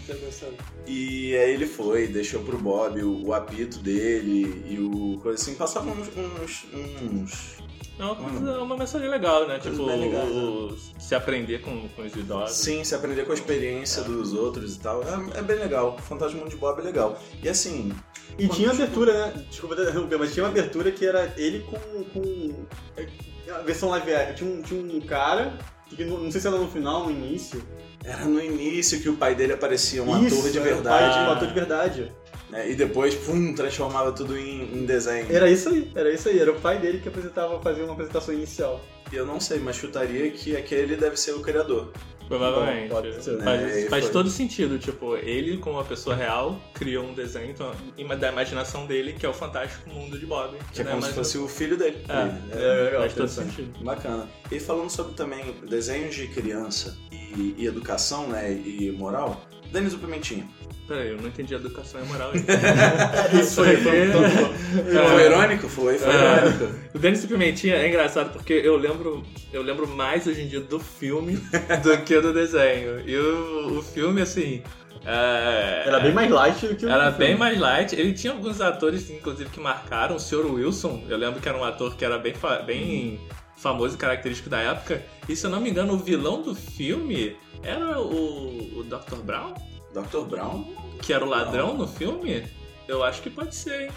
[SPEAKER 6] Tô emocionado.
[SPEAKER 5] E aí ele foi, deixou pro Bob o, o apito dele e o coisa assim. Passavam uns. uns, uns-
[SPEAKER 7] É uma, coisa- uma mensagem legal, né?
[SPEAKER 5] Coisa
[SPEAKER 7] Tipo,
[SPEAKER 5] bem legal, né?
[SPEAKER 7] o- se aprender com, com os idosos.
[SPEAKER 5] Sim, se aprender com a experiência dos outros e tal. É, é bem legal. O Fantasma Mundo de Bob é legal. E assim,
[SPEAKER 4] E tinha abertura, né? Desculpa interromper, mas tinha uma abertura que era ele com. com é, a versão live action. Tinha um, tinha um cara, que não, não sei se era no final, no início.
[SPEAKER 5] era no início que o pai dele aparecia um ator de
[SPEAKER 4] era o
[SPEAKER 5] verdade.
[SPEAKER 4] pai de- Um ator de verdade.
[SPEAKER 5] né? E depois, pum, transformava tudo em, em desenho.
[SPEAKER 4] Era isso aí, era isso aí. Era o pai dele que apresentava, fazia uma apresentação inicial.
[SPEAKER 5] E eu não sei, mas chutaria que aquele deve ser o criador.
[SPEAKER 7] Provavelmente.
[SPEAKER 4] Bom, pode ser,
[SPEAKER 5] né?
[SPEAKER 7] Faz,
[SPEAKER 5] E
[SPEAKER 7] faz
[SPEAKER 5] foi.
[SPEAKER 7] todo sentido. Tipo, ele, como uma pessoa real, criou um desenho então, ima- da imaginação dele, que é o fantástico mundo de Bob.
[SPEAKER 5] Que é
[SPEAKER 7] né?
[SPEAKER 5] como se
[SPEAKER 7] Mas-
[SPEAKER 5] fosse um o filho dele.
[SPEAKER 7] É.
[SPEAKER 5] Ele- né?
[SPEAKER 4] legal,
[SPEAKER 7] Faz todo
[SPEAKER 4] interessante.
[SPEAKER 7] sentido.
[SPEAKER 5] Bacana. E falando sobre também desenhos de criança e, e educação, né? E moral, Denis o Pimentinha.
[SPEAKER 7] Peraí, eu não entendi a educação e moral.
[SPEAKER 4] Isso foi, foi, foi,
[SPEAKER 7] Tá
[SPEAKER 4] foi.
[SPEAKER 5] Foi irônico? Foi, foi
[SPEAKER 7] É.
[SPEAKER 5] irônico.
[SPEAKER 7] O Denis e Pimentinha é engraçado porque eu lembro, eu lembro mais hoje em dia do filme do que do desenho. E o, o filme, assim. é-
[SPEAKER 4] Era bem mais light do que o É.
[SPEAKER 7] Era
[SPEAKER 4] filme. né?
[SPEAKER 7] bem mais light. Ele tinha alguns atores, inclusive, que marcaram. O Sr. Wilson, eu lembro que era um ator que era bem, fa- bem famoso e característico da época. E se eu não me engano, o vilão do filme era o, o Dr. Brown,
[SPEAKER 5] Dr. Brown?
[SPEAKER 7] que era o ladrão no filme? Eu acho que pode ser, hein?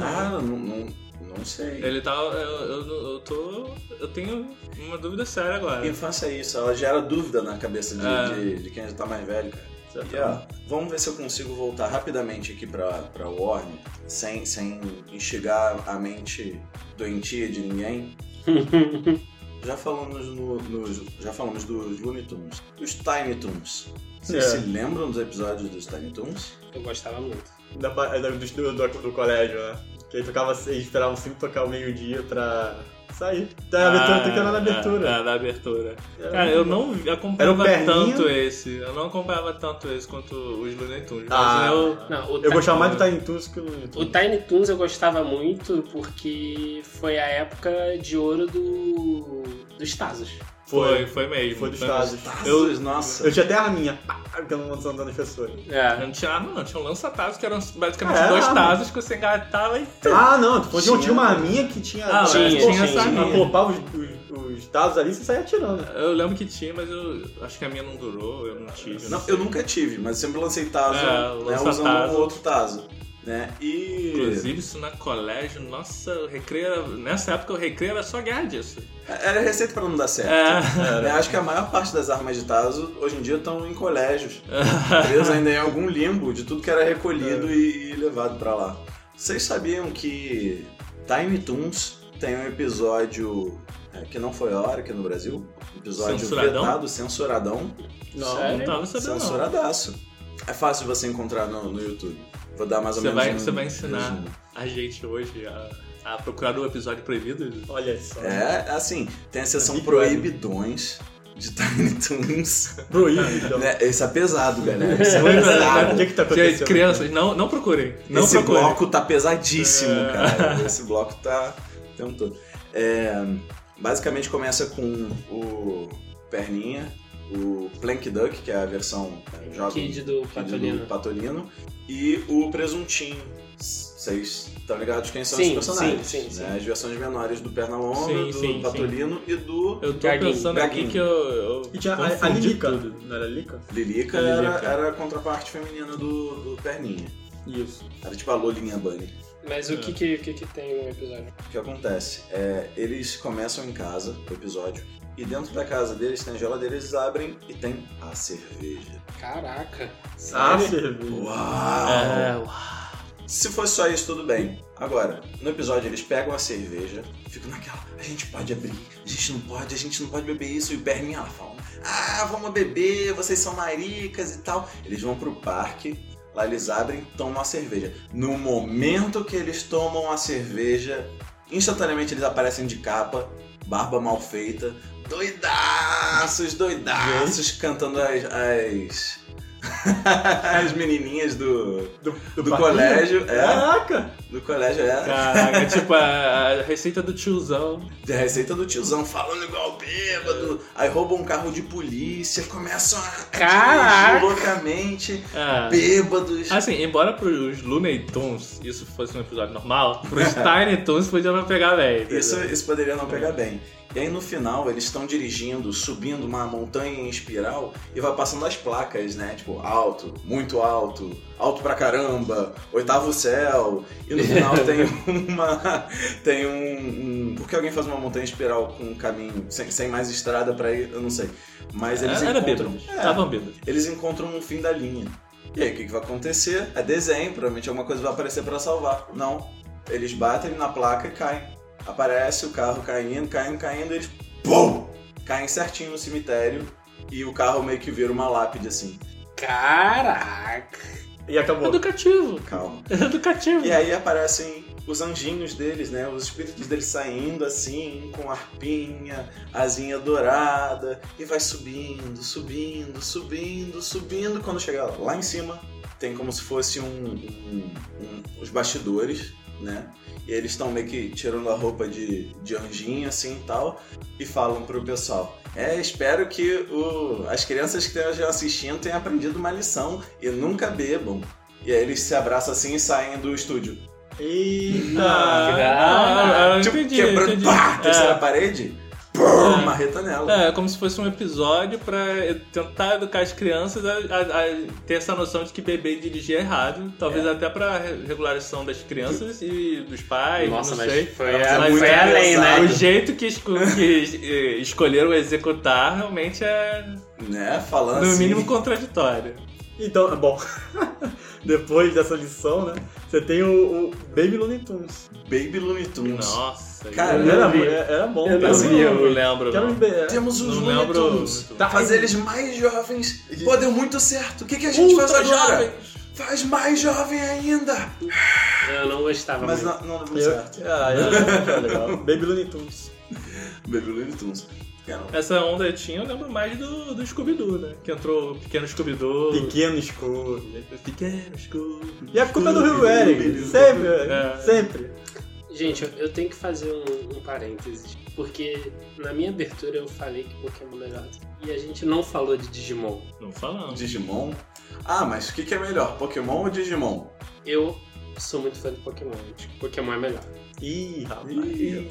[SPEAKER 5] Ah, não, não, não sei.
[SPEAKER 7] Ele tá. Eu, eu, eu tô. Eu tenho uma dúvida séria agora.
[SPEAKER 5] Infância é isso, ela gera dúvida na cabeça de,
[SPEAKER 7] É.
[SPEAKER 5] de, de quem já tá mais velho, cara.
[SPEAKER 4] Certo.
[SPEAKER 5] E, ó, vamos ver se eu consigo voltar rapidamente aqui pra, pra Warner, sem, sem enxergar a mente doentia de ninguém. Já falamos, no, nos- já falamos dos Looney Tunes, dos Tiny Tunes. Vocês
[SPEAKER 4] É.
[SPEAKER 5] se lembram dos episódios dos Tiny Tunes?
[SPEAKER 6] Eu gostava muito.
[SPEAKER 4] da, ba- da- do, do, do- do colégio, né? Que aí tocava, eles esperavam sempre tocar o meio-dia pra sair. Tá, abertura,
[SPEAKER 7] Ah,
[SPEAKER 4] tocando na abertura.
[SPEAKER 7] ah, ah, na abertura.
[SPEAKER 4] Era um
[SPEAKER 7] Cara, eu não vi-
[SPEAKER 4] Era o
[SPEAKER 7] acompanhava
[SPEAKER 4] Perninha.
[SPEAKER 7] tanto esse. Eu não acompanhava tanto esse quanto os Looney Tunes.
[SPEAKER 4] Ah,
[SPEAKER 7] mas eu...
[SPEAKER 6] Não, o
[SPEAKER 4] Eu
[SPEAKER 6] Ti-
[SPEAKER 4] gostava mais do Tiny Toons que o Looney
[SPEAKER 6] O
[SPEAKER 4] Tunes.
[SPEAKER 6] Tiny Toons eu gostava muito porque foi a época de ouro do dos Tazos.
[SPEAKER 7] Foi, foi um mesmo.
[SPEAKER 4] Foi dos
[SPEAKER 7] Tanto-
[SPEAKER 4] Tazos.
[SPEAKER 5] Eu, nossa.
[SPEAKER 4] Eu tintinha até a arminha, pá, que eu não lançando das pessoas.
[SPEAKER 6] É.
[SPEAKER 7] Não tinha arma, não. Tinha um lança-tazos, que eram basicamente
[SPEAKER 4] É,
[SPEAKER 7] dois
[SPEAKER 4] arma.
[SPEAKER 7] tazos que você engatava e...
[SPEAKER 4] Ah, não, tu falou
[SPEAKER 5] Tinha.
[SPEAKER 4] que tinha uma arminha que tinha.
[SPEAKER 7] Ah,
[SPEAKER 4] você
[SPEAKER 6] tinha,
[SPEAKER 4] colocava-
[SPEAKER 6] tinha essa
[SPEAKER 4] você
[SPEAKER 7] arminha.
[SPEAKER 4] colocava os, os, os dados ali e você saia atirando.
[SPEAKER 7] Eu lembro que tinha, mas eu acho que a minha não durou, eu não tive.
[SPEAKER 5] Não, eu nunca tive, mas sempre lancei Tazo,
[SPEAKER 7] É,
[SPEAKER 5] né,
[SPEAKER 7] lança
[SPEAKER 5] usando
[SPEAKER 7] Tazo.
[SPEAKER 5] um outro Tazo. Né? E.
[SPEAKER 7] Inclusive, isso na colégio, nossa, o recreio era... Nessa época, o recreio era só guerra disso.
[SPEAKER 5] Era receita pra não dar certo.
[SPEAKER 4] tipo,
[SPEAKER 7] É.
[SPEAKER 5] Né, Acho que a maior parte das armas de Tazo hoje em dia estão em colégios. Preso ainda em algum limbo de tudo que era
[SPEAKER 7] É.
[SPEAKER 5] recolhido e, e levado pra lá. Vocês sabiam que Tiny Toons tem um episódio é, que não foi a hora aqui no Brasil? um Episódio
[SPEAKER 7] Censuradão?
[SPEAKER 5] vetado, censuradão.
[SPEAKER 4] Não,
[SPEAKER 6] Sério?
[SPEAKER 4] nem-
[SPEAKER 7] Não tava sabendo, não.
[SPEAKER 5] Censuradaço. É fácil você encontrar no, no YouTube. Vou dar mais ou
[SPEAKER 7] Você
[SPEAKER 5] menos
[SPEAKER 7] vai-
[SPEAKER 5] um
[SPEAKER 7] você vai ensinar.
[SPEAKER 5] resumo.
[SPEAKER 7] A gente hoje, a, a procurar o episódio proibido...
[SPEAKER 4] Olha só.
[SPEAKER 5] É, assim, tem a seção
[SPEAKER 4] Big
[SPEAKER 5] proibidões de Tiny Toons.
[SPEAKER 4] Proíbe, então.
[SPEAKER 5] Né, Esse é pesado, galera. Esse é
[SPEAKER 7] Pois é,
[SPEAKER 5] pesado.
[SPEAKER 4] O que que tá acontecendo?
[SPEAKER 7] Gente, crianças, não, não procurem. Não
[SPEAKER 5] Esse
[SPEAKER 7] procurem.
[SPEAKER 5] bloco tá pesadíssimo,
[SPEAKER 7] É.
[SPEAKER 5] cara. Esse bloco tá o tempo todo. É, basicamente começa com o Perninha, o Plank Duck, que é a versão é, jovem
[SPEAKER 6] Kid do
[SPEAKER 5] Kid do
[SPEAKER 6] Patolino.
[SPEAKER 5] Patolino, e o Presuntinho. Vocês estão ligados quem são
[SPEAKER 6] Sim,
[SPEAKER 5] os personagens?
[SPEAKER 6] sim, sim,
[SPEAKER 5] né?
[SPEAKER 6] sim.
[SPEAKER 5] As versões menores do Pernalonga,
[SPEAKER 7] Sim,
[SPEAKER 5] do
[SPEAKER 7] sim,
[SPEAKER 5] Patolino e do
[SPEAKER 7] Eu tô
[SPEAKER 6] Gaguinho,
[SPEAKER 7] pensando
[SPEAKER 5] gaguinho.
[SPEAKER 7] aqui que eu. eu
[SPEAKER 4] E tinha a, a
[SPEAKER 7] confundi
[SPEAKER 4] Lilica.
[SPEAKER 7] tudo.
[SPEAKER 4] Não era Lilica?
[SPEAKER 5] Lilica.
[SPEAKER 7] A Lilica.
[SPEAKER 5] Era, era a contraparte feminina do, do Perninha.
[SPEAKER 4] Isso.
[SPEAKER 5] Era tipo a Lolinha Bunny.
[SPEAKER 6] Mas o que que, o que que tem no episódio?
[SPEAKER 5] O que acontece? É, eles começam em casa, o episódio, e dentro da casa deles tem a geladeira, eles abrem e tem a cerveja.
[SPEAKER 6] Caraca.
[SPEAKER 4] Ah,
[SPEAKER 6] Sério?
[SPEAKER 4] cerveja.
[SPEAKER 5] Uau!
[SPEAKER 7] É, uau.
[SPEAKER 5] Se fosse só isso, tudo bem. Agora, no episódio eles pegam a cerveja, ficam naquela, a gente pode abrir, a gente não pode, a gente não pode beber isso, e o Berminha lá fala, ah, vamos beber, vocês são maricas e tal. Eles vão pro parque, lá eles abrem e tomam a cerveja. No momento que eles tomam a cerveja, instantaneamente eles aparecem de capa, barba mal feita, doidaços, doidaços, cantando as... as... as menininhas do,
[SPEAKER 4] Do,
[SPEAKER 5] do
[SPEAKER 4] parquinho?
[SPEAKER 5] colégio, é.
[SPEAKER 4] Caraca!
[SPEAKER 5] Do colégio, é.
[SPEAKER 7] Caraca, tipo a, a receita do tiozão.
[SPEAKER 5] Da receita do tiozão falando igual bêbado. Aí roubam um carro de polícia, começam a
[SPEAKER 6] Caraca!
[SPEAKER 5] dirigir loucamente,
[SPEAKER 7] Ah.
[SPEAKER 5] bêbados.
[SPEAKER 7] Assim, embora pros Looney Tunes isso fosse um episódio normal, pros Tiny Tunes podia não pegar, né? velho.
[SPEAKER 5] Isso, isso poderia não pegar bem. E aí no final eles estão dirigindo, subindo uma montanha em espiral e vai passando as placas, né? Tipo, alto, muito alto, alto pra caramba, oitavo céu. E no final tem uma. Tem um. um- por que alguém faz uma montanha em espiral com um caminho sem, sem mais estrada pra ir? Eu não sei. Mas eles
[SPEAKER 7] Era
[SPEAKER 5] encontram.
[SPEAKER 7] bêbado.
[SPEAKER 5] É,
[SPEAKER 7] Estavam bêbados.
[SPEAKER 5] eles encontram um fim da linha. E aí, o que, que vai acontecer? É desenho, provavelmente alguma coisa vai aparecer pra salvar. Não. Eles batem na placa e caem. Aparece o carro caindo, caindo, caindo, eles. PUM! Caem certinho no cemitério e o carro meio que vira uma lápide assim.
[SPEAKER 6] Caraca.
[SPEAKER 4] E acabou.
[SPEAKER 7] Educativo.
[SPEAKER 5] Calma.
[SPEAKER 7] Educativo.
[SPEAKER 5] E aí aparecem os anjinhos deles, né? Os espíritos deles saindo assim, com arpinha, asinha dourada, e vai subindo, subindo, subindo, subindo. Quando chega lá em cima, tem como se fosse um. um- um- os bastidores, né? E eles estão meio que tirando a roupa de, de anjinho assim e tal, e falam pro pessoal. É, espero que o- as crianças que estejam assistindo tenham aprendido uma lição e nunca bebam. E aí eles se abraçam assim e saem do estúdio.
[SPEAKER 4] Eita!
[SPEAKER 7] Ah, eu
[SPEAKER 5] tipo,
[SPEAKER 7] entendi,
[SPEAKER 5] quebrando
[SPEAKER 7] entendi.
[SPEAKER 5] pá, terceira
[SPEAKER 7] É.
[SPEAKER 5] parede, pum,
[SPEAKER 7] É.
[SPEAKER 5] marreta nela.
[SPEAKER 7] É, como se fosse um episódio pra e- tentar educar as crianças a, a- a ter essa noção de que beber e dirigir é errado. Talvez até pra re- regulação das crianças e dos pais,
[SPEAKER 6] Nossa,
[SPEAKER 7] não
[SPEAKER 6] mas é
[SPEAKER 7] sei. é,
[SPEAKER 6] foi,
[SPEAKER 5] Era
[SPEAKER 6] a-
[SPEAKER 5] muito
[SPEAKER 6] foi além,
[SPEAKER 5] engraçado.
[SPEAKER 7] O
[SPEAKER 6] né?
[SPEAKER 7] jeito que, esco- que, eh, escolheram executar realmente é,
[SPEAKER 5] Né? Falando
[SPEAKER 7] no
[SPEAKER 5] assim.
[SPEAKER 7] mínimo, contraditório.
[SPEAKER 4] Então, bom. é depois dessa lição, né? Você tem o, o Baby Looney Tunes.
[SPEAKER 5] Baby Looney Tunes.
[SPEAKER 7] Nossa,
[SPEAKER 5] Cara,
[SPEAKER 7] Ah, eu
[SPEAKER 5] não
[SPEAKER 4] era,
[SPEAKER 7] vi.
[SPEAKER 4] era bom,
[SPEAKER 7] Eu
[SPEAKER 4] cara.
[SPEAKER 7] não vi, eu lembro.
[SPEAKER 4] Quero
[SPEAKER 7] não.
[SPEAKER 4] ver, é.
[SPEAKER 5] Temos os
[SPEAKER 7] Não
[SPEAKER 5] Looney
[SPEAKER 7] lembro
[SPEAKER 5] Tunes.
[SPEAKER 7] muito.
[SPEAKER 5] Tá, Fazer eles mais jovens. Pô, deu muito certo. O que, que a gente
[SPEAKER 4] Ultra
[SPEAKER 5] faz agora?
[SPEAKER 4] jovem.
[SPEAKER 5] Faz mais jovem ainda.
[SPEAKER 6] Eu não gostava
[SPEAKER 5] Mas
[SPEAKER 6] muito.
[SPEAKER 5] não, não deu muito
[SPEAKER 4] Eu,
[SPEAKER 5] certo.
[SPEAKER 4] ah, era legal. Baby Looney Tunes.
[SPEAKER 5] Baby Looney Tunes. Cara,
[SPEAKER 7] Essa onda tinha, eu lembro mais do, do Scooby-Doo, né? Que entrou o pequeno Scooby-Doo.
[SPEAKER 4] Pequeno escuro.
[SPEAKER 7] Pequeno Scooby-Doo.
[SPEAKER 4] E a culpa é do Rio Eric. Sempre,
[SPEAKER 7] É.
[SPEAKER 4] sempre.
[SPEAKER 6] Gente, eu, eu tenho que fazer um, um parênteses. Porque na minha abertura eu falei que Pokémon é melhor. E a gente não falou de Digimon.
[SPEAKER 7] Não falamos.
[SPEAKER 5] Digimon. Ah, mas o que, que é melhor? Pokémon ou Digimon?
[SPEAKER 6] Eu sou muito fã do Pokémon. Eu Acho que Pokémon é melhor.
[SPEAKER 4] Ih, rapaz.
[SPEAKER 5] Ih,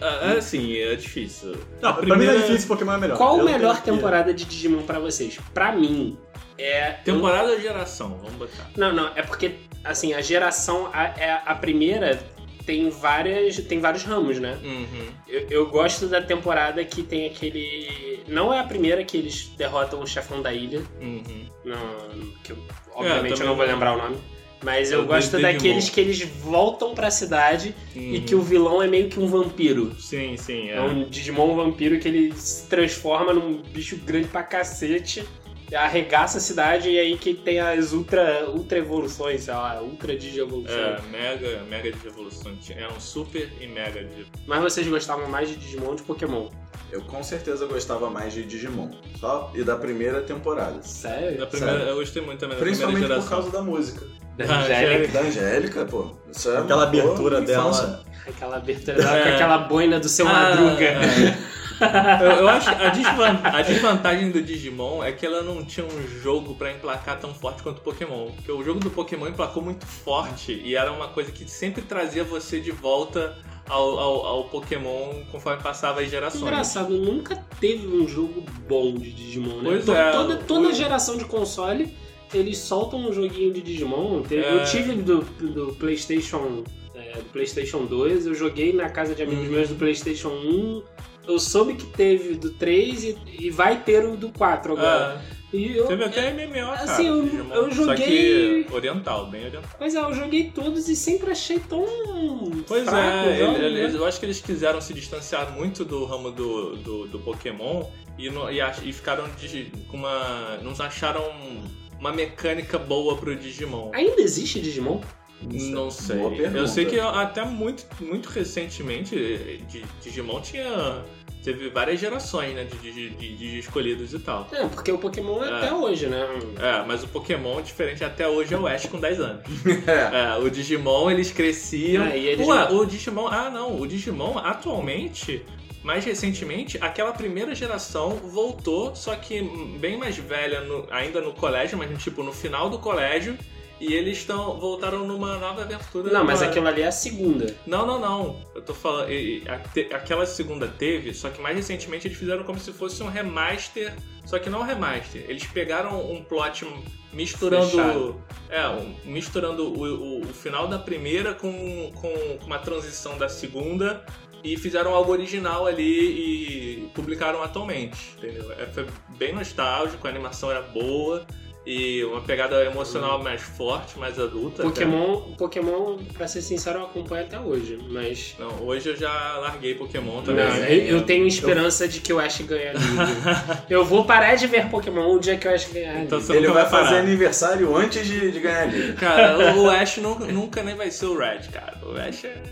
[SPEAKER 7] Ah, assim, é difícil.
[SPEAKER 4] Não,
[SPEAKER 7] A
[SPEAKER 4] Pra mim não
[SPEAKER 7] primeira-
[SPEAKER 4] é difícil, Pokémon é melhor.
[SPEAKER 6] Qual a
[SPEAKER 4] Eu
[SPEAKER 6] melhor
[SPEAKER 4] tenho que-
[SPEAKER 6] temporada de Digimon pra vocês? Pra mim, é.
[SPEAKER 7] Temporada ou geração, vamos botar.
[SPEAKER 6] Não, não, é porque, assim, a geração. A, é a primeira tem várias. Tem vários ramos, né?
[SPEAKER 7] Uhum.
[SPEAKER 6] Eu, eu gosto da temporada que tem aquele. Não é a primeira que eles derrotam o chefão da ilha.
[SPEAKER 7] Uhum.
[SPEAKER 6] Não, que eu, obviamente eu,
[SPEAKER 7] também
[SPEAKER 6] não vou
[SPEAKER 7] não.
[SPEAKER 6] lembrar o nome. Mas eu
[SPEAKER 7] É o
[SPEAKER 6] gosto
[SPEAKER 7] Digimon. Uhum.
[SPEAKER 6] daqueles que eles voltam pra cidade e que o vilão é meio que um vampiro.
[SPEAKER 7] Sim, sim,
[SPEAKER 6] É,
[SPEAKER 7] é.
[SPEAKER 6] um Digimon vampiro que ele se transforma num bicho grande pra cacete, arregaça a cidade e aí que tem as ultra, ultra evoluções, sei lá, ultra digievolução.
[SPEAKER 7] É, mega, mega de evolução. É um super e mega de.
[SPEAKER 6] Mas vocês gostavam mais de Digimon ou de Pokémon?
[SPEAKER 5] Eu com certeza gostava mais de Digimon. Só e da primeira temporada.
[SPEAKER 7] Da
[SPEAKER 6] Sério?
[SPEAKER 7] primeira,
[SPEAKER 5] Sério.
[SPEAKER 7] eu gostei muito também da primeira
[SPEAKER 5] Principalmente por
[SPEAKER 7] geração.
[SPEAKER 5] causa da música.
[SPEAKER 6] Da
[SPEAKER 7] Ah,
[SPEAKER 6] Angélica.
[SPEAKER 5] Da Angélica, pô. Isso é uma
[SPEAKER 4] Aquela
[SPEAKER 5] boa
[SPEAKER 4] abertura
[SPEAKER 5] infância.
[SPEAKER 4] dela.
[SPEAKER 6] Aquela abertura dela com
[SPEAKER 7] É.
[SPEAKER 6] aquela boina do seu
[SPEAKER 7] Ah,
[SPEAKER 6] madruga.
[SPEAKER 7] é. Eu, eu acho a, desvan- a desvantagem do Digimon é que ela não tinha um jogo pra emplacar tão forte quanto o Pokémon. Porque o jogo do Pokémon emplacou muito forte e era uma coisa que sempre trazia você de volta ao, ao- ao Pokémon conforme passava as
[SPEAKER 6] Que
[SPEAKER 7] gerações.
[SPEAKER 6] Engraçado, nunca teve um jogo bom de Digimon, né?
[SPEAKER 7] Pois
[SPEAKER 6] To-
[SPEAKER 7] é,
[SPEAKER 6] toda toda
[SPEAKER 7] o-
[SPEAKER 6] geração de console, eles soltam um joguinho de Digimon. Teve-
[SPEAKER 7] É.
[SPEAKER 6] Eu tive do, do Playstation. é, do Playstation 2, eu joguei na casa de amigos
[SPEAKER 7] Uhum.
[SPEAKER 6] meus do Playstation 1. Eu soube que teve do 3 e, e vai ter o do 4 agora.
[SPEAKER 7] Ah,
[SPEAKER 6] E eu,
[SPEAKER 7] teve até MMO, cara,
[SPEAKER 6] assim, eu-
[SPEAKER 7] Digimon.
[SPEAKER 6] eu
[SPEAKER 7] Só
[SPEAKER 6] joguei-
[SPEAKER 7] que oriental, bem oriental.
[SPEAKER 6] Mas é, eu joguei todos e sempre achei tão.
[SPEAKER 7] Pois
[SPEAKER 6] fraco,
[SPEAKER 7] é,
[SPEAKER 6] não,
[SPEAKER 7] ele- ele-
[SPEAKER 6] né?
[SPEAKER 7] eu acho que eles quiseram se distanciar muito do ramo do, do, do Pokémon e, não- e, ach- e ficaram de- com uma. Não acharam uma mecânica boa pro Digimon.
[SPEAKER 6] Ainda existe Digimon?
[SPEAKER 7] Não
[SPEAKER 6] é
[SPEAKER 7] sei.
[SPEAKER 5] Boa pergunta.
[SPEAKER 7] Eu sei que até muito, muito recentemente eh, Di- Digimon tinha. Teve várias gerações, né? De, de, de- de escolhidos e tal.
[SPEAKER 6] É, porque o Pokémon é
[SPEAKER 7] É.
[SPEAKER 6] até hoje, né?
[SPEAKER 7] É, mas o Pokémon, diferente até hoje, é o Ash com 10 anos.
[SPEAKER 5] É.
[SPEAKER 7] É, o Digimon eles cresciam.
[SPEAKER 6] Ah, e eles
[SPEAKER 7] Ué, o Digimon. Ah, não. O Digimon atualmente, mais recentemente, aquela primeira geração voltou, só que hum, bem mais velha, no- ainda no colégio, mas tipo no final do colégio. E eles estão voltaram numa nova aventura.
[SPEAKER 6] Não, mas
[SPEAKER 7] numa-
[SPEAKER 6] aquilo ali é a segunda.
[SPEAKER 7] Não, não, não. Eu tô falando. e- e a- te- aquela segunda teve, só que mais recentemente eles fizeram como se fosse um remaster. Só que não um remaster. Eles pegaram um plot misturando.
[SPEAKER 6] Fechado.
[SPEAKER 7] É, um- misturando o, o- o final da primeira com, com, com uma transição da segunda. E fizeram algo original ali e publicaram atualmente. Entendeu? É, foi bem nostálgico, a animação era boa. E uma pegada emocional mais forte, mais
[SPEAKER 6] tá.
[SPEAKER 7] adulta. até.
[SPEAKER 6] Hum. Pokémon, Pokémon, pra ser sincero, eu acompanho até hoje, mas.
[SPEAKER 7] Não, hoje eu já larguei Pokémon
[SPEAKER 6] Não,
[SPEAKER 7] também.
[SPEAKER 6] eu, eu tenho esperança de que o Ash ganhe a liga. eu vou parar de ver Pokémon o dia que o Ash ganhar a liga.
[SPEAKER 7] Então você
[SPEAKER 5] Ele
[SPEAKER 7] nunca
[SPEAKER 5] vai
[SPEAKER 7] vai
[SPEAKER 5] fazer
[SPEAKER 7] parar.
[SPEAKER 5] aniversário antes de, de ganhar a liga.
[SPEAKER 7] Cara, o Ash nunca, nunca nem vai ser o Red, cara. O Ash é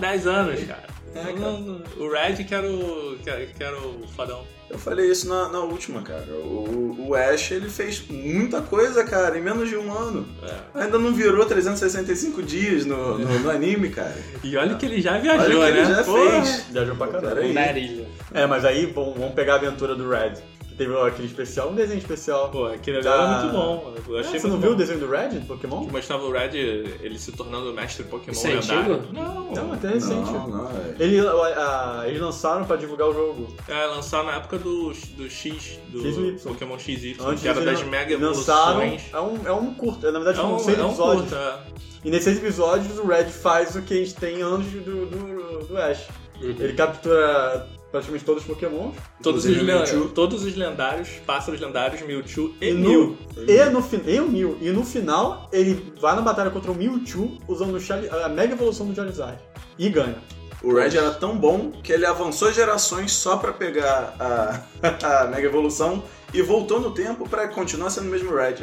[SPEAKER 7] 10 anos, cara.
[SPEAKER 5] É, cara.
[SPEAKER 7] Não, não, O Red que era o, que era- que era o fadão.
[SPEAKER 5] Eu falei isso na, na última, cara. O, o Ash, ele fez muita coisa, cara, em menos de um ano.
[SPEAKER 7] É.
[SPEAKER 5] Ainda não virou 365 dias no, no, no anime, cara.
[SPEAKER 7] E olha que ele já
[SPEAKER 5] Olha o
[SPEAKER 7] viajou,
[SPEAKER 5] que ele
[SPEAKER 7] né?
[SPEAKER 5] já
[SPEAKER 7] Porra.
[SPEAKER 5] fez.
[SPEAKER 4] Viajou pra
[SPEAKER 5] Pô,
[SPEAKER 4] caralho.
[SPEAKER 5] peraí.
[SPEAKER 6] Darilho.
[SPEAKER 4] É, mas aí bom, vamos pegar a aventura do Red. Que teve aquele especial, um desenho especial.
[SPEAKER 7] Pô, aquele ali
[SPEAKER 4] Ah.
[SPEAKER 7] era muito bom. Eu achei
[SPEAKER 4] Ah, você não
[SPEAKER 7] muito
[SPEAKER 4] viu o
[SPEAKER 7] bom.
[SPEAKER 4] desenho do Red, do Pokémon?
[SPEAKER 7] Que mostrava o Red ele se tornando o mestre Pokémon
[SPEAKER 6] Isso é
[SPEAKER 7] lendário.
[SPEAKER 6] antigo?
[SPEAKER 7] Não.
[SPEAKER 4] Não, até recente.
[SPEAKER 5] Não, não, é.
[SPEAKER 4] Ele, a- a- eles lançaram pra divulgar o jogo.
[SPEAKER 7] É, lançaram na época do, do X, do
[SPEAKER 4] XY.
[SPEAKER 7] Pokémon XY,
[SPEAKER 4] Antes
[SPEAKER 7] que era
[SPEAKER 4] eles
[SPEAKER 7] das mega
[SPEAKER 4] lançaram.
[SPEAKER 7] evoluções.
[SPEAKER 4] É um, é um curto, é, na verdade
[SPEAKER 7] É
[SPEAKER 4] foram
[SPEAKER 7] um,
[SPEAKER 4] seis
[SPEAKER 7] é um
[SPEAKER 4] episódios.
[SPEAKER 7] curta, é.
[SPEAKER 4] E nesses episódios o Red faz o que a gente tem anos do, do, do Ash.
[SPEAKER 6] Uhum.
[SPEAKER 4] Ele captura praticamente todos os Pokémon.
[SPEAKER 7] Todos os,
[SPEAKER 5] Inclusive,
[SPEAKER 7] len-
[SPEAKER 5] Mewtwo.
[SPEAKER 7] todos os lendários, pássaros lendários, Mewtwo e
[SPEAKER 4] E
[SPEAKER 7] Mew.
[SPEAKER 4] no, e, no, fin- e o Mew. E no final, ele vai na batalha contra o Mewtwo usando o Charizard- a mega evolução do Charizard. E ganha.
[SPEAKER 5] O Red era tão bom que ele avançou gerações só pra pegar a, a Mega Evolução e voltou no tempo pra continuar sendo o mesmo Red.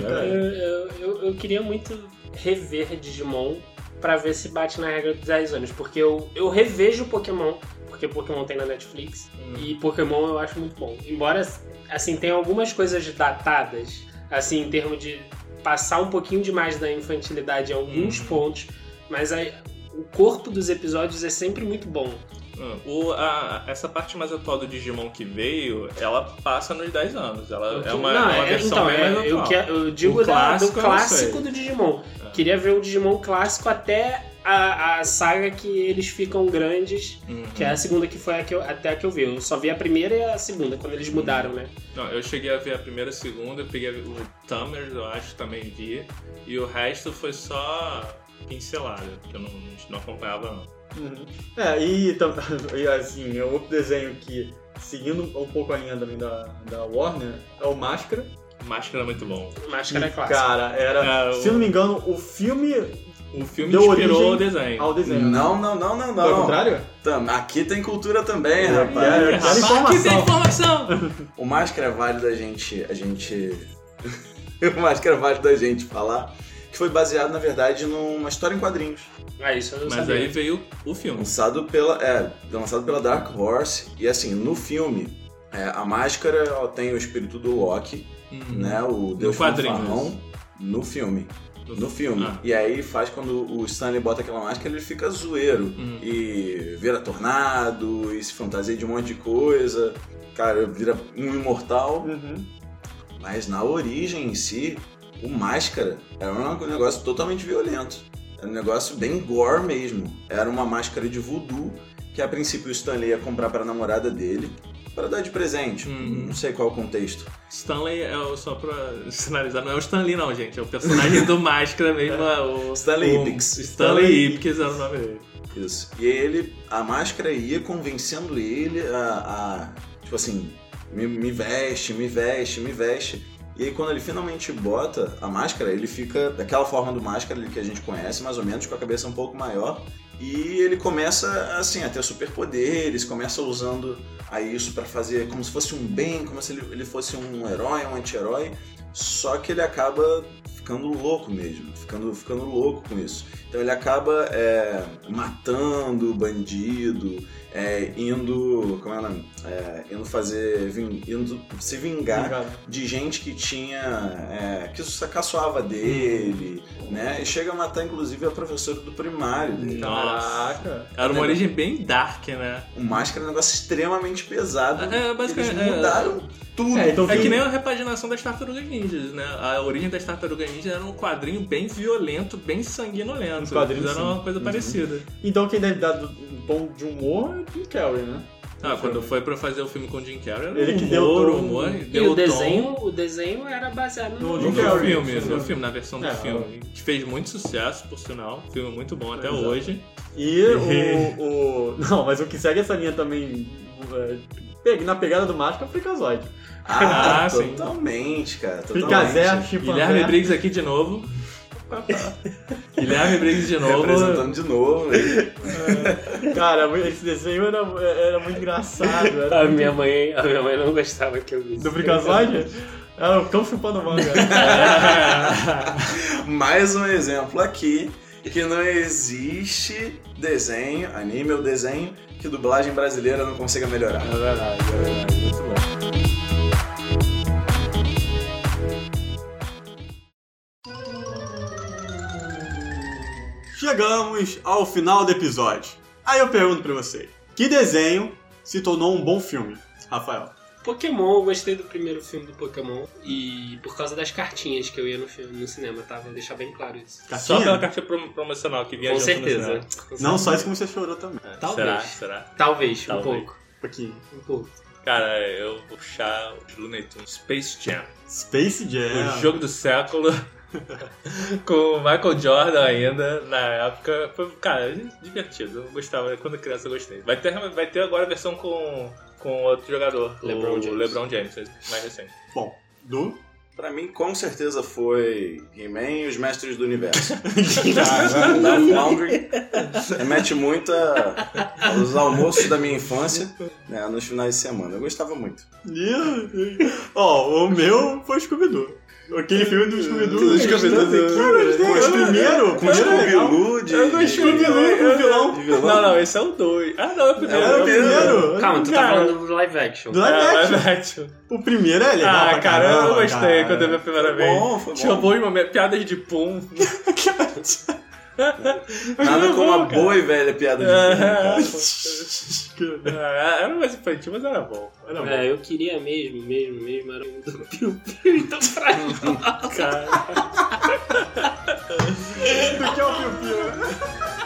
[SPEAKER 6] Eu, eu, eu- eu queria muito rever Digimon pra ver se bate na regra dos 10 anos. Porque eu, eu revejo Pokémon, porque Pokémon tem na Netflix. E Pokémon eu acho muito bom. Embora, assim, tem algumas coisas datadas, assim, em termos de passar um pouquinho demais da infantilidade em alguns
[SPEAKER 7] Uhum.
[SPEAKER 6] pontos. Mas aí, o corpo dos episódios é sempre muito bom.
[SPEAKER 7] Hum, o- a- essa parte mais atual do Digimon que veio, ela passa nos 10 anos. Ela é uma,
[SPEAKER 6] Não,
[SPEAKER 7] é uma
[SPEAKER 6] é-
[SPEAKER 7] versão
[SPEAKER 6] então,
[SPEAKER 7] bem
[SPEAKER 6] é,
[SPEAKER 7] mais
[SPEAKER 6] eu,
[SPEAKER 7] atual.
[SPEAKER 6] que- eu digo
[SPEAKER 7] O
[SPEAKER 6] da-
[SPEAKER 7] clássico,
[SPEAKER 6] do
[SPEAKER 7] eu não
[SPEAKER 6] clássico
[SPEAKER 7] sei.
[SPEAKER 6] do Digimon.
[SPEAKER 7] É.
[SPEAKER 6] Queria ver o Digimon clássico até a, a saga que eles ficam grandes,
[SPEAKER 7] Uhum.
[SPEAKER 6] que é a segunda que foi a que eu, até a que eu vi. Eu só vi a primeira e a segunda, quando eles mudaram, né?
[SPEAKER 7] Não, eu cheguei a ver a primeira e a segunda, eu peguei a ver o Tamers, eu acho, também vi. E o resto foi só pincelada, que eu não, não acompanhava não.
[SPEAKER 4] Uhum. É, e, tam- e assim, é outro desenho que, seguindo um pouco a linha também da, da Warner, é o Máscara.
[SPEAKER 7] Máscara é muito bom.
[SPEAKER 6] Máscara
[SPEAKER 4] E,
[SPEAKER 6] clássica.
[SPEAKER 4] Cara, era.
[SPEAKER 7] É, o-
[SPEAKER 4] se não me engano, o filme
[SPEAKER 7] O filme
[SPEAKER 4] Deu
[SPEAKER 7] inspirou
[SPEAKER 4] origem
[SPEAKER 7] o desenho.
[SPEAKER 4] ao desenho. né?
[SPEAKER 5] Não, não, não, não,
[SPEAKER 4] Foi ao
[SPEAKER 5] não.
[SPEAKER 4] contrário?
[SPEAKER 5] Tam- Aqui tem cultura também,
[SPEAKER 4] E
[SPEAKER 5] rapaz.
[SPEAKER 4] era- era
[SPEAKER 7] Rapaz,
[SPEAKER 4] informação.
[SPEAKER 7] aqui tem informação!
[SPEAKER 5] O máscara é válido a gente. A gente. o máscara é válido a gente falar. Que foi baseado, na verdade, numa história em quadrinhos.
[SPEAKER 6] Ah, isso eu não
[SPEAKER 7] Mas
[SPEAKER 6] sabia.
[SPEAKER 7] aí veio o filme.
[SPEAKER 5] Lançado pela, é, lançado pela Dark Horse. E assim, no filme, é, a máscara ela tem o espírito do Loki, né? O Deus
[SPEAKER 7] Hum. quadrinhos.
[SPEAKER 5] Fanfarrão. No filme. No filme.
[SPEAKER 7] Ah.
[SPEAKER 5] E aí faz quando o Stanley bota aquela máscara, ele fica zoeiro.
[SPEAKER 7] Hum.
[SPEAKER 5] E vira tornado, e se fantasia de um monte de coisa. Cara, vira um imortal.
[SPEAKER 4] Uhum.
[SPEAKER 5] Mas na origem em si, o máscara era um negócio totalmente violento. Era um negócio bem gore mesmo. Era uma máscara de voodoo que a princípio o Stanley ia comprar pra namorada dele pra dar de presente.
[SPEAKER 7] Uhum.
[SPEAKER 5] Não sei qual o contexto.
[SPEAKER 7] Stanley é o, só pra sinalizar, não é o Stanley não, gente. É o personagem do Máscara mesmo. é o,
[SPEAKER 5] Stanley
[SPEAKER 7] o-
[SPEAKER 5] Ipkiss.
[SPEAKER 7] Stanley Ipkiss era o nome dele.
[SPEAKER 5] Isso. E ele, a máscara ia convencendo ele a. a- tipo assim, me, me veste, me veste, me veste. E aí quando ele finalmente bota a máscara, ele fica daquela forma do máscara que a gente conhece, mais ou menos, com a cabeça um pouco maior. E ele começa, assim, a ter superpoderes, começa usando aí isso pra fazer como se fosse um bem, como se ele, ele fosse um herói, um anti-herói. Só que ele acaba ficando louco mesmo, ficando, ficando louco com isso. Então ele acaba é, matando bandido, é, indo. Como é o nome? É, indo fazer. vin- indo se vingar
[SPEAKER 4] Obrigado.
[SPEAKER 5] de gente que tinha. é, que sa- caçoava dele, né? E chega a matar, inclusive, a professora do primário dele.
[SPEAKER 7] Nossa.
[SPEAKER 4] Caraca.
[SPEAKER 7] Era uma origem bem dark, né?
[SPEAKER 5] O máscara é um negócio extremamente pesado.
[SPEAKER 7] É,
[SPEAKER 5] Eles
[SPEAKER 7] basicamente. é-
[SPEAKER 5] mudaram tudo.
[SPEAKER 4] É, então
[SPEAKER 7] É
[SPEAKER 4] Sim.
[SPEAKER 7] que nem a repaginação das Tartarugas Ninjas, né? A origem das Tartarugas Ninjas era um quadrinho bem violento, bem sanguinolento.
[SPEAKER 4] Um quadrinho,
[SPEAKER 7] Fizeram
[SPEAKER 4] sim.
[SPEAKER 7] uma coisa
[SPEAKER 5] Uhum.
[SPEAKER 7] parecida.
[SPEAKER 4] Então quem deve dar do- um tom de humor é o Jim Carrey, né?
[SPEAKER 7] Ah, quando foi pra fazer o filme com o Jim Carrey, era
[SPEAKER 4] Ele
[SPEAKER 7] um
[SPEAKER 4] que deu
[SPEAKER 7] humor,
[SPEAKER 4] todo um-
[SPEAKER 7] humor,
[SPEAKER 6] E
[SPEAKER 7] deu
[SPEAKER 6] o
[SPEAKER 7] tom
[SPEAKER 6] desenho, o desenho era baseado no,
[SPEAKER 4] No
[SPEAKER 7] No
[SPEAKER 4] Jim Carrey,
[SPEAKER 7] filme,
[SPEAKER 4] sim.
[SPEAKER 7] no filme, na versão do
[SPEAKER 4] É,
[SPEAKER 7] filme. Que fez muito sucesso, por sinal. Filme muito bom até
[SPEAKER 4] Exato.
[SPEAKER 7] hoje.
[SPEAKER 4] E o, o- Não, mas o que segue essa linha também. é, pe- Na pegada do Máscara é o Freakazoid.
[SPEAKER 5] Ah,
[SPEAKER 7] Ah, sim.
[SPEAKER 5] totalmente, cara.
[SPEAKER 4] Fricazé,
[SPEAKER 5] Totalmente.
[SPEAKER 7] Guilherme
[SPEAKER 4] Chimpanzé.
[SPEAKER 7] Briggs aqui de novo. Guilherme Briggs de novo.
[SPEAKER 5] Representando de novo. né?
[SPEAKER 4] Cara, esse desenho era, era muito engraçado. Era
[SPEAKER 6] A
[SPEAKER 4] muito-
[SPEAKER 6] minha mãe, a minha mãe não gostava que eu visse.
[SPEAKER 4] Do Freakazoid? Era o cão chupando manga.
[SPEAKER 5] Mais um exemplo aqui que não existe desenho, anime ou desenho, que dublagem brasileira não consiga melhorar.
[SPEAKER 6] É verdade, é verdade, muito bom.
[SPEAKER 4] Chegamos ao final do episódio. Aí eu pergunto pra vocês: que desenho se tornou um bom filme, Rafael?
[SPEAKER 6] Pokémon, eu gostei do primeiro filme do Pokémon. E por causa das cartinhas que eu ia no filme, no cinema, tá? Vou deixar bem claro isso.
[SPEAKER 7] Só pela
[SPEAKER 4] Catinha?
[SPEAKER 7] carta prom- promocional que vinha
[SPEAKER 6] Com
[SPEAKER 7] junto no
[SPEAKER 6] certeza.
[SPEAKER 7] cinema.
[SPEAKER 6] Com
[SPEAKER 4] Não,
[SPEAKER 6] certeza.
[SPEAKER 4] só isso como você chorou também.
[SPEAKER 6] Talvez.
[SPEAKER 7] Será? Será?
[SPEAKER 6] Talvez,
[SPEAKER 7] Talvez.
[SPEAKER 6] um pouco.
[SPEAKER 4] Um pouquinho.
[SPEAKER 6] Um pouco.
[SPEAKER 7] Cara, eu vou puxar o Looney Tunes Space Jam.
[SPEAKER 4] Space Jam.
[SPEAKER 7] O jogo do século. com o Michael Jordan ainda, na época. Foi, cara, divertido. Eu gostava, quando criança eu gostei. Vai ter, vai ter agora a versão com, com outro jogador,
[SPEAKER 6] LeBron
[SPEAKER 7] o
[SPEAKER 6] James.
[SPEAKER 7] LeBron James, mais recente.
[SPEAKER 4] Bom, Du?
[SPEAKER 5] Pra mim, com certeza foi He-Man e os Mestres do Universo. Ah,
[SPEAKER 8] Caralho.
[SPEAKER 5] Da Foundry. Remete muito a- aos almoços da minha infância, né, nos finais de semana. Eu gostava muito.
[SPEAKER 4] Ih, Ó, o meu foi Scooby-Doo. Aquele filme do Scooby-Doo.
[SPEAKER 5] Com
[SPEAKER 4] Cara,
[SPEAKER 5] os
[SPEAKER 4] primeiro,
[SPEAKER 7] É,
[SPEAKER 5] Com os
[SPEAKER 4] primeiro legal.
[SPEAKER 5] Scooby-Loo de...
[SPEAKER 7] Eu não
[SPEAKER 4] Scooby-Doo com o vilão.
[SPEAKER 5] de vilão.
[SPEAKER 7] Não, não, esse é o 2. Ah, não, é o primeiro.
[SPEAKER 4] Era o primeiro.
[SPEAKER 6] Calma, tu tá
[SPEAKER 7] Cara.
[SPEAKER 6] falando do live action.
[SPEAKER 4] Do
[SPEAKER 7] É,
[SPEAKER 4] live action.
[SPEAKER 7] live action.
[SPEAKER 4] O primeiro é legal.
[SPEAKER 7] ah,
[SPEAKER 4] pra
[SPEAKER 7] cara,
[SPEAKER 4] caramba,
[SPEAKER 7] eu gostei
[SPEAKER 4] cara.
[SPEAKER 7] quando eu vi a primeira
[SPEAKER 5] Foi
[SPEAKER 7] vez.
[SPEAKER 5] bom, foi bom.
[SPEAKER 7] Tinha bons momentos, piadas de pum.
[SPEAKER 5] Nada como
[SPEAKER 7] bom,
[SPEAKER 5] uma
[SPEAKER 7] cara.
[SPEAKER 5] boa e velha piada de vilão, cara.
[SPEAKER 7] É, era mais infantil, mas era bom. Era bom.
[SPEAKER 6] É, eu queria mesmo, mesmo, mesmo, era um do Piu Piu então e do
[SPEAKER 7] Cara.
[SPEAKER 4] Do que é o Piu Piu?